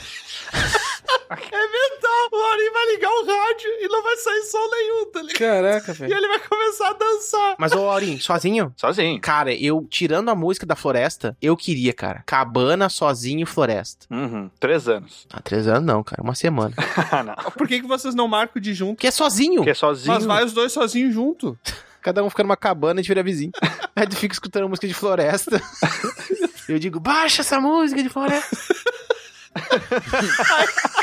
[SPEAKER 1] É mental. <laughs> O Laurinho vai ligar o rádio e não vai sair som nenhum, tá ligado?
[SPEAKER 4] Caraca,
[SPEAKER 1] E ele vai começar a dançar.
[SPEAKER 4] Mas, ô Aurim, sozinho?
[SPEAKER 3] Sozinho.
[SPEAKER 4] Cara, eu, tirando a música da floresta, eu queria, cara. Cabana, sozinho, floresta.
[SPEAKER 3] Uhum, três anos. <laughs>
[SPEAKER 4] Ah, três anos não, cara. Uma semana.
[SPEAKER 3] Ah, não.
[SPEAKER 1] Por que, que vocês não marcam de junto?
[SPEAKER 4] Porque é sozinho.
[SPEAKER 3] Que é sozinho.
[SPEAKER 1] Mas vai os dois sozinhos junto.
[SPEAKER 4] Cada um fica numa cabana e te vira vizinho. Aí tu fica escutando música de floresta. Eu digo, baixa essa música de floresta.
[SPEAKER 3] <laughs>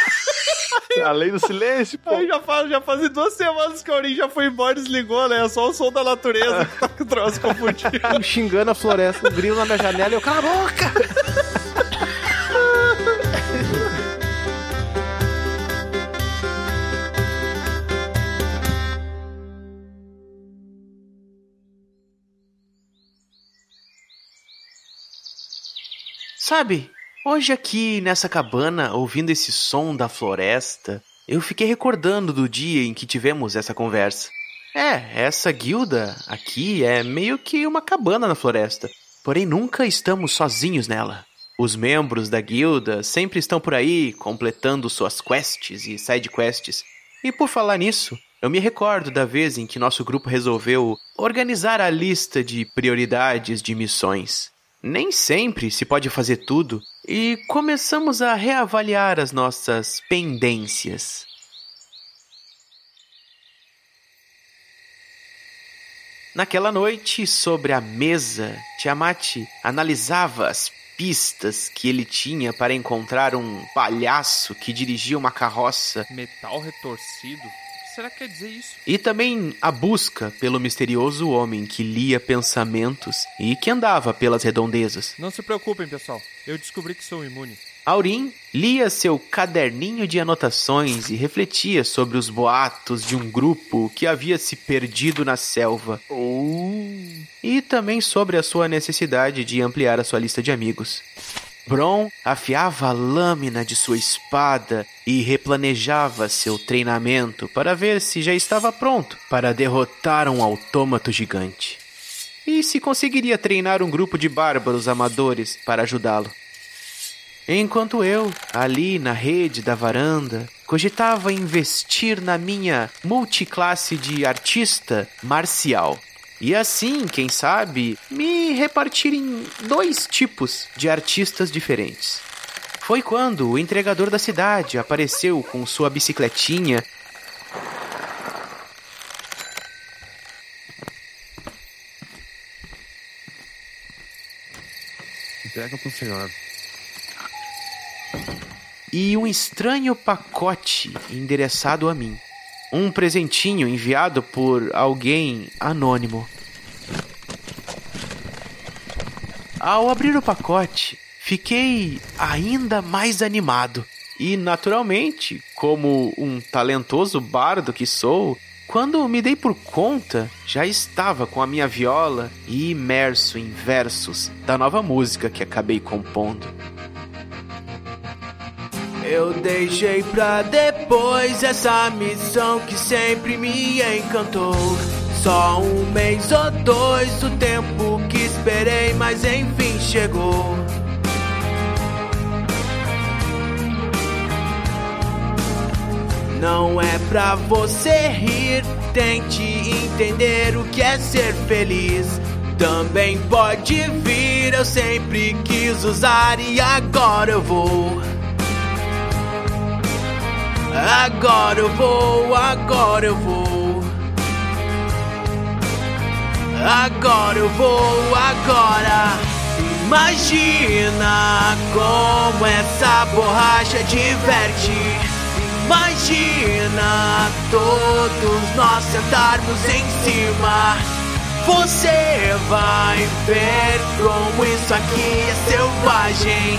[SPEAKER 3] Além do silêncio, pô.
[SPEAKER 1] Aí já faz, já fazem duas semanas que o Aurim já foi embora e desligou, né? É só o som da natureza que tá com o troço confundido.
[SPEAKER 4] Me xingando a floresta. Um grilo na minha janela e eu, cala a boca! Sabe, hoje aqui nessa cabana, ouvindo esse som da floresta, eu fiquei recordando do dia em que tivemos essa conversa. É, essa guilda aqui é meio que uma cabana na floresta, porém nunca estamos sozinhos nela. Os membros da guilda sempre estão por aí, completando suas quests e side quests. E por falar nisso, eu me recordo da vez em que nosso grupo resolveu organizar a lista de prioridades de missões. Nem sempre se pode fazer tudo e começamos a reavaliar as nossas pendências. Naquela noite, sobre a mesa, Tiamat analisava as pistas que ele tinha para encontrar um palhaço que dirigia uma carroça
[SPEAKER 1] <laughs> Metal retorcido? O que será que quer dizer isso?
[SPEAKER 4] e também a busca pelo misterioso homem que lia pensamentos e que andava pelas redondezas.
[SPEAKER 1] Não se preocupem, pessoal. Eu descobri que sou imune.
[SPEAKER 4] Aurim lia seu caderninho de anotações e refletia sobre os boatos de um grupo que havia se perdido na selva. E também sobre a sua necessidade de ampliar a sua lista de amigos.
[SPEAKER 23] Bron afiava a lâmina de sua espada e replanejava seu treinamento para ver se já estava pronto para derrotar um autômato gigante. E se conseguiria treinar um grupo de bárbaros amadores para ajudá-lo. Enquanto eu, ali na rede da varanda, cogitava investir na minha multiclasse de artista marcial. E assim, quem sabe, me repartir em dois tipos de artistas diferentes. Foi quando o entregador da cidade apareceu com sua bicicletinha.
[SPEAKER 24] Entrega pro senhor.
[SPEAKER 23] E um estranho pacote endereçado a mim um presentinho enviado por alguém anônimo. Ao abrir o pacote, fiquei ainda mais animado. E, naturalmente, como um talentoso bardo que sou, quando me dei por conta, já estava com a minha viola e imerso em versos da nova música que acabei compondo.
[SPEAKER 4] Eu deixei pra depois essa missão que sempre me encantou. Só um mês ou dois o tempo que esperei, mas enfim chegou. Não é pra você rir, tente entender o que é ser feliz. Também pode vir, eu sempre quis usar e agora eu vou. Agora eu vou, agora eu vou. Agora eu vou, agora. Imagina como essa borracha diverte. Imagina todos nós sentarmos em cima. Você vai ver como isso aqui é selvagem.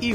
[SPEAKER 4] E